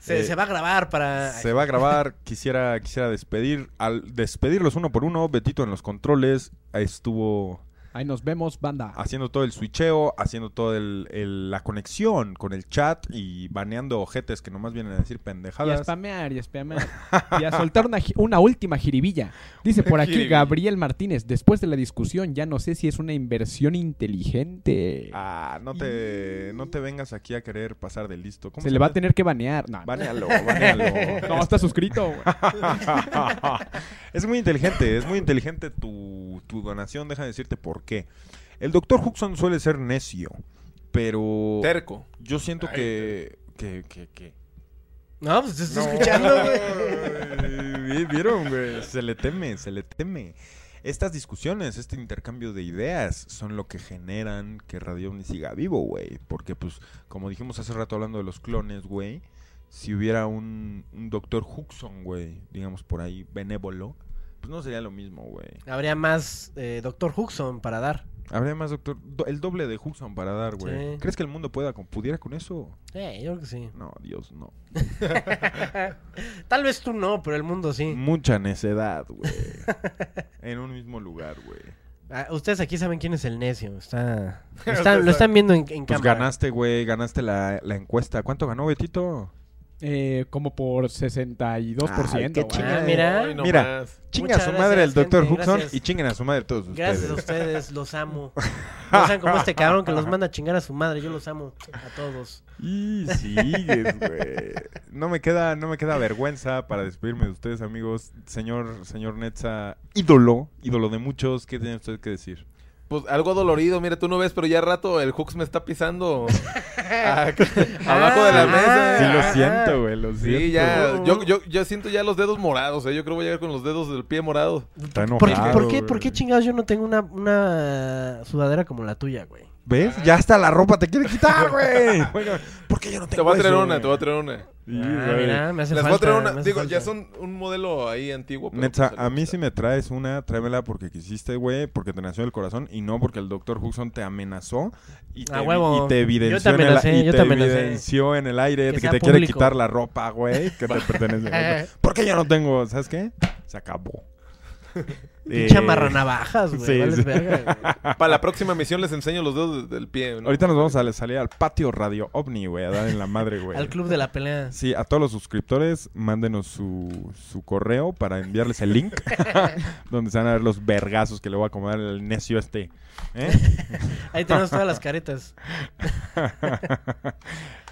Se, Eh, se va a grabar para. se va a grabar. Quisiera, quisiera despedir, al despedirlos uno por uno. Betito en los controles estuvo Ahí nos vemos, banda. haciendo todo el switcheo, haciendo toda la conexión con el chat y baneando ojetes que nomás vienen a decir Y a pendejadas. spamear, y a spamear. y a soltar una, gi- una última jiribilla. Dice por aquí Jiribilla. Gabriel Martínez, después de la discusión ya no sé si es una inversión inteligente. Ah, no te, no te vengas aquí a querer pasar de listo. ¿Cómo se le va a llama? tener que banear. No, Banealo, banealo. no está suscrito. güey. es muy inteligente, es muy inteligente tu, tu donación, deja de decirte por qué. El doctor Huxon suele ser necio, pero Terco. yo siento que... que, que, que- No, pues te estoy escuchando, güey. Ay, ¿Vieron, güey? Se le teme, se le teme. Estas discusiones, este intercambio de ideas son lo que generan que Radio Omni siga vivo, güey. Porque, pues, como dijimos hace rato hablando de los clones, güey, si hubiera un, un doctor Huxon, güey, digamos por ahí, benévolo, pues no sería lo mismo, güey. Habría más eh, Doctor Huxon para dar. Habría más doctor, do- el doble de Huxon para dar, güey. Sí. ¿Crees que el mundo pueda, con- pudiera con eso? Eh, yo creo que sí. No, Dios, no. Tal vez tú no, pero el mundo sí. Mucha necedad, güey. en un mismo lugar, güey. Ah, ustedes aquí saben quién es el necio. Está, está- lo están viendo en, en Pues cámara. ganaste, güey, ganaste la, la encuesta. ¿Cuánto ganó Betito? Eh, como por 62%. Ay, qué güey. Ah, mira. Ay, no Mira. más. Chinga a Muchas su madre el gracias, doctor gente, Huxon gracias. y chinguen a su madre todos Gracias a ustedes. ustedes, los amo. No sean como este cabrón que los manda a chingar a su madre. Yo los amo a todos. Y sigues, güey. No me queda, no me queda vergüenza para despedirme de ustedes, amigos. Señor, señor Netza, ídolo, ídolo de muchos, ¿qué tiene usted que decir? Pues algo dolorido, mira, tú no ves, pero ya al rato el Hooks me está pisando a- abajo de la Ah, Sí, mesa. lo siento, güey, lo siento. Sí, ya. Yo, yo, yo siento ya los dedos morados, eh. Yo creo que voy a llegar con los dedos del pie morado. Está enojado. ¿Por, por qué, por güey. qué chingados yo no tengo una, una sudadera como la tuya, güey? ¿Ves? Ya hasta la ropa te quiere quitar, güey. Oiga, ¿Por qué yo no Te tengo voy a traer eso, una, güey? te voy a traer una. Sí, Ah, güey. mira, me hace Les voy a falta, traer una. me hace Digo, falta. ya son un modelo ahí antiguo. pero Netza, pues, a mí si me traes una, tráemela porque quisiste, güey, porque te nació el corazón y no porque el doctor Huxon te amenazó y te, A huevo. y te evidenció, Yo te en el- amenacé, y yo te te amenacé. evidenció en el aire Que que, sea te quiere público. quitar la ropa, güey, que te pertenece. Porque yo no tengo, ¿sabes qué? Se acabó. Eh, Pinche amarranavajas, güey. sí, vales sí. verga, güey. Para la próxima misión les enseño los dedos del pie. ¿no? Ahorita nos vamos a salir al patio Radio OVNI, güey, a dar en la madre, güey. Al club de la pelea. Sí, a todos los suscriptores, mándenos su, su correo para enviarles el link donde se van a ver los vergazos que le voy a acomodar el necio este. ¿Eh? Ahí tenemos todas las caretas.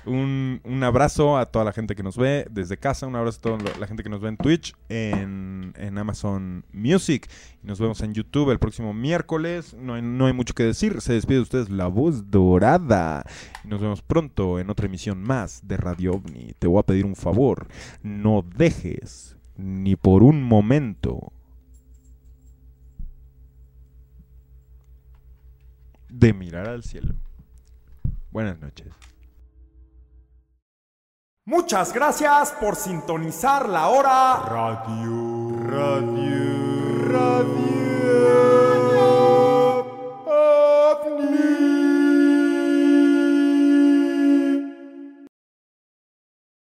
un, un abrazo a toda la gente que nos ve desde casa, un abrazo a toda la gente que nos ve en Twitch, en, en Amazon Music. Nos vemos en YouTube el próximo miércoles. No hay, no hay mucho que decir. Se despide de ustedes la voz dorada. Y nos vemos pronto en otra emisión más de Radio OVNI. Te voy a pedir un favor. No dejes ni por un momento de mirar al cielo. Buenas noches. Muchas gracias por sintonizar la hora Radio Radio Radio